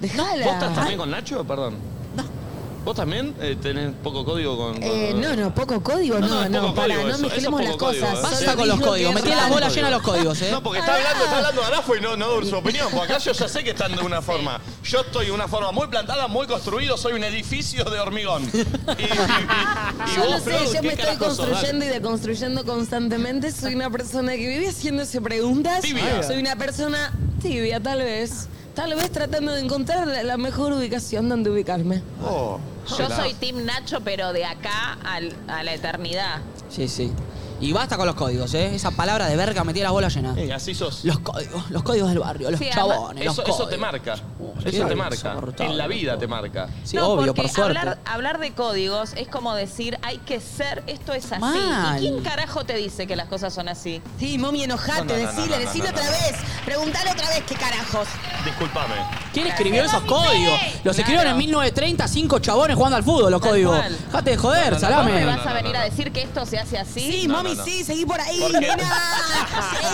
S4: dejala.
S3: ¿Vos estás también con Nacho? Perdón. No. ¿Vos también eh, tenés poco código con.?
S4: Eh,
S3: con-
S4: no, no, poco código,
S3: No, no,
S4: no, no,
S3: es poco
S4: para,
S3: código
S4: no
S3: eso,
S4: mezclemos
S3: eso
S4: las
S3: es poco
S4: cosas.
S3: código, ¿eh?
S4: Solo
S3: Basta con los
S4: digo
S3: códigos,
S4: que
S3: metí
S4: es
S3: las
S4: raro.
S3: bolas llenas
S13: los códigos, ¿eh?
S3: No, porque está hablando, está hablando Garafo y no, no doy su opinión. Porque acá yo ya sé que están de una forma. Yo estoy de una forma muy plantada, muy construido, soy un edificio de hormigón. Y, y- y- y
S4: Yo no
S3: vos, Flor,
S4: sé, yo
S3: ¿qué
S4: me estoy
S3: carajo sos? Dale.
S4: construyendo y deconstruyendo constantemente. Soy una persona que vive haciéndose preguntas.
S3: Tibia.
S4: Soy una persona tibia, tal vez. Tal vez tratando de encontrar la- la mejor ubicación donde ubicarme.
S3: Oh,
S5: Yo soy Team Nacho, pero de acá al- a la eternidad.
S13: Sí, sí. Y basta con los códigos, ¿eh? Esa palabra de verga metí las bolas llenas.
S3: Y Eh, así sos.
S13: Los códigos, los códigos del barrio, los
S5: Sí, además-
S13: chabones, los
S3: Eso,
S13: códigos.
S3: eso te marca.
S13: qué
S3: Eso te marca.
S13: insoportable,
S3: En la vida te marca.
S13: Sí, obvio,
S5: porque
S13: por suerte.
S5: Hablar, hablar de códigos es como decir, hay que ser, esto es así.
S13: Mal.
S5: ¿Y quién carajo te dice que las cosas son así?
S4: Sí, mami, enojate,
S3: No, no, no, decile, no, no, decile no, no. otra vez.
S4: Preguntale otra vez qué carajos.
S3: Disculpame.
S13: ¿Quién escribió esos códigos? Los escribieron en 1930 cinco chabones jugando al fútbol, los códigos.
S5: cual.
S13: Dejate de joder,
S5: ¿Vos
S13: salame.
S5: me vas a venir a decir que esto se hace así?
S4: Sí,
S3: No,
S4: mami,
S3: no, no.
S4: sí, seguí por ahí.
S3: ¿Por qué?
S4: nena.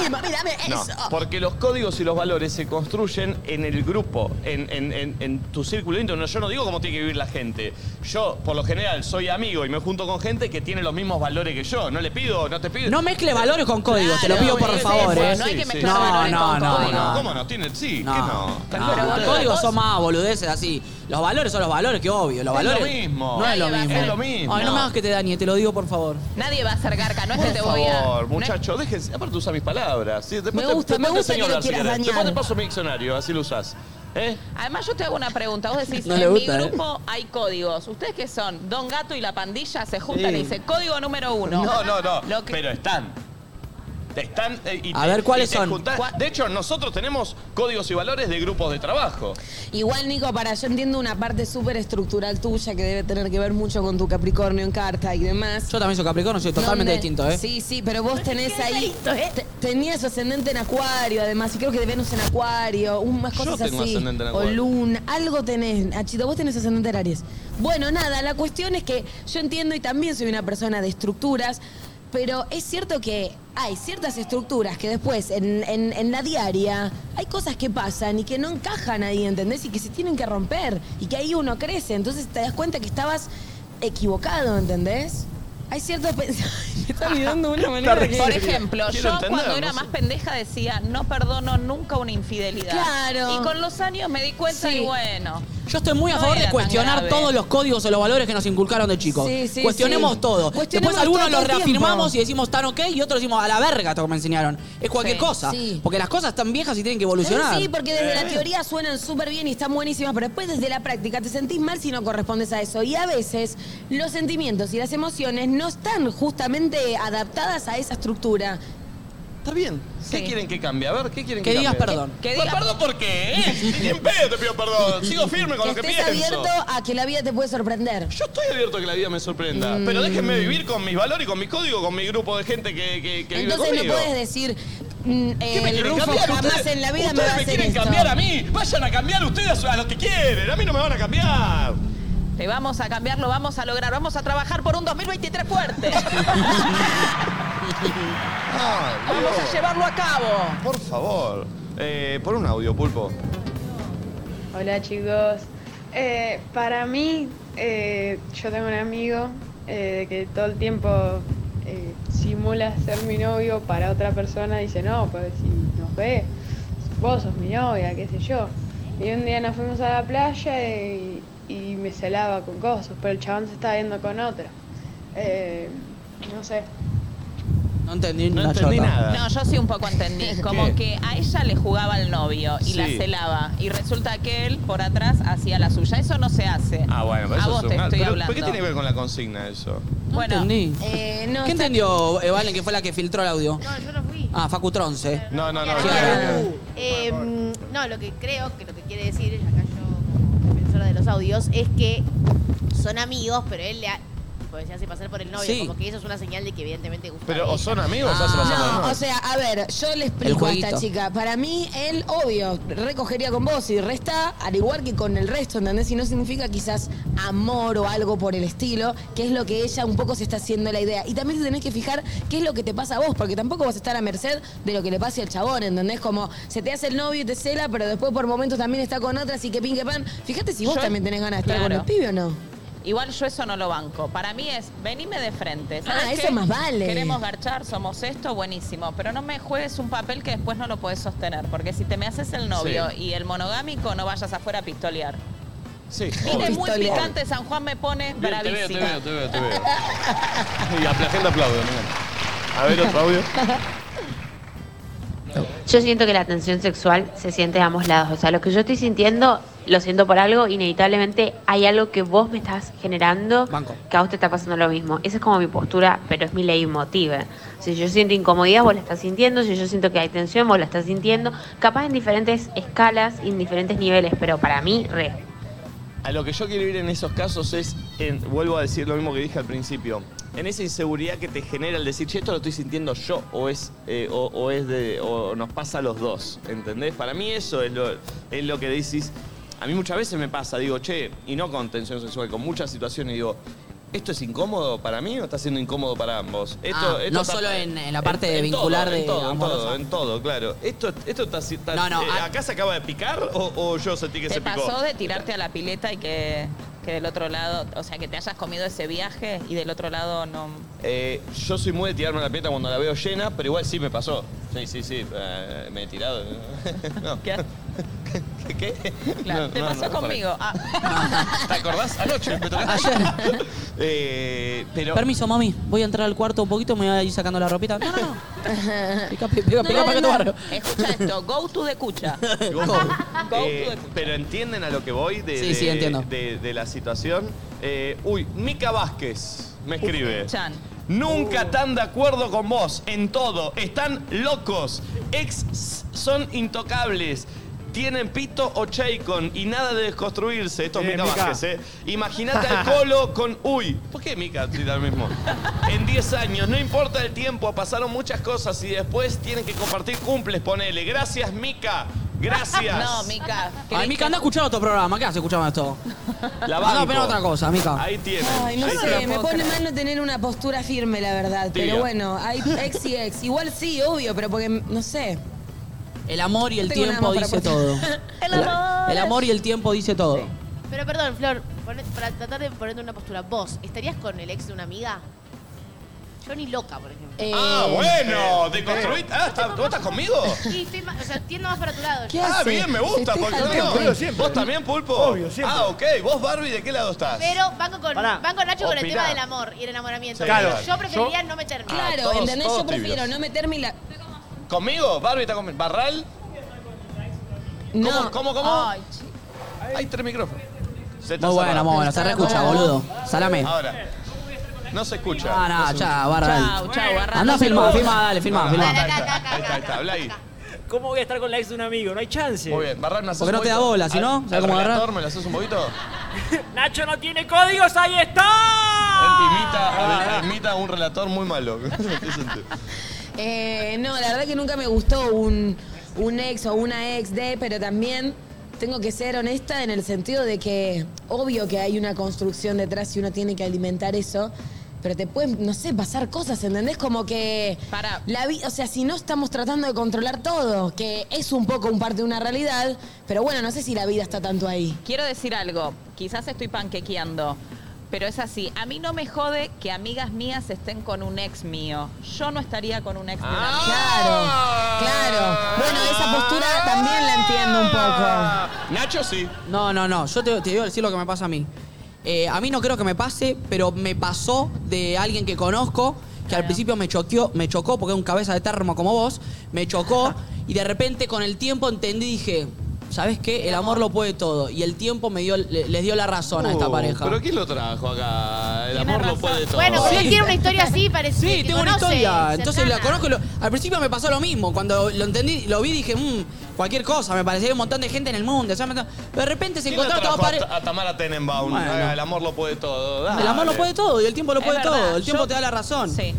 S4: Sí, mami, dame
S3: No,
S4: eso.
S3: porque los códigos y los valores se construyen en el grupo, en, en- en- en tu círculo interno. Yo no digo cómo tiene que vivir la gente. Yo, por lo general, soy amigo y me junto con gente que tiene los mismos valores que yo. No le pido, no te pido.
S13: No mezcle valores con códigos, te lo
S3: Claro,
S13: pido por
S3: es
S13: favor,
S3: eso,
S13: ¿eh?
S3: no hay que mezclar
S13: no,
S3: valores
S13: no,
S3: con
S13: no,
S3: códigos.
S13: no.
S3: ¿Cómo no? Tiene- sí, ¿qué no? Están
S13: No,
S3: locos
S13: los
S3: ustedes.
S13: códigos son más boludeces así. Los valores son los valores, que obvio. Los
S3: Es lo
S13: valores.
S3: mismo.
S13: No es
S3: Nadie
S13: lo
S3: va a
S13: mismo.
S3: hacer- Es lo mismo.
S13: Ay, no me hagas que te dañe, te lo digo por favor.
S5: Nadie va a ser garca, no es
S3: Por
S5: que te
S3: favor,
S5: voy a...
S3: muchacho, déjense. Aparte usa mis palabras. ¿sí? Después
S5: Me
S3: te-
S5: gusta,
S3: después
S5: me
S3: te
S5: gusta
S3: enseño
S5: que
S3: a
S5: lo
S3: hablar si
S5: quieras
S3: querés.
S5: dañar.
S3: Después te paso mi diccionario, así lo usás. ¿Eh?
S5: Además, yo te hago una pregunta. Vos decís,
S3: No le
S5: en
S3: gusta,
S5: mi
S3: ¿eh?
S5: grupo hay códigos. ¿Ustedes qué son? Don Gato y la pandilla se juntan
S3: Sí.
S5: y dicen, código número uno.
S3: No, no, no. Pero están. Están. eh, y
S13: A
S3: te-
S13: ver, ¿cuáles
S3: y te
S13: son?
S3: juntás. De hecho, nosotros tenemos códigos y valores de grupos de trabajo.
S4: Igual, Nico, para yo entiendo una parte súper estructural tuya que debe tener que ver mucho con tu Capricornio en carta y demás.
S13: Yo también soy Capricornio, soy
S4: Donde-
S13: totalmente distinto, ¿eh?
S4: Sí, sí, pero vos tenés ahí. te- tenías ascendente en Acuario, además, y creo que de Venus en Acuario, un- más
S3: Yo
S4: cosas
S3: tengo
S4: así.
S3: ascendente en
S4: O
S3: Acuario.
S4: Luna, algo tenés. Achito, vos tenés ascendente en Aries. Bueno, nada, la cuestión es que yo entiendo y también soy una persona de estructuras, pero es cierto que hay ciertas estructuras que después en, en- en la diaria hay cosas que pasan y que no encajan ahí, ¿entendés? Y que se tienen que romper y que ahí uno crece. Entonces te das cuenta que estabas equivocado, ¿entendés? Hay ciertos pensamientos. Me está mirando de una manera que-
S5: Por ejemplo, yo cuando era
S4: no
S5: más pendeja decía, no perdono nunca una infidelidad.
S4: Claro.
S5: Y con los años me di cuenta y bueno.
S13: Yo estoy muy a
S5: No
S13: favor
S5: era
S13: de
S5: tan
S13: cuestionar
S5: grave.
S13: todos los códigos o los valores que nos inculcaron de chicos.
S5: Sí, sí,
S13: Cuestionemos
S5: sí.
S13: todo.
S5: Cuestionemos
S13: Después algunos
S5: todo
S13: los
S5: el tiempo.
S13: reafirmamos y decimos tan ok y otros decimos a la verga esto que me enseñaron. Es cualquier
S4: Sí.
S13: cosa.
S4: Sí.
S13: Porque las cosas están viejas y tienen que evolucionar. Eh,
S4: Sí, porque desde
S3: Eh.
S4: la teoría suenan súper bien y están buenísimas, pero después desde la práctica te sentís mal si no correspondes a eso. Y a veces los sentimientos y las emociones no están justamente adaptadas a esa estructura.
S3: Está bien. ¿Qué quieren que cambie? A ver, ¿qué quieren
S4: Que
S3: que,
S4: digas
S3: cambie?
S4: perdón. Que- que
S3: Pues,
S4: digas-
S3: ¿Perdón por qué? ¿eh? Ni en pedo te pido perdón. Sigo firme con lo
S4: que
S3: que
S4: estés
S3: pienso.
S4: abierto a que la vida te puede sorprender.
S3: Yo estoy abierto a que la vida me sorprenda.
S4: Mm.
S3: Pero déjenme vivir con mis valores, con mis códigos, con mi grupo de gente que, que, que vive
S4: Entonces no
S3: conmigo.
S4: puedes decir, mm,
S3: ¿Qué me
S4: el
S3: quieren
S4: Rufo
S3: cambiar
S4: jamás
S3: ustedes?
S4: en la vida me va
S3: ustedes
S4: a hacer
S3: quieren
S4: esto.
S3: cambiar a mí. Vayan a cambiar ustedes a los que quieren. A mí no me van a cambiar.
S5: Te vamos a cambiar, lo vamos a lograr, vamos a trabajar por un 2023 fuerte. vamos a llevarlo a cabo.
S3: Por favor. Eh, pon un audio, pulpo.
S2: Hola chicos. Eh, para mí, eh, yo tengo un amigo eh, que todo el tiempo eh, simula ser mi novio para otra persona. Dice, no, pues si nos ve, vos sos mi novia, qué sé yo. Y un día nos fuimos a la playa y, y me celaba con cosas, pero el chabón se estaba yendo con otra. Eh, no sé.
S13: No entendí,
S3: No entendí nada.
S5: No, yo sí un poco entendí. Como
S3: ¿Qué?
S5: que a ella le jugaba el novio y la
S3: Sí.
S5: celaba. Y resulta que él por atrás hacía la suya. Eso no se hace.
S3: Ah, bueno, pero
S5: A
S3: eso
S5: vos
S3: es un
S5: te
S3: mal-
S5: estoy
S3: pero,
S5: hablando.
S3: ¿Pero qué tiene que ver con la consigna eso?
S5: Bueno,
S13: entendí.
S5: eh, no, está-
S13: ¿Qué entendió, eh, Valen, que fue la que filtró el audio? No, yo no fui. Ah, Facu Tronce.
S3: No, no, no.
S8: Eh, no, lo que creo que lo que quiere decir, y acá yo como defensora de los audios, es que son amigos, pero él le ha- tipo, se hace pasar por el novio.
S3: Sí.
S8: Como que eso es una señal de que evidentemente gusta.
S3: Pero
S8: de
S3: o
S8: ella.
S3: son amigos
S5: Ah,
S3: o se hace pasar por el
S4: No,
S3: novio.
S4: o sea, a ver, yo le
S3: El
S4: explico a
S3: jueguito.
S4: esta chica. Para mí, él, obvio, recogería con vos y resta, al igual que con el resto, ¿entendés? Y no significa quizás amor o algo por el estilo, que es lo que ella un poco se está haciendo la idea. Y también te tenés que fijar qué es lo que te pasa a vos, porque tampoco vas a estar a merced de lo que le pase al chabón, ¿entendés? Como se te hace el novio y te cela, pero después por momentos también está con otras y que pin que pan. Fíjate si vos
S5: Yo-
S4: también tenés ganas de estar
S5: claro.
S4: con el pibe o no.
S5: Igual yo eso no lo banco. Para mí es, venime de frente. ¿Sabés
S4: Ah, eso
S5: qué?
S4: más vale.
S5: Queremos garchar, somos esto, buenísimo. Pero no me juegues un papel que después no lo podés sostener. Porque si te me haces el novio
S3: Sí.
S5: y el monogámico, no vayas afuera a pistolear.
S3: Sí.
S5: Viste,
S3: obvio.
S5: muy picante, San Juan me pone
S3: Bien, Te veo, te
S5: bravísima.
S3: veo, te veo, te veo. Y a la gente aplaude, mirá. A ver, otro audio.
S24: Yo siento que la tensión sexual se siente de ambos lados. O sea, lo que yo estoy sintiendo, lo siento por algo, inevitablemente hay algo que vos me estás generando que a vos te está pasando lo mismo. Esa es como mi postura, pero es mi ley motive. Si yo siento incomodidad, vos la estás sintiendo. Si yo siento que hay tensión, vos la estás sintiendo. Capaz en diferentes escalas, y en diferentes niveles, pero para mí, re.
S3: A lo que yo quiero ir en esos casos es, en- vuelvo a decir lo mismo que dije al principio, en esa inseguridad que te genera el decir, che, esto lo estoy sintiendo yo o es, eh, o, o es de, o nos pasa a los dos, ¿entendés? Para mí eso es lo, es lo que decís. A mí muchas veces me pasa, digo, che, y no con tensión sexual, con muchas situaciones, digo, ¿esto es incómodo para mí o está siendo incómodo para ambos? Esto,
S13: Ah,
S3: esto
S13: no
S3: está-
S13: solo en- en la parte de
S3: todo,
S13: vincular
S3: en
S13: de
S3: todo, en todo,
S13: amorosa.
S3: en todo, claro. Esto, esto está, está-
S5: No, no,
S3: eh,
S13: ah.
S5: a-
S3: ¿Acá se acaba de picar o, o yo sentí que
S5: ¿Te
S3: se picó?
S5: pasó de tirarte a la pileta y que, que del otro lado, o sea, que te hayas comido ese viaje y del otro lado no...
S3: Eh, yo soy muy de tirarme la pileta cuando la veo llena, pero igual sí me pasó. Sí, sí, sí. eh, me he tirado. No.
S5: ¿Qué?
S3: ¿Qué?
S5: Claro,
S3: No,
S5: te
S3: no,
S5: pasó
S3: no, para.
S5: conmigo. Ah,
S3: ¿Te acordás? Anoche me tocó. Ayer. Eh, pero.
S13: Permiso, mami. Voy a entrar al cuarto un poquito, me voy a ir sacando la ropita. No, no, no. Pica, pica,
S5: no,
S13: pica, pica,
S5: no,
S13: pica tu
S5: no.
S13: barrio.
S5: Escucha esto, go to de cucha.
S3: Go.
S5: Go
S3: Eh,
S5: to the-
S3: pero entienden a lo que voy de,
S13: Sí,
S3: de-
S13: sí, entiendo.
S3: de- de la situación. Eh, uy, Mica Vázquez me escribe.
S5: Chan. Uh.
S3: Nunca tan de acuerdo con vos en todo. Están locos. Ex son intocables. Tienen pito o Chaycon y nada de desconstruirse. Esto es Bien, Mica Mica. Vázquez, ¿eh? Imagínate al Colo con. Uy, ¿por qué Mica tira el mismo? En 10 años, no importa el tiempo, pasaron muchas cosas y después tienen que compartir cumples, ponele. Gracias, Mica. Gracias.
S5: No, Mica.
S13: Ay, Mica, anda a escuchar otro programa. ¿Qué hace escuchando esto?
S3: La
S13: Anda a
S3: banco.
S13: opinar otra cosa, Mica.
S3: Ahí tiene.
S4: Ay, no
S3: Ahí
S4: sé,
S3: tiene.
S4: Eh, me pone mal no tener una postura firme, la verdad.
S3: Tibia.
S4: Pero bueno, hay ex y ex. Igual sí, obvio, pero porque, no sé.
S13: El amor y el
S4: No tengo nada
S13: tiempo
S4: más para
S13: dice todo.
S4: aportar.
S8: El amor.
S13: El amor y el tiempo dice todo.
S8: Pero perdón, Flor, pone- para tratar de ponerte en una postura, vos, ¿estarías con el ex de una amiga? Yo ni loca, por ejemplo.
S24: Eh.
S3: Ah, bueno, te construiste. Ah, ¿está- ¿tú estás conmigo?
S8: Sí, estoy más, o sea, tiendo más para tu lado.
S3: ah, bien, me gusta. Porque no, no, ¿Vos también, Pulpo? Obvio, siempre. Ah, ok. ¿Vos, Barbie, de qué lado estás?
S8: Pero banco con,
S3: Pará.
S8: banco Nacho con el
S3: Opiná.
S8: tema del amor y el enamoramiento.
S3: Sí, claro.
S8: Yo preferiría
S3: Yo-
S8: no meterme.
S3: Ah, Claro, todos- ¿entendés? todos Yo prefiero tibios.
S4: No meterme y la.
S3: ¿Conmigo? ¿Barbie está conmigo? ¿Barral?
S4: No.
S3: ¿Cómo, cómo, cómo? Hay tres micrófonos. Se está
S13: Muy bueno,
S3: cerrado.
S13: muy bueno. Se reescucha, boludo. Salame.
S3: Ahora. No se escucha.
S13: Ah,
S3: No se
S13: no,
S3: escucha.
S13: chao, Barral. Anda, filma, filma, dale, filma,
S3: No, no,
S13: filma.
S3: Ahí está, ahí está, ahí está. Habla ahí.
S6: ¿Cómo voy a estar con la ex de un amigo? No hay chance.
S3: Muy bien. Barral, ¿me haces
S13: Porque no
S3: un
S13: te da
S3: poquito?
S13: bola, si no,
S3: Al-
S13: ¿sabes cómo
S3: al
S13: agarrar?
S3: relator, ¿Me lo haces un poquito?
S6: Nacho no tiene códigos, ahí está. Ah.
S3: Imita, imita a un relator muy malo. ¿Qué sentido?
S4: Eh, no, la verdad que nunca me gustó un, un ex o una ex de, pero también tengo que ser honesta en el sentido de que obvio que hay una construcción detrás y uno tiene que alimentar eso. Pero te pueden, no sé, pasar cosas, ¿entendés? Como que. La vi- o sea, si no estamos tratando de controlar todo, que es un poco un parte de una realidad, pero bueno, no sé si la vida está tanto ahí.
S5: Quiero decir algo, quizás estoy panquequeando, Pero es así. A mí no me jode que amigas mías estén con un ex mío. Yo no estaría con un ex de
S13: Ah.
S5: una amiga.
S4: Claro. Bueno, esa postura también la entiendo un poco.
S3: Nacho sí.
S13: No, no, no. Yo te, te digo decir lo que me pasa a mí. Eh, a mí no creo que me pase, pero me pasó de alguien que conozco que al principio me choqueó, me chocó porque es un cabeza de termo como vos, me chocó y de repente con el tiempo entendí y dije, ¿sabes qué? El amor lo puede todo y el tiempo me dio le- les dio la razón a esta
S3: Uh,
S13: pareja.
S3: ¿Pero quién lo trajo acá? El amor lo puede todo.
S8: Bueno, porque
S13: Sí.
S8: tiene una historia así, parece
S13: Sí,
S8: que
S13: tengo una
S8: conoce,
S13: historia.
S8: cercana.
S13: Entonces la conozco. y lo- al principio me pasó lo mismo. Cuando lo entendí, lo vi, dije, mmm, cualquier cosa. Me parecía que hay un montón de gente en el mundo. ¿sabes? Pero de repente se
S3: ¿Quién lo
S13: encontraba
S3: trajo
S13: toda
S3: a,
S13: pare...
S3: Ta- a Tamara Tenenbaum?
S13: Bueno.
S3: Ah, El amor lo puede todo.
S13: El amor lo
S3: dale.
S13: puede todo y el tiempo lo
S5: Es
S13: puede
S5: verdad,
S13: todo. El tiempo
S5: yo-
S13: te da la razón.
S5: Sí.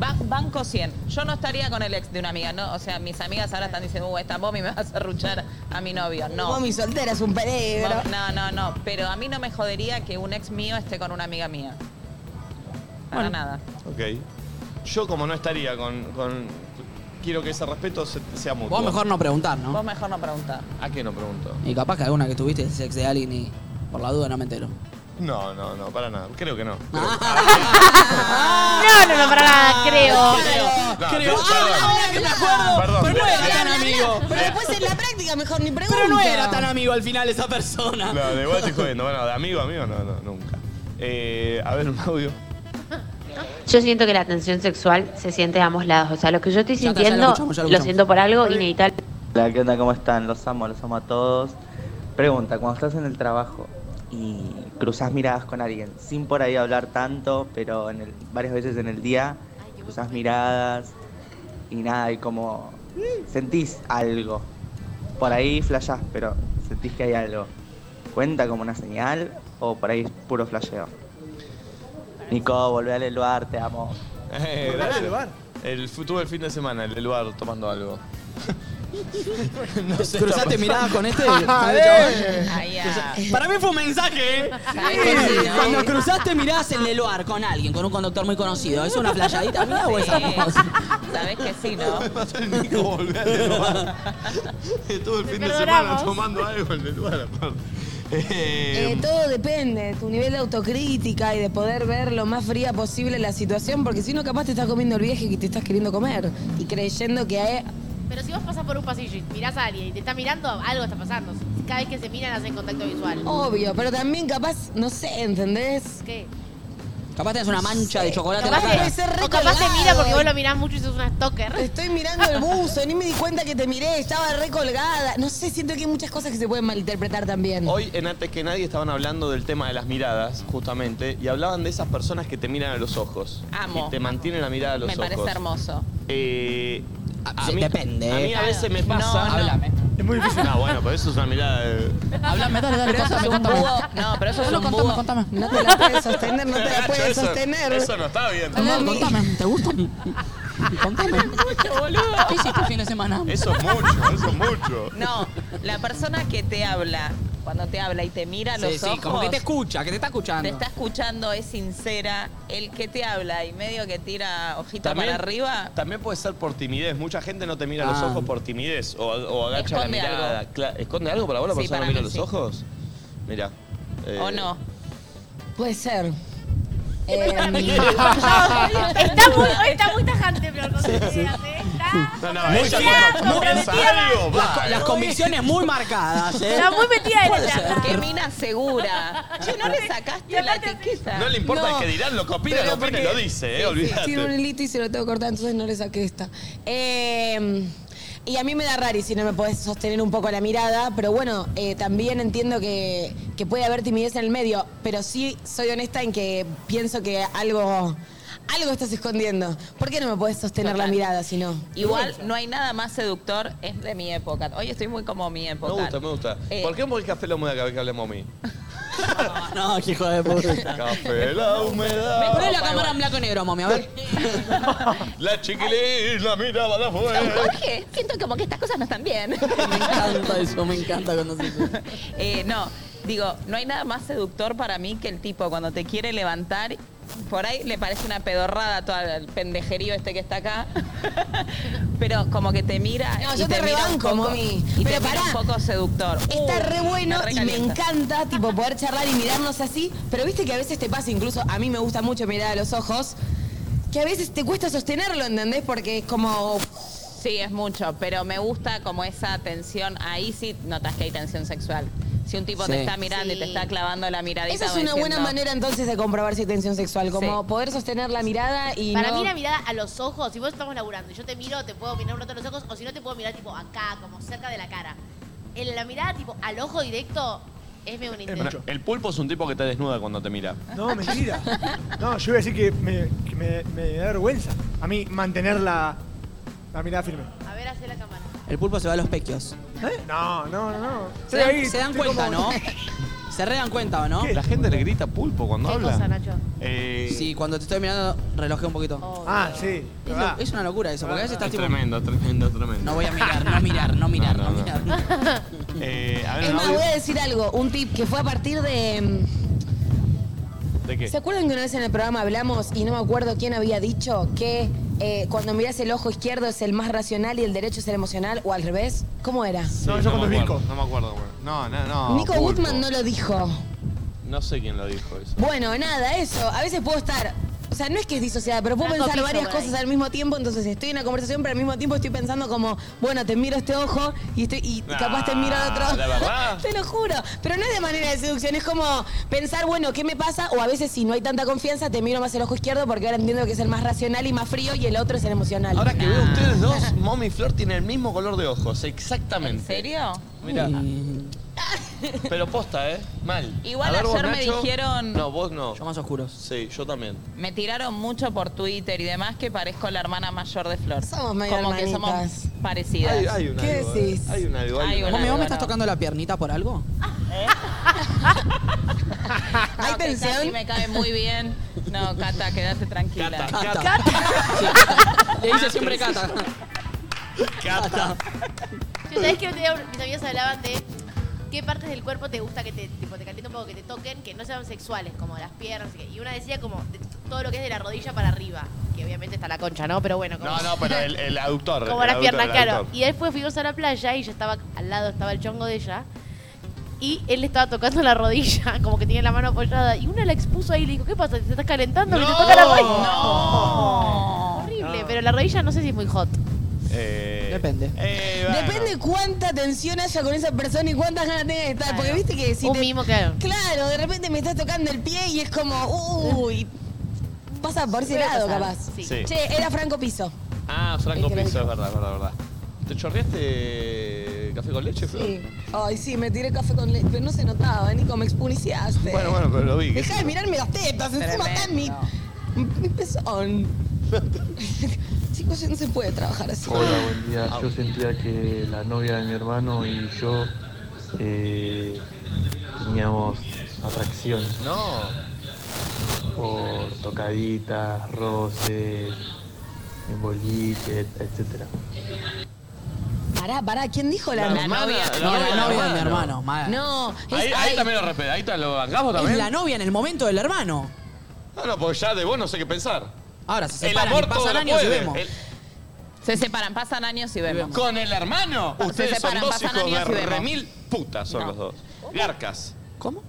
S5: Ba- banco 100. Yo no estaría con el ex de una amiga, ¿no? O sea, mis amigas ahora están diciendo, uh, esta Bomi me vas a ruchar a mi novio. No.
S4: Vos, mi soltera es un peligro.
S5: Vos- No, no, no. Pero a mí no me jodería que un ex mío esté con una amiga mía. Para nada.
S3: Ok. Yo como no estaría con... con- quiero que ese respeto se- sea mutuo.
S13: Vos mejor no preguntar, ¿no?
S5: Vos mejor no preguntás.
S3: ¿A qué no pregunto?
S13: Y capaz que alguna que tuviste es ex de alguien y por la duda no me entero.
S3: No, no, no, para nada. Creo que no.
S8: No, no, no, para nada, creo.
S3: No,
S13: Ah. Creo-
S3: no,
S13: Ah,
S3: perdón.
S13: ahora que me acuerdo.
S3: Perdón,
S13: pero no
S3: pero-
S13: era tan amigo.
S4: Pero después en la práctica mejor ni pregunto.
S13: Pero no era tan amigo al final esa persona.
S3: No, de igual estoy jodiendo. Bueno, de amigo a amigo, no, no, nunca. Eh, a ver, un audio.
S25: Yo siento que la tensión sexual se siente de ambos lados. O sea, lo que yo estoy
S9: Ya está, ya lo
S25: sintiendo,
S9: escuchamos, ya
S25: lo,
S9: lo escuchamos.
S25: siento por algo inevitable.
S9: Hola, ¿qué onda? ¿Cómo están? Los amo, los amo a todos. Pregunta, cuando estás en el trabajo y cruzas miradas con alguien, sin por ahí hablar tanto, pero en el- varias veces en el día, cruzas miradas y nada, y como sentís algo. Por ahí flashás, pero sentís que hay algo. ¿Cuenta como una señal o por ahí es puro flasheo? Nico, volvé al lugar, te amo.
S3: Eh,
S9: Hola,
S3: gracias.
S9: el bar.
S3: El, fu- tuve el fin de semana, el del bar, tomando algo.
S13: ¿Cruzaste miradas con este?
S3: Ah,
S13: con este
S3: eh.
S13: chabón?
S5: Ay, ya.
S13: Para mí fue un mensaje, ¿eh?
S5: Sí.
S13: Cuando cruzaste miradas en el lugar con alguien, con un conductor muy conocido, ¿es una playadita mía o es
S5: Sí. Sabés que sí, ¿no?
S3: Nico, volvé al del bar. Estuve el fin de semana
S4: perdonamos.
S3: tomando algo en el lugar, aparte. Eh,
S4: Eh, todo depende de tu nivel de autocrítica y de poder ver lo más fría posible la situación, porque si no, capaz te estás comiendo el viaje que te estás queriendo comer y creyendo que hay.
S8: Pero si vos pasás por un pasillo y mirás a alguien y te está mirando, algo está pasando. Cada vez que se miran hacen contacto visual.
S4: Obvio, pero también capaz, no sé, ¿entendés?
S8: ¿Qué?
S13: Capaz tenés una mancha de chocolate en la
S8: Capaz que-
S13: cara.
S8: o capaz te mira porque vos lo mirás mucho y sos una stalker.
S4: Estoy mirando el buzo, ni me di cuenta que te miré, estaba recolgada. No sé, siento que hay muchas cosas que se pueden malinterpretar también.
S3: Hoy en Antes que Nadie estaban hablando del tema de las miradas, justamente, y hablaban de esas personas que te miran a los ojos.
S5: Amo.
S3: Y te mantienen la mirada a los
S5: Me
S3: ojos.
S5: parece hermoso.
S3: Eh, a,
S13: sí,
S3: mí,
S13: depende,
S3: A mí a
S13: eh.
S3: veces me
S13: No,
S3: pasa.
S13: no. Háblame.
S3: Es muy difícil. No, bueno, pero eso es una mirada. de-
S13: Hablame, dale, dale,
S5: Pero eso
S13: contame,
S5: es un
S13: contame.
S5: búho. No, pero eso es
S13: Dale,
S5: un
S13: contame,
S5: búho.
S13: contame.
S4: No te la puedes sostener, no te la
S3: Nacho,
S4: puedes
S3: eso-
S4: sostener.
S3: Eso no está bien.
S13: Tomá, contame, ¿te gusta? Contame. ¿Qué hiciste el fin de semana?
S3: Eso es mucho, eso es mucho.
S5: No, la persona que te habla, cuando te habla y te mira a los
S13: Sí,
S5: ojos.
S13: sí, como que te escucha, que te está escuchando.
S5: Te está escuchando, es sincera. El que te habla y medio que tira hojita para arriba.
S3: También puede ser por timidez. Mucha gente no te mira a los
S13: Ah.
S3: ojos por timidez o, o agacha
S5: Esconde
S3: la mirada.
S5: algo.
S3: Cla- ¿Esconde algo para vos la
S5: Sí,
S3: persona
S5: para
S3: no mira
S5: mí
S3: los
S5: sí.
S3: ojos? Eh, Mira.
S5: ¿O no?
S4: Puede ser. Eh,
S8: Está muy, hoy está muy tajante, pero con
S3: No, no,
S13: Muy
S3: ella
S13: clara,
S3: cuando piensa
S13: comprometida.
S3: algo, va.
S13: Las co- las convicciones muy marcadas, ¿eh?
S8: Está muy metida en
S13: Puede
S8: la
S13: ser.
S8: charla.
S5: Qué mina segura. Che, no le sacaste la etiqueta.
S3: No le importa
S4: No,
S3: el que dirán, lo que opina, lo
S4: pero
S3: opina y lo
S4: porque-
S3: dice, eh,
S4: Sí, sí.
S3: olvídate.
S4: Tiene un hilito y se lo tengo cortado, entonces no le saqué esta. Eh, y a mí me da rari si no me podés sostener un poco la mirada, pero bueno, eh, también entiendo que, que puede haber timidez en el medio, pero sí soy honesta en que pienso que algo, algo estás escondiendo. ¿Por qué no me podés sostener la mirada si no?
S5: Igual no hay nada más seductor, es de mi época. Hoy estoy muy como mi
S3: Me
S5: época.
S3: gusta, me gusta.
S5: Eh.
S3: ¿Por qué por el café la humedad cada vez que hablemos a mí?
S13: No, qué hijo de puta.
S3: Café la
S13: Me
S3: humedad.
S13: poné la cámara en blanco y negro, mami, a ver.
S3: La chiquilina miraba la afuera.
S5: Jorge, siento como que estas cosas no están bien.
S13: Me encanta eso, me encanta cuando se dice.
S5: Eh, no, digo, no hay nada más seductor para mí que el tipo cuando te quiere levantar por ahí le parece una pedorrada todo el pendejerío este que está acá. Pero como que te mira.
S4: No,
S5: y
S4: yo te
S5: mira un
S4: rebanco,
S5: poco-
S4: mami.
S5: Y
S4: Pero
S5: te mira
S4: pará.
S5: un poco seductor.
S4: Está
S5: Uh,
S4: re bueno y me
S5: recalienta.
S4: encanta tipo poder charlar y mirarnos así, pero viste que a veces te pasa, incluso a mí me gusta mucho mirar a los ojos, que a veces te cuesta sostenerlo, ¿entendés? Porque es como...
S5: Sí, es mucho, pero me gusta como esa tensión. Ahí sí notas que hay tensión sexual. Si un tipo
S4: Sí.
S5: te está mirando y te está clavando la miradita.
S4: Esa es
S5: como
S4: una buena
S5: diciendo,
S4: manera entonces de comprobar si hay tensión sexual, como poder sostener la mirada y...
S8: Para
S4: no-
S8: mí la mirada a los ojos, si vos estamos laburando y yo te miro, te puedo mirar un rato a los ojos, o si no te puedo mirar tipo acá, como cerca de la cara. En la mirada tipo al ojo directo es medio un intento.
S3: El pulpo es un tipo que te desnuda cuando te mira.
S26: No, mentira. No, yo iba a decir que me, que me- me da vergüenza. A mí mantener la, la mirada firme.
S8: A ver, hace la cámara.
S13: El pulpo se va a los pequios.
S26: ¿Eh? No, no, no, no.
S13: Se
S26: Estoy
S13: dan,
S26: ahí,
S13: se dan
S26: estoy
S13: cuenta,
S26: como-
S13: ¿no? Se re dan cuenta, ¿o no?
S3: La gente le grita pulpo cuando habla.
S8: Nacho?
S3: Eh,
S13: Sí, cuando te estoy mirando, relojé un poquito.
S26: Ah, sí.
S13: Es,
S26: verdad.
S13: lo- es una locura eso, porque a veces estás
S3: es
S13: tipo.
S3: tremendo, tremendo, tremendo.
S13: No voy a mirar, no mirar, no mirar, no, mirar.
S3: Eh, a ver,
S4: Es
S3: un
S4: más,
S3: audio.
S4: voy a decir algo, un tip que fue a partir de... mm,
S3: ¿De qué?
S4: ¿Se acuerdan que una vez en el programa hablamos y no me acuerdo quién había dicho que eh, cuando miras el ojo izquierdo es el más racional y el derecho es el emocional o al revés? ¿Cómo era?
S26: No, yo cuando
S3: me
S26: pico.
S3: acuerdo, No me acuerdo, güey. No, no, no.
S4: Nico
S3: pulpo.
S4: Goodman no lo dijo.
S3: No sé quién lo dijo eso.
S4: Bueno, nada, eso. A veces puedo estar. O sea, no es que es disociada, pero puedo
S8: Franco
S4: pensar
S8: Piso
S4: varias
S8: por ahí.
S4: cosas al mismo tiempo. Entonces estoy en una conversación, pero al mismo tiempo estoy pensando como, bueno, te miro este ojo y estoy y
S27: Ah,
S4: capaz te miro al otro.
S27: ¿de verdad?
S4: te lo juro. Pero no es de manera de seducción, es como pensar, bueno, ¿qué me pasa? O a veces si no hay tanta confianza, te miro más el ojo izquierdo porque ahora entiendo que es el más racional y más frío y el otro es el emocional.
S3: Ahora que
S8: Ah.
S4: Ah.
S3: veo ustedes dos, Mom y Flor tienen el mismo color de ojos, exactamente.
S5: ¿En serio?
S3: Mira. Pero posta, ¿eh? Mal.
S5: Igual
S3: A ver, vos,
S5: ayer me
S3: Nacho.
S5: dijeron-
S3: No, vos no. Yo
S13: más oscuros.
S3: Sí, yo también.
S5: Me tiraron mucho por Twitter y demás que parezco la hermana mayor de Flor.
S4: Somos medio
S5: Como que somos
S4: hermanitas.
S5: parecidas.
S3: Hay- hay un ¿Qué algo, eh. decís? Hay un algo, hay Hay un un
S13: ¿Vos me, vos me
S3: algo,
S13: estás
S3: no.
S13: tocando la piernita por algo?
S5: ¿Hay tensión? Ah, Cati me cae muy bien. No, Cata, quédate tranquila.
S13: Cata. Le dice siempre Cata.
S3: Cata.
S8: Yo sabés que otro día mis amigas hablaban de qué partes del cuerpo te gusta que te, tipo, te caliente un poco, que te toquen, que no sean sexuales, como las piernas. y que- Y una decía como de todo lo que es de la rodilla para arriba, que obviamente está la concha, ¿no? Pero bueno, como,
S3: No, no, pero el, el aductor.
S8: como
S3: el
S8: las
S3: aductor,
S8: piernas,
S3: el
S8: claro.
S3: aductor.
S8: Y después fuimos a la playa y yo estaba al lado, estaba el chongo de ella. Y él le estaba tocando la rodilla, como que tiene la mano apoyada. Y una la expuso ahí y le dijo, ¿qué pasa? ¿Te estás calentando? que te toca la rodilla. Horrible, pero la rodilla no sé si es muy hot.
S3: Eh,
S13: Depende.
S4: Depende cuánta tensión haya con esa persona y cuántas ganas tenga de estar. Porque viste que si
S8: Un
S4: te-
S8: mimo, claro.
S4: Claro, de repente me estás tocando el pie y es como, uy. Pasa por ese
S8: Puede
S4: lado,
S8: pasar,
S4: capaz.
S8: sí.
S3: Sí.
S4: Che, era Franco Piso.
S3: Ah, Franco
S4: El que lo
S3: Piso,
S4: dijo.
S3: es verdad, es verdad, es verdad. ¿Te chorreaste café con leche, Flor?
S4: Sí. Ay, sí, me tiré café con leche, pero no se notaba, Nico, me expuniciaste.
S3: Bueno, bueno, pero lo vi. qué sé
S4: Dejá de
S3: yo.
S4: mirarme las tetas, encima está en mi, mi pezón. Chicos, ya no se puede trabajar así.
S6: Hola, buen día. Yo sentía que la novia de mi hermano y yo eh, teníamos atracción.
S3: No.
S6: Por tocaditas, roces, en boliche, etcétera.
S4: Pará, pará, ¿quién dijo la,
S3: La hermana, la
S13: No,
S3: novia
S13: la novia de
S3: del
S13: mi hermano.
S3: hermano.
S13: madre.
S4: No, es-
S3: Ahí, ahí
S4: ay,
S3: también lo respeto, ahí te lo bancamos
S13: Es
S3: también. Ah,
S13: la novia en el momento del hermano.
S3: No, no, porque ya de vos no sé qué pensar.
S13: Ahora se
S3: El
S13: separan
S3: amor
S13: y
S3: todo
S13: pasan
S3: lo
S13: años y
S3: puede.
S13: vemos.
S3: El-
S5: Se separan, pasan años y vemos.
S3: Con el hermano,
S5: Se
S3: ustedes
S5: separan,
S3: son dos
S5: pasan
S3: hijos de
S5: años y vemos.
S3: remil putas son los dos. Garcas.
S13: ¿Cómo?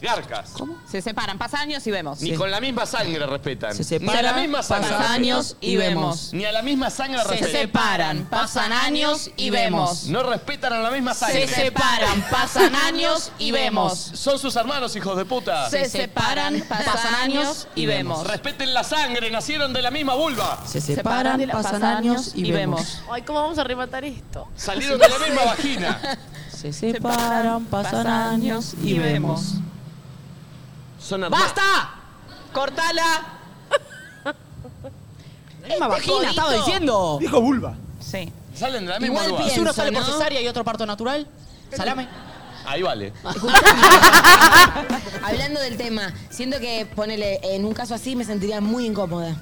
S3: Garcas.
S5: Se separan, pasan años y vemos.
S3: Ni con la misma sangre respetan.
S13: Se
S3: Ni a la
S13: separan,
S3: misma sangre.
S13: pasan
S3: respetan.
S13: años y vemos.
S3: Ni a la misma sangre
S13: Se
S3: respetan.
S13: separan, pasan años y vemos.
S3: No respetan a la misma sangre.
S13: Se separan, pasan años y vemos.
S3: Son sus hermanos, hijos de puta.
S13: Se separan, pasan años y vemos.
S3: Respeten la sangre, nacieron de la misma vulva.
S13: Se separan, pasan años y vemos.
S8: Ay, ¿cómo vamos a rematar esto?
S3: Salieron de la misma vagina.
S13: Se separan, pasan años y vemos.
S3: Son herma-
S13: ¡Basta! ¡Cortala! La misma
S6: Este
S13: vagina, estaba diciendo.
S26: Dijo vulva.
S5: Sí.
S3: Salen de la misma
S13: Igual
S3: vulva.
S13: pienso, uno sale por cesárea y otro parto natural. Salame.
S3: Ahí vale.
S4: Hablando del tema, siento que, ponele, en un caso así me sentiría muy incómoda.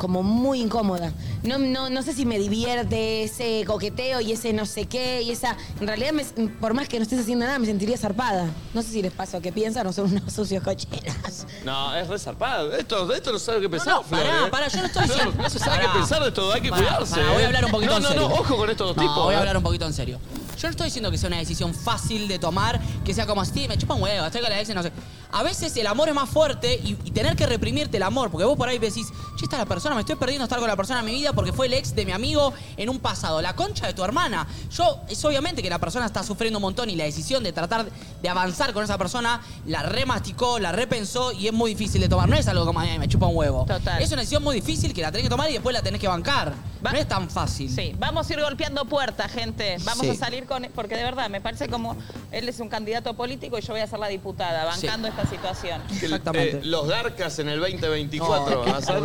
S4: como muy incómoda. No, no, no sé si me divierte ese coqueteo y ese no sé qué y esa. En realidad, me- por más que no estés haciendo nada, me sentiría zarpada. No sé si les pasa que piensan o son unos sucios cocheras.
S3: No, es resarpado. Esto, de esto no sabe qué pensar,
S13: no, pará,
S3: Flor, ¿eh?
S13: pará, yo no estoy
S3: Flor,
S13: diciendo-
S3: No se sabe
S13: Pará.
S3: qué pensar de todo, hay que
S13: Pará,
S3: cuidarse.
S13: pará, voy a
S3: ¿eh?
S13: hablar un poquito
S3: no,
S13: en
S3: no,
S13: serio.
S3: No, ojo con estos dos
S13: No,
S3: tipos.
S13: Voy
S3: ¿eh?
S13: a hablar un poquito en serio. Yo no estoy diciendo que sea una decisión fácil de tomar, que sea como así, me chupa un huevo, estoy con la ex, no sé. A veces el amor es más fuerte y, y tener que reprimirte el amor, porque vos por ahí decís, che, esta es la persona, me estoy perdiendo estar con la persona de mi vida porque fue el ex de mi amigo en un pasado, la concha de tu hermana. Yo, es obviamente que la persona está sufriendo un montón y la decisión de tratar de avanzar con esa persona la remasticó, la repensó y es muy difícil de tomar. No es algo como, "Ay, me chupa un huevo.
S5: Total.
S13: Es una decisión muy difícil que la tenés que tomar y después la tenés que bancar. no es tan fácil.
S5: Sí, vamos a ir golpeando puertas, gente. Vamos
S13: Sí.
S5: a salir con. Porque de verdad, me parece como. Él es un candidato político y yo voy a ser la diputada, bancando esta situación.
S3: Que, eh, los Darkas en el 2024 van a ser.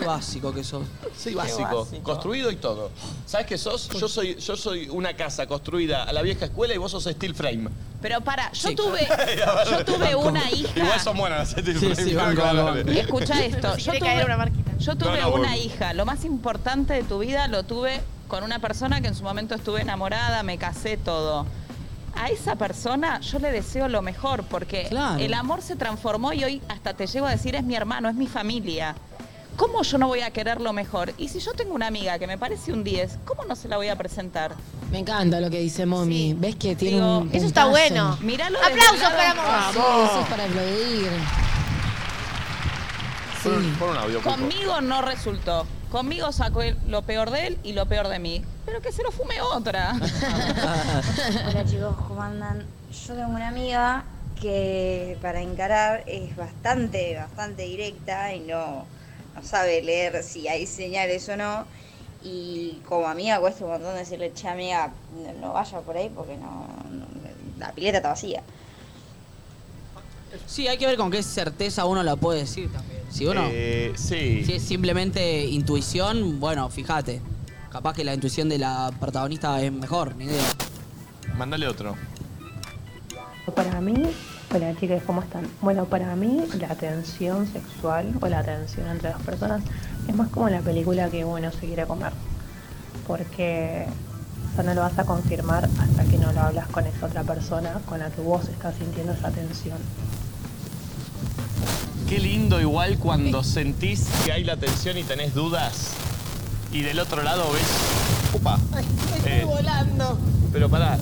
S13: Qué básico que sos.
S3: Sí, básico. Construido y todo. ¿Sabes qué sos? Yo soy, yo soy una casa construida a la vieja escuela y vos sos steel frame.
S5: Pero para, yo
S3: Sí.
S5: tuve. Yo tuve una hija.
S3: Igual son buenas las steel
S13: Sí,
S3: frame.
S13: sí, banco,
S3: claro.
S13: banco.
S5: Escucha esto. Yo
S8: Quiere
S5: tuve,
S8: caer una
S5: yo tuve
S3: No, no,
S5: una
S3: porque-
S5: hija. Lo más importante de tu vida lo tuve con una persona que en su momento estuve enamorada, me casé todo. A esa persona yo le deseo lo mejor porque
S13: Claro.
S5: el amor se transformó y hoy hasta te llego a decir es mi hermano, es mi familia. ¿Cómo yo no voy a querer lo mejor? Y si yo tengo una amiga que me parece un 10, ¿cómo no se la voy a presentar?
S4: Me encanta lo que dice Momi. ¿Ves que tiene
S5: Digo,
S4: un
S5: eso está
S4: puntazo?
S5: bueno. Miralo desde
S8: Aplausos
S5: el lado-
S8: para Momi.
S4: Vamos, eso es para aplaudir.
S3: Pon un- pon un audio, Pulpo.
S5: Conmigo no resultó. Conmigo sacó el- lo peor de él y lo peor de mí. Pero que se lo fume otra.
S20: Hola chicos, ¿cómo andan? Yo tengo una amiga que para encarar es bastante, bastante directa y no, no sabe leer si hay señales o no. Y como amiga cuesta un montón decirle, che amiga, no, no vaya por ahí porque no, no- la pileta está vacía.
S13: Sí, hay que ver con qué certeza uno la puede decir también. Si uno.
S3: Eh, sí.
S13: Si es simplemente intuición, bueno, fíjate. Capaz que la intuición de la protagonista es mejor, ni idea.
S3: Mándale otro.
S2: Para mí, hola chicas, ¿cómo están? Bueno, para mí la tensión sexual o la tensión entre dos personas es más como la película que uno se quiere comer. Porque o sea, no lo vas a confirmar hasta que no lo hablas con esa otra persona con la que vos estás sintiendo esa tensión.
S3: Qué lindo igual
S5: Eh.
S3: cuando sentís que hay la tensión y tenés dudas y del otro lado ves... Upa. Eh,
S28: volando.
S3: pero pará.
S5: eh.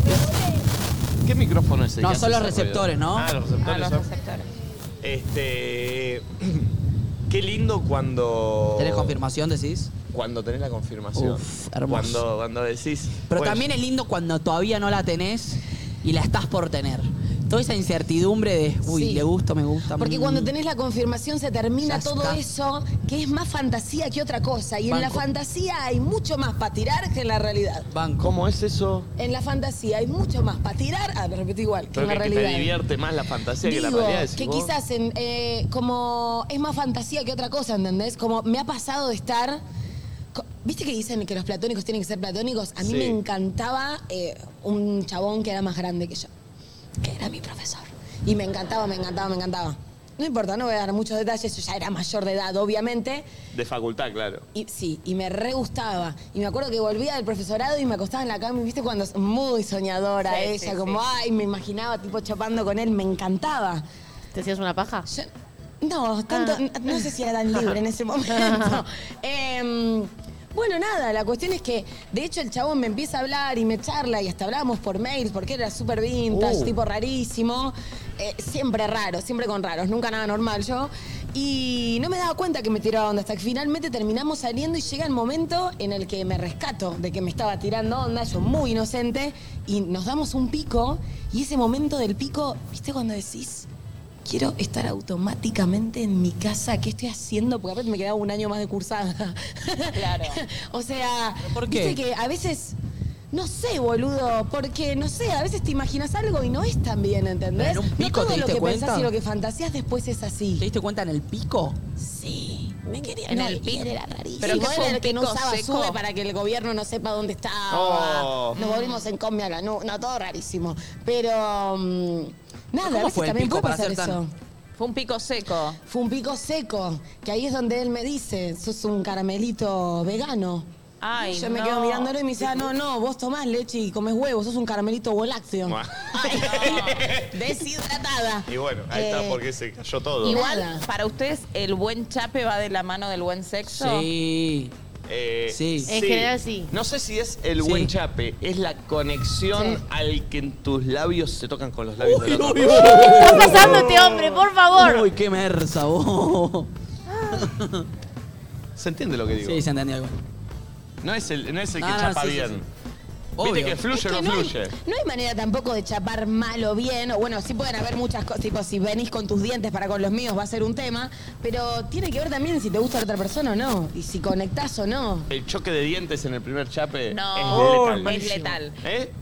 S3: ¿Qué micrófono es ese?
S13: No,
S3: que
S13: son
S3: hace
S13: los
S3: ese
S13: receptores,
S3: ruido?
S13: ¿no?
S3: Ah, los receptores. son. Este. Qué lindo cuando.
S13: ¿Tenés confirmación, decís?
S3: Cuando tenés la confirmación.
S13: Uf, hermoso.
S3: Cuando, cuando decís.
S13: Pero
S3: bueno,
S13: también es lindo cuando todavía no la tenés y la estás por tener. Toda esa incertidumbre de, uy,
S4: Sí.
S13: le gusto, me gusta.
S4: Porque
S13: mm.
S4: cuando tenés la confirmación se termina
S13: Ya
S4: todo
S13: está.
S4: eso, que es más fantasía que otra cosa. Y en la
S13: Banco.
S4: fantasía hay mucho más para tirar que en la realidad.
S3: ¿Cómo es eso?
S4: En la fantasía hay mucho más para tirar, ah, me repetí igual, que
S3: Pero
S4: en la
S3: que, que
S4: realidad.
S3: te divierte más la fantasía que la
S4: Digo,
S3: realidad. decís
S4: que
S3: vos.
S4: quizás en, eh, como es más fantasía que otra cosa, ¿entendés? Como me ha pasado de estar... co- ¿Viste que dicen que los platónicos tienen que ser platónicos? A mí
S20: Sí.
S4: me encantaba eh, un chabón que era más grande que yo, que era mi profesor. Y me encantaba, me encantaba, me encantaba. No importa, no voy a dar muchos detalles, yo ya era mayor de edad, obviamente.
S3: De facultad, claro.
S4: Y, sí, y me re gustaba. Y me acuerdo que volvía del profesorado y me acostaba en la cama y viste cuando es muy soñadora
S8: Sí,
S4: ella,
S8: sí,
S4: como,
S8: sí.
S4: ay, me imaginaba tipo chapando con él, me encantaba.
S8: ¿Te hacías una paja?
S4: No, tanto,
S8: Ah.
S4: n- no sé si era tan libre en ese momento. Em, bueno, nada, la cuestión es que, de hecho, el chabón me empieza a hablar y me charla y hasta hablamos por mail porque era súper vintage,
S20: Uh.
S4: tipo rarísimo. Eh, siempre raro, siempre con raros, nunca nada normal yo. Y no me daba cuenta que me tiraba onda hasta que finalmente terminamos saliendo y llega el momento en el que me rescato de que me estaba tirando onda, yo muy inocente, y nos damos un pico y ese momento del pico, ¿viste cuando decís? quiero estar automáticamente en mi casa. ¿Qué estoy haciendo? Porque aparte me quedaba un año más de cursada.
S5: Claro.
S4: o sea,
S13: por qué?
S4: viste que a veces. No sé, boludo, porque no sé, a veces te imaginas algo y no es tan bien, ¿entendés?
S13: ¿En un
S4: no
S13: pico
S4: todo
S13: te
S4: lo
S13: diste
S4: que pensás
S13: cuenta?
S4: y lo que fantaseas después es así. ¿Te
S13: diste cuenta en el pico?
S4: Sí. Me quería
S5: ¿En
S4: no,
S5: el pico?
S4: Era rarísimo.
S5: ¿Pero qué
S4: Era
S5: fue, un
S4: el que no
S5: pico
S4: usaba
S5: seco?
S4: sube para que el gobierno no sepa dónde estaba.
S5: Oh.
S4: Nos volvimos en comia a la nu- No, todo rarísimo. Pero. mm, nada, a
S13: ¿Cómo
S4: veces
S13: fue el
S4: también
S13: pico
S4: puede
S13: para
S4: pasar
S13: ser
S4: eso.
S13: tan,
S5: Fue un pico seco.
S4: Fue un pico seco, que ahí es donde él me dice, sos un caramelito vegano.
S5: Ay,
S4: Y yo me
S5: no.
S4: quedo mirándolo y me dice, ah, no, no, vos tomás leche y comes huevos, sos un caramelito volácteo. Deshidratada.
S3: Y bueno, ahí
S4: Eh,
S3: está porque se cayó todo.
S5: Igual, para ustedes, ¿el buen chape va de la mano del buen sexo?
S3: Sí. Eh, sí.
S5: En general, sí.
S3: No sé si es el
S5: Sí.
S3: buen chape, es la conexión al que en tus labios se tocan con los labios de la otra
S13: uy,
S3: persona.
S13: uy.
S8: ¿Qué está pasando este hombre? Por favor.
S13: Uy, qué merza vos.
S3: ¿Se entiende lo que digo?
S13: Sí, se entendió igual.
S3: No es el, no es el
S4: No,
S3: que
S4: no,
S3: chapa
S4: sí, sí,
S3: bien.
S4: sí.
S3: ¿Viste
S13: Obvio.
S3: que fluye
S4: Es
S3: o
S4: que
S3: no,
S4: hay-
S3: fluye?
S4: no hay manera tampoco de chapar mal o bien. o Bueno, sí pueden haber muchas cosas. Tipo, si venís con tus dientes para con los míos va a ser un tema. Pero tiene que ver también si te gusta la otra persona o no. Y si conectás o no.
S3: El choque de dientes en el primer chape
S4: Oh,
S5: No,
S3: es letal.
S5: es letal.
S3: ¿Eh?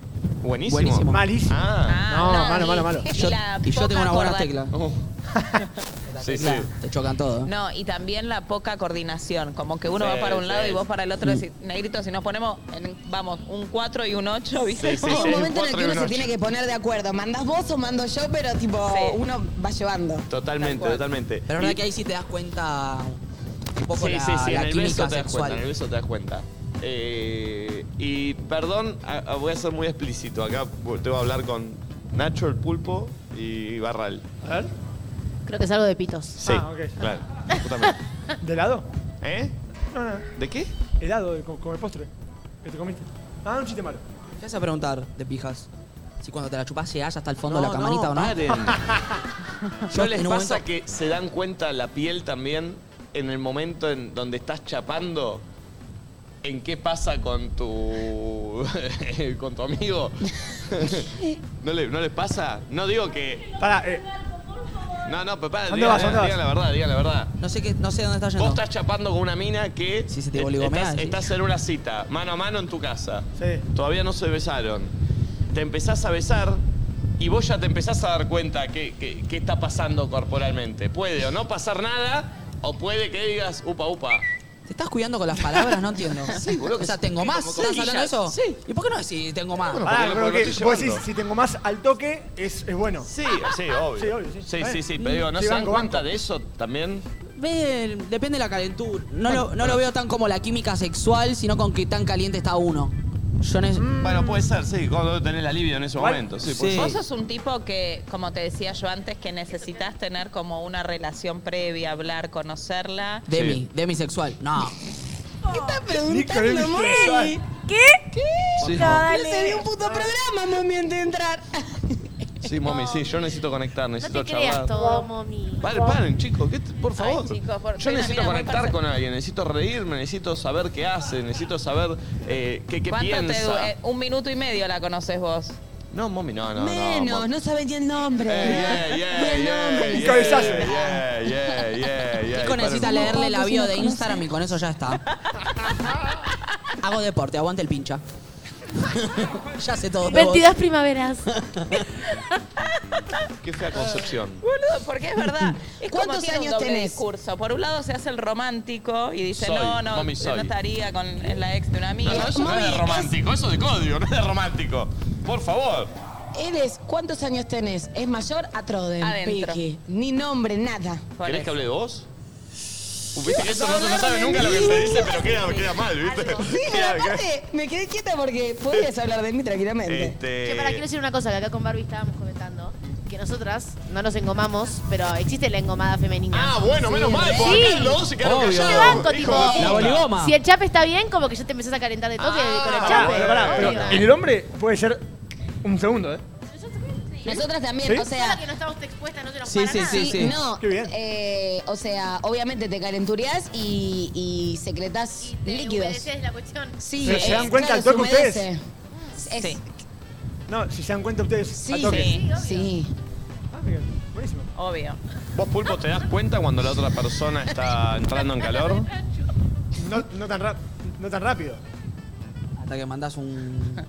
S3: Buenísimo.
S13: Buenísimo.
S3: Malísimo. Ah.
S5: Ah, no, y- y
S13: Yo-
S5: la
S13: y yo
S5: poca
S13: tengo una buena
S5: corda-
S13: tecla.
S3: Oh. Sí, sí.
S13: Tecla, Te chocan todo. ¿eh?
S5: No, y también la poca coordinación. Como que uno
S13: Sí,
S5: va para un
S13: sí.
S5: lado y vos para el otro.
S13: Mm.
S5: decís, Negrito, si nos ponemos, en- vamos, un 4 y un 8, ¿viste?
S4: Hay un momento en el que uno se tiene que poner de acuerdo. Mandás vos o mando yo, pero tipo, uno va llevando.
S3: Totalmente, totalmente.
S13: Pero la
S3: Y-
S13: verdad que ahí sí te das cuenta un poco
S3: sí,
S13: la,
S3: sí, sí,
S13: la
S3: en el beso
S13: química
S3: te das
S13: sexual.
S3: cuenta, en el beso te das cuenta. Eh, y perdón, a- a- voy a ser muy explícito. Acá te voy a hablar con Nacho el Pulpo y Barral. A ver. Ah,
S8: Creo que es algo de pitos.
S3: Sí, claro. Justamente.
S6: ¿De helado?
S3: ¿Eh?
S6: No, no.
S3: ¿De qué?
S6: Helado, con, con el postre. Que te comiste. Ah, un chiste malo.
S13: ¿Qué vas a preguntar de pijas? Si cuando te la chupás llegás hasta el fondo de
S3: No,
S13: la camarita
S3: no,
S13: o no.
S3: ¿No les
S13: en un
S3: pasa que se dan cuenta la piel también en el momento en donde estás chapando? ¿En qué pasa con tu con tu amigo? ¿No, le- ¿No les pasa? No digo que...
S6: Para, eh,
S3: No, no, papá,
S13: ¿Dónde
S3: digan,
S13: vas, dónde vas?
S3: digan la verdad, digan la verdad.
S13: No sé, qué, no sé dónde estás yendo.
S3: Vos estás chapando con una mina que
S13: te
S3: eh,
S13: voligomea,
S3: estás,
S13: sí.
S3: estás en una cita, mano a mano en tu casa.
S6: Sí.
S3: Todavía no se besaron. Te empezás a besar y vos ya te empezás a dar cuenta qué que, qué está pasando corporalmente. Puede o no pasar nada, o puede que digas, upa, upa.
S13: ¿Te estás cuidando con las palabras? No entiendo.
S3: Sí, boludo, que
S13: O sea,
S3: sí.
S13: ¿tengo más?
S3: Como-
S13: ¿Estás
S3: sí,
S13: hablando
S3: ya-
S13: de eso?
S3: sí.
S13: ¿Y por qué no decís tengo más?
S3: Bueno,
S6: Ah,
S3: porque-
S6: pero
S3: porque
S6: que
S3: lo estoy
S6: vos
S3: llevando.
S6: decís, si tengo más al toque, es, es bueno.
S3: Sí, sí, obvio.
S6: Sí, obvio, sí.
S3: Sí,
S6: Está
S3: sí,
S6: bien.
S3: sí, pero digo, ¿no
S6: Sí,
S3: se dan
S6: banco,
S3: cuenta de eso también?
S13: Ve, el- depende de la calentura. No, lo, no lo veo tan como la química sexual, sino con que tan caliente está uno. Yo en es-
S3: Bueno, puede ser, sí, cuando tenés la libido en ese
S13: Igual-
S3: momento. Sí, puede
S5: Vos
S3: ser.
S5: sos un tipo que, como te decía yo antes, que necesitas tener como una relación previa, hablar, conocerla.
S13: Demi, demisexual. No.
S3: Ah,
S5: preguntando,
S13: mami?
S4: ¿Qué? ¿Qué?
S3: Sí. No,
S4: No, dale.
S3: dale.
S4: se vio un puto programa, mami, antes de entrar.
S3: Sí, mami, sí, yo necesito conectar, necesito
S8: te creas
S3: charlar.
S8: todo, mami.
S3: Paren, paren, chicos, ¿qué te- por favor.
S8: chicos, por-
S3: Yo
S8: soy una
S3: necesito
S8: mina muy
S3: conectar
S8: perse-
S3: con alguien, necesito reírme, necesito saber qué hace, necesito saber eh, qué, qué
S5: ¿Cuánto te
S3: piensa.
S5: du- eh, Un minuto y medio la conoces vos.
S3: No, mami, no, no, Eh, no.
S4: Menos,
S3: mami.
S4: no saben ni el nombre.
S3: Yeah, yeah,
S4: Ni el
S3: yeah,
S4: nombre.
S3: yeah, yeah, yeah, yeah, yeah.
S13: Nico necesita
S3: Paren.
S13: leerle la bio de Instagram y con eso ya está. Hago deporte, aguante el pincha. ya sé todo. de vos.
S8: 22 primaveras.
S3: Qué fea concepción.
S5: Boludo, porque es verdad. Es como
S4: ¿Cuántos
S5: tiene un
S4: años
S5: doble
S4: tenés?
S5: discurso. Por un lado se hace el romántico y dice,
S3: Soy,
S5: no, no,
S3: mami, soy".
S5: no estaría con es la ex de un amigo.
S3: No, no, eso no es de romántico, eso es de código, no es de romántico. Por favor.
S4: Eres, ¿cuántos años tenés? Es mayor a Troden,
S5: Adentro.
S4: Piqui. Ni nombre, nada.
S3: ¿Querés que hable de vos? Uh, ¿Viste? que Eso no, no sabe nunca lo que se dice, pero queda, queda mal, ¿viste?
S4: Sí, pero aparte, me quedé quieta porque podías hablar de mí tranquilamente.
S3: Este,
S8: Che, para, quiero decir una cosa que acá con Barbie estábamos comentando. Que nosotras no nos engomamos, pero existe la engomada femenina.
S3: Ah, bueno, menos mal, porque acá los dos se quedaron
S8: Obvio. Yo
S3: callados.
S8: te banco,
S3: Hijo
S8: tipo.
S3: de puta. Ah. La
S13: boligoma.
S8: Si el chape está bien, como que ya te empezás a calentar de toque con el
S6: Pará,
S8: chape.
S6: pará, pará, pero
S8: obvio.
S6: en el hombre puede ser un segundo, ¿eh?
S4: Nosotras también,
S6: ¿Sí?
S4: o sea.
S8: que no estamos expuestas, no se nos
S6: Sí,
S8: para
S6: sí,
S8: nada.
S6: sí, sí.
S4: No,
S6: Qué bien.
S4: eh, o sea, obviamente te calenturias y, y secretas líquidos.
S8: Esa es la cuestión.
S4: Sí,
S6: Pero se dan cuenta al
S4: claro,
S6: toque
S4: se humedece.
S6: ustedes.
S4: Es-
S5: Sí.
S6: No, si se dan cuenta ustedes.
S4: Sí,
S6: al toque.
S5: sí,
S4: sí.
S6: Ah, bien, buenísimo.
S5: Obvio.
S3: ¿Vos, Pulpo, te das cuenta cuando la otra persona está entrando en calor?
S6: No, no tan, rap- no tan rápido.
S13: Hasta que mandás un,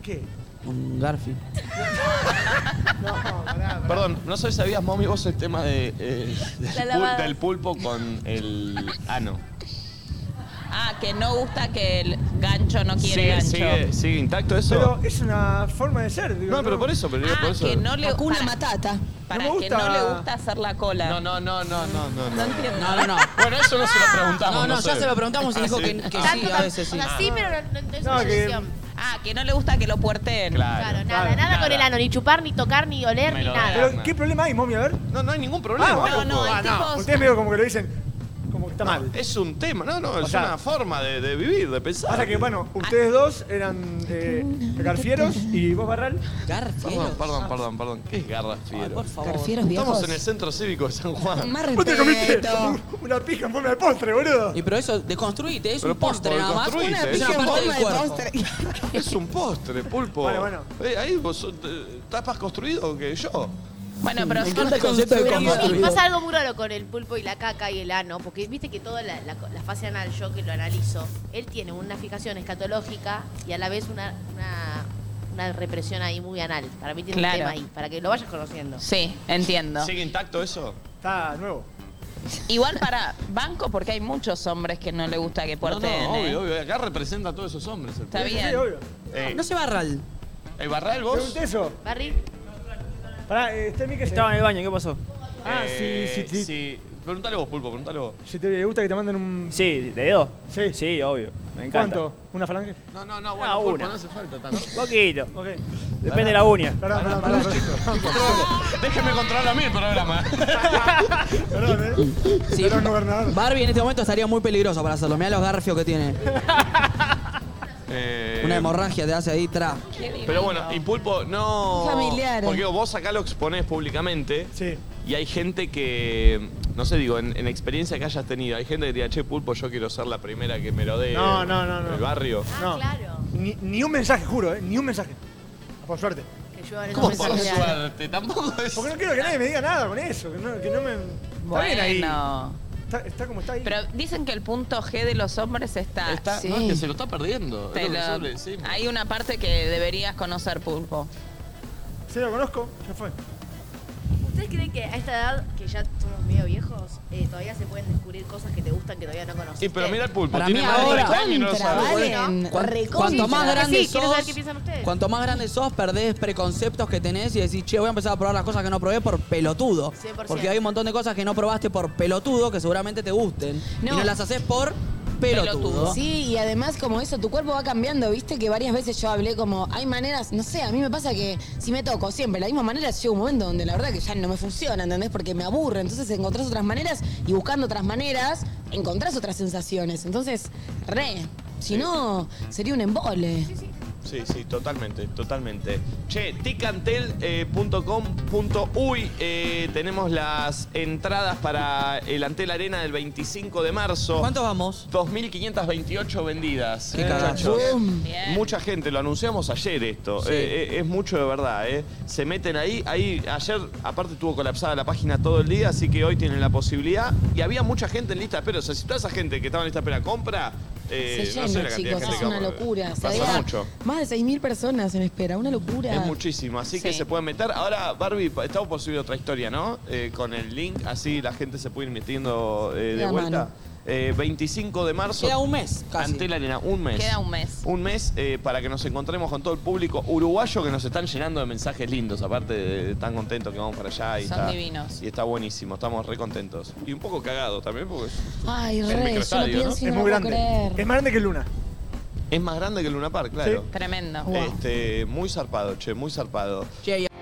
S6: ¿Qué?
S13: un Garfield.
S3: Perdón, no sé si sabías, mami, vos el tema de, eh, del,
S5: La
S3: pul-
S5: lavada.
S3: del pulpo con el ano.
S5: Ah, que no gusta que el gancho no quiere
S3: ¿Sigue,
S5: gancho.
S3: sigue, sigue intacto eso?
S6: Pero es una forma de ser. digo,
S3: no, pero por eso, pero digo,
S5: Ah,
S3: por eso.
S5: que no le
S4: Hakuna
S5: pará.
S4: Matata.
S5: para
S3: me
S5: que
S3: gusta.
S5: no le gusta hacer la cola. No,
S3: no, no, no, no, no.
S5: No entiendo.
S13: No, no, no.
S3: Bueno, eso no se lo preguntamos.
S13: No, no,
S3: no
S13: ya
S3: sé.
S13: se lo preguntamos y
S3: Ah,
S13: dijo
S3: ¿sí?
S13: que, que
S3: Ah.
S13: sí, a veces sí.
S8: Sí, pero no, no, no es
S13: No,
S8: una
S13: que-
S8: obsesión.
S5: Ah, que no le gusta que lo puerteen.
S3: Claro,
S8: nada, nada, con el ano, ni chupar, ni tocar, ni oler, ni nada.
S6: Pero, ¿qué problema hay, momia? A ver.
S3: No, no hay ningún
S8: Ah,
S3: problema.
S6: bueno,
S3: No, no,
S6: pues,
S3: hay tipos-
S6: Ustedes medio como que lo dicen, como que está mal.
S3: Es un tema, no, no,
S6: O
S3: es
S6: sea,
S3: una forma de, de vivir, de pensar.
S6: Pasa que, bueno, ustedes dos eran eh, garfieros y vos, Barral.
S3: Perdón, perdón, perdón, perdón. ¿Qué es garrafiero?
S6: favor.
S3: por Estamos
S6: ¿Garfieros viejos?
S3: en el Ah. centro cívico de San Juan.
S6: Vos te comiste una pija en forma de postre, boludo.
S13: Y pero eso, desconstruite, es
S3: Pero
S13: un postre
S3: por-
S13: nada más.
S3: construiste,
S13: Es
S3: es
S13: una
S3: un
S13: parte del
S3: postre.
S13: cuerpo.
S3: Es un postre, pulpo.
S13: Bueno, bueno.
S3: Eh, ahí vos sos- eh, estás más construido que yo.
S5: Bueno, pero
S3: Mm, Me
S5: yo
S3: encanta el concepto de
S8: Y
S3: construido.
S8: pasa algo muy raro con el pulpo y la caca y el ano, porque viste que toda la, la- la fase anal, yo que lo analizo, él tiene una fijación escatológica y a la vez una, una, una represión ahí muy anal. Para mí tiene
S5: Claro.
S8: un tema ahí, para que lo vayas conociendo.
S5: Sí, entiendo.
S3: ¿Sigue intacto eso?
S6: Está nuevo.
S5: Igual para banco, porque hay muchos hombres que no le gusta que
S3: No, no,
S5: puerteen. ¿eh?
S3: obvio, obvio. Acá representa a todos esos hombres. el
S5: Está
S3: pulpo.
S5: bien.
S3: Eh,
S13: No se barral.
S3: ¿El barral vos?
S6: Pregunté eso.
S8: Barry,
S6: Pará, eh, este Miquel.
S9: Estaba en el baño, ¿qué pasó?
S6: Ah, sí, sí, sí.
S3: Eh, Preguntale vos, Pulpo, preguntale vos.
S6: Si te gusta que te manden un.
S9: Sí, ¿dedo?
S6: Sí.
S9: Sí, obvio. Me encanta.
S6: ¿Cuánto? ¿Una falange?
S3: No, no, no,
S9: bueno, Ah, Pulpo, una. no
S3: hace falta
S9: Poquito. Depende de la uña.
S6: Perdón, perdón, perdón.
S3: Déjeme controlar a mí el programa.
S13: Sí. Barbie en este momento estaría muy peligroso para hacerlo. Mirá los garfios que tiene.
S3: Eh,
S13: Una hemorragia te hace ahí, tra.
S3: Pero bueno, y Pulpo, no.
S13: Familiar.
S3: Porque vos acá lo exponés públicamente.
S6: Sí.
S3: Y hay gente que, no sé, digo, en, en experiencia que hayas tenido, hay gente que te diga, che, Pulpo, yo quiero ser la primera que merodee
S6: No, no, no, no.
S3: el barrio.
S9: Ah,
S6: No. Ni, ni un mensaje, juro, ¿eh? Ni un mensaje. Por suerte.
S8: que yo ahora
S3: ¿Cómo por suerte? Tampoco es...
S6: Porque no quiero que nadie me diga nada con eso. Que no, que no me. Está bien ahí.
S5: Bueno.
S6: Está, está como está ahí.
S5: Pero dicen que el punto G de los hombres está.
S3: Está- No, es que se lo está perdiendo.
S5: Te
S3: es lo que
S5: lo-
S3: nosotros le decimos.
S5: Hay una parte que deberías conocer, Pulpo.
S6: Sí, lo conozco. Ya fue.
S8: ¿ustedes creen que a esta edad, que ya somos medio viejos, eh, todavía se pueden descubrir cosas que te gustan que todavía no conoces?
S3: Y pero mira el Pulpo,
S13: Para
S3: tiene
S13: mí
S3: más de
S13: ahora-
S3: 30 años y no lo
S13: Contra,
S3: sabe.
S13: vale.
S4: En
S13: Cuan-
S4: recontra.
S13: cuanto más grande
S8: Sí, quiero saber qué
S13: sos,
S8: piensan ustedes.
S13: cuanto más grande sos, perdés preconceptos que tenés y decís, che, voy a empezar a probar las cosas que no probé por pelotudo.
S8: 100%.
S13: Porque hay un montón de cosas que no probaste por pelotudo que seguramente te gusten.
S4: No.
S13: Y no las haces por pelotudo.
S4: Sí, y además como eso, tu cuerpo va cambiando, viste que varias veces yo hablé como, hay maneras, no sé, a mí me pasa que si me toco siempre la misma manera, llega un momento donde la verdad que ya no me funciona, ¿entendés? Porque me aburre, entonces encontrás otras maneras y buscando otras maneras, encontrás otras sensaciones, entonces, re, si no, sería un embole.
S3: Sí, sí, totalmente, totalmente. Che, eh, ticantel.com.uy eh, tenemos las entradas para el Antel Arena del 25 de marzo.
S13: ¿Cuántos vamos?
S3: 2.528 vendidas.
S13: Qué
S3: muchachos.
S13: cagazo.
S5: Bien.
S3: Mucha gente, lo anunciamos ayer esto.
S13: Sí.
S3: Eh, eh, es mucho de verdad, ¿eh? Se meten ahí. ahí ayer, aparte, estuvo colapsada la página todo el día, así que hoy tienen la posibilidad. Y había mucha gente en lista de espera. O sea, si toda esa gente que estaba en lista de espera compra, eh,
S4: Se
S3: no sé la
S4: llena,
S3: cantidad de
S4: chicos,
S3: gente
S4: es
S3: que
S4: una
S3: va a-
S4: locura. Se
S3: Pasa
S4: había
S3: mucho.
S4: Más de 6.000 personas en espera, una locura.
S3: Es muchísimo, así que
S4: Sí.
S3: se pueden meter. Ahora, Barbie, pa- estamos por subir otra historia, ¿no? Eh, con el link, así la gente se puede ir metiendo eh, de
S13: Queda
S3: vuelta.
S13: mano.
S3: Eh, 25 de marzo.
S13: Queda un mes, casi.
S3: Ante la arena, un mes.
S5: Queda un mes.
S3: Un mes eh, para que nos encontremos con todo el público uruguayo que nos están llenando de mensajes lindos, aparte de, de tan contentos que vamos para allá. Y
S5: Son
S3: está,
S5: divinos.
S3: Y está buenísimo, estamos re contentos. Y un poco cagados también, porque es,
S4: Ay,
S3: El
S4: re, yo lo
S3: microestadio,
S4: pienso y
S6: es
S4: no
S6: muy
S4: lo
S6: grande.
S4: puedo creer.
S6: Es más grande que Luna.
S3: es más grande que el Luna Park, claro.
S5: Tremendo.
S3: Eh. Este, muy zarpado, che, muy zarpado.
S13: Che, y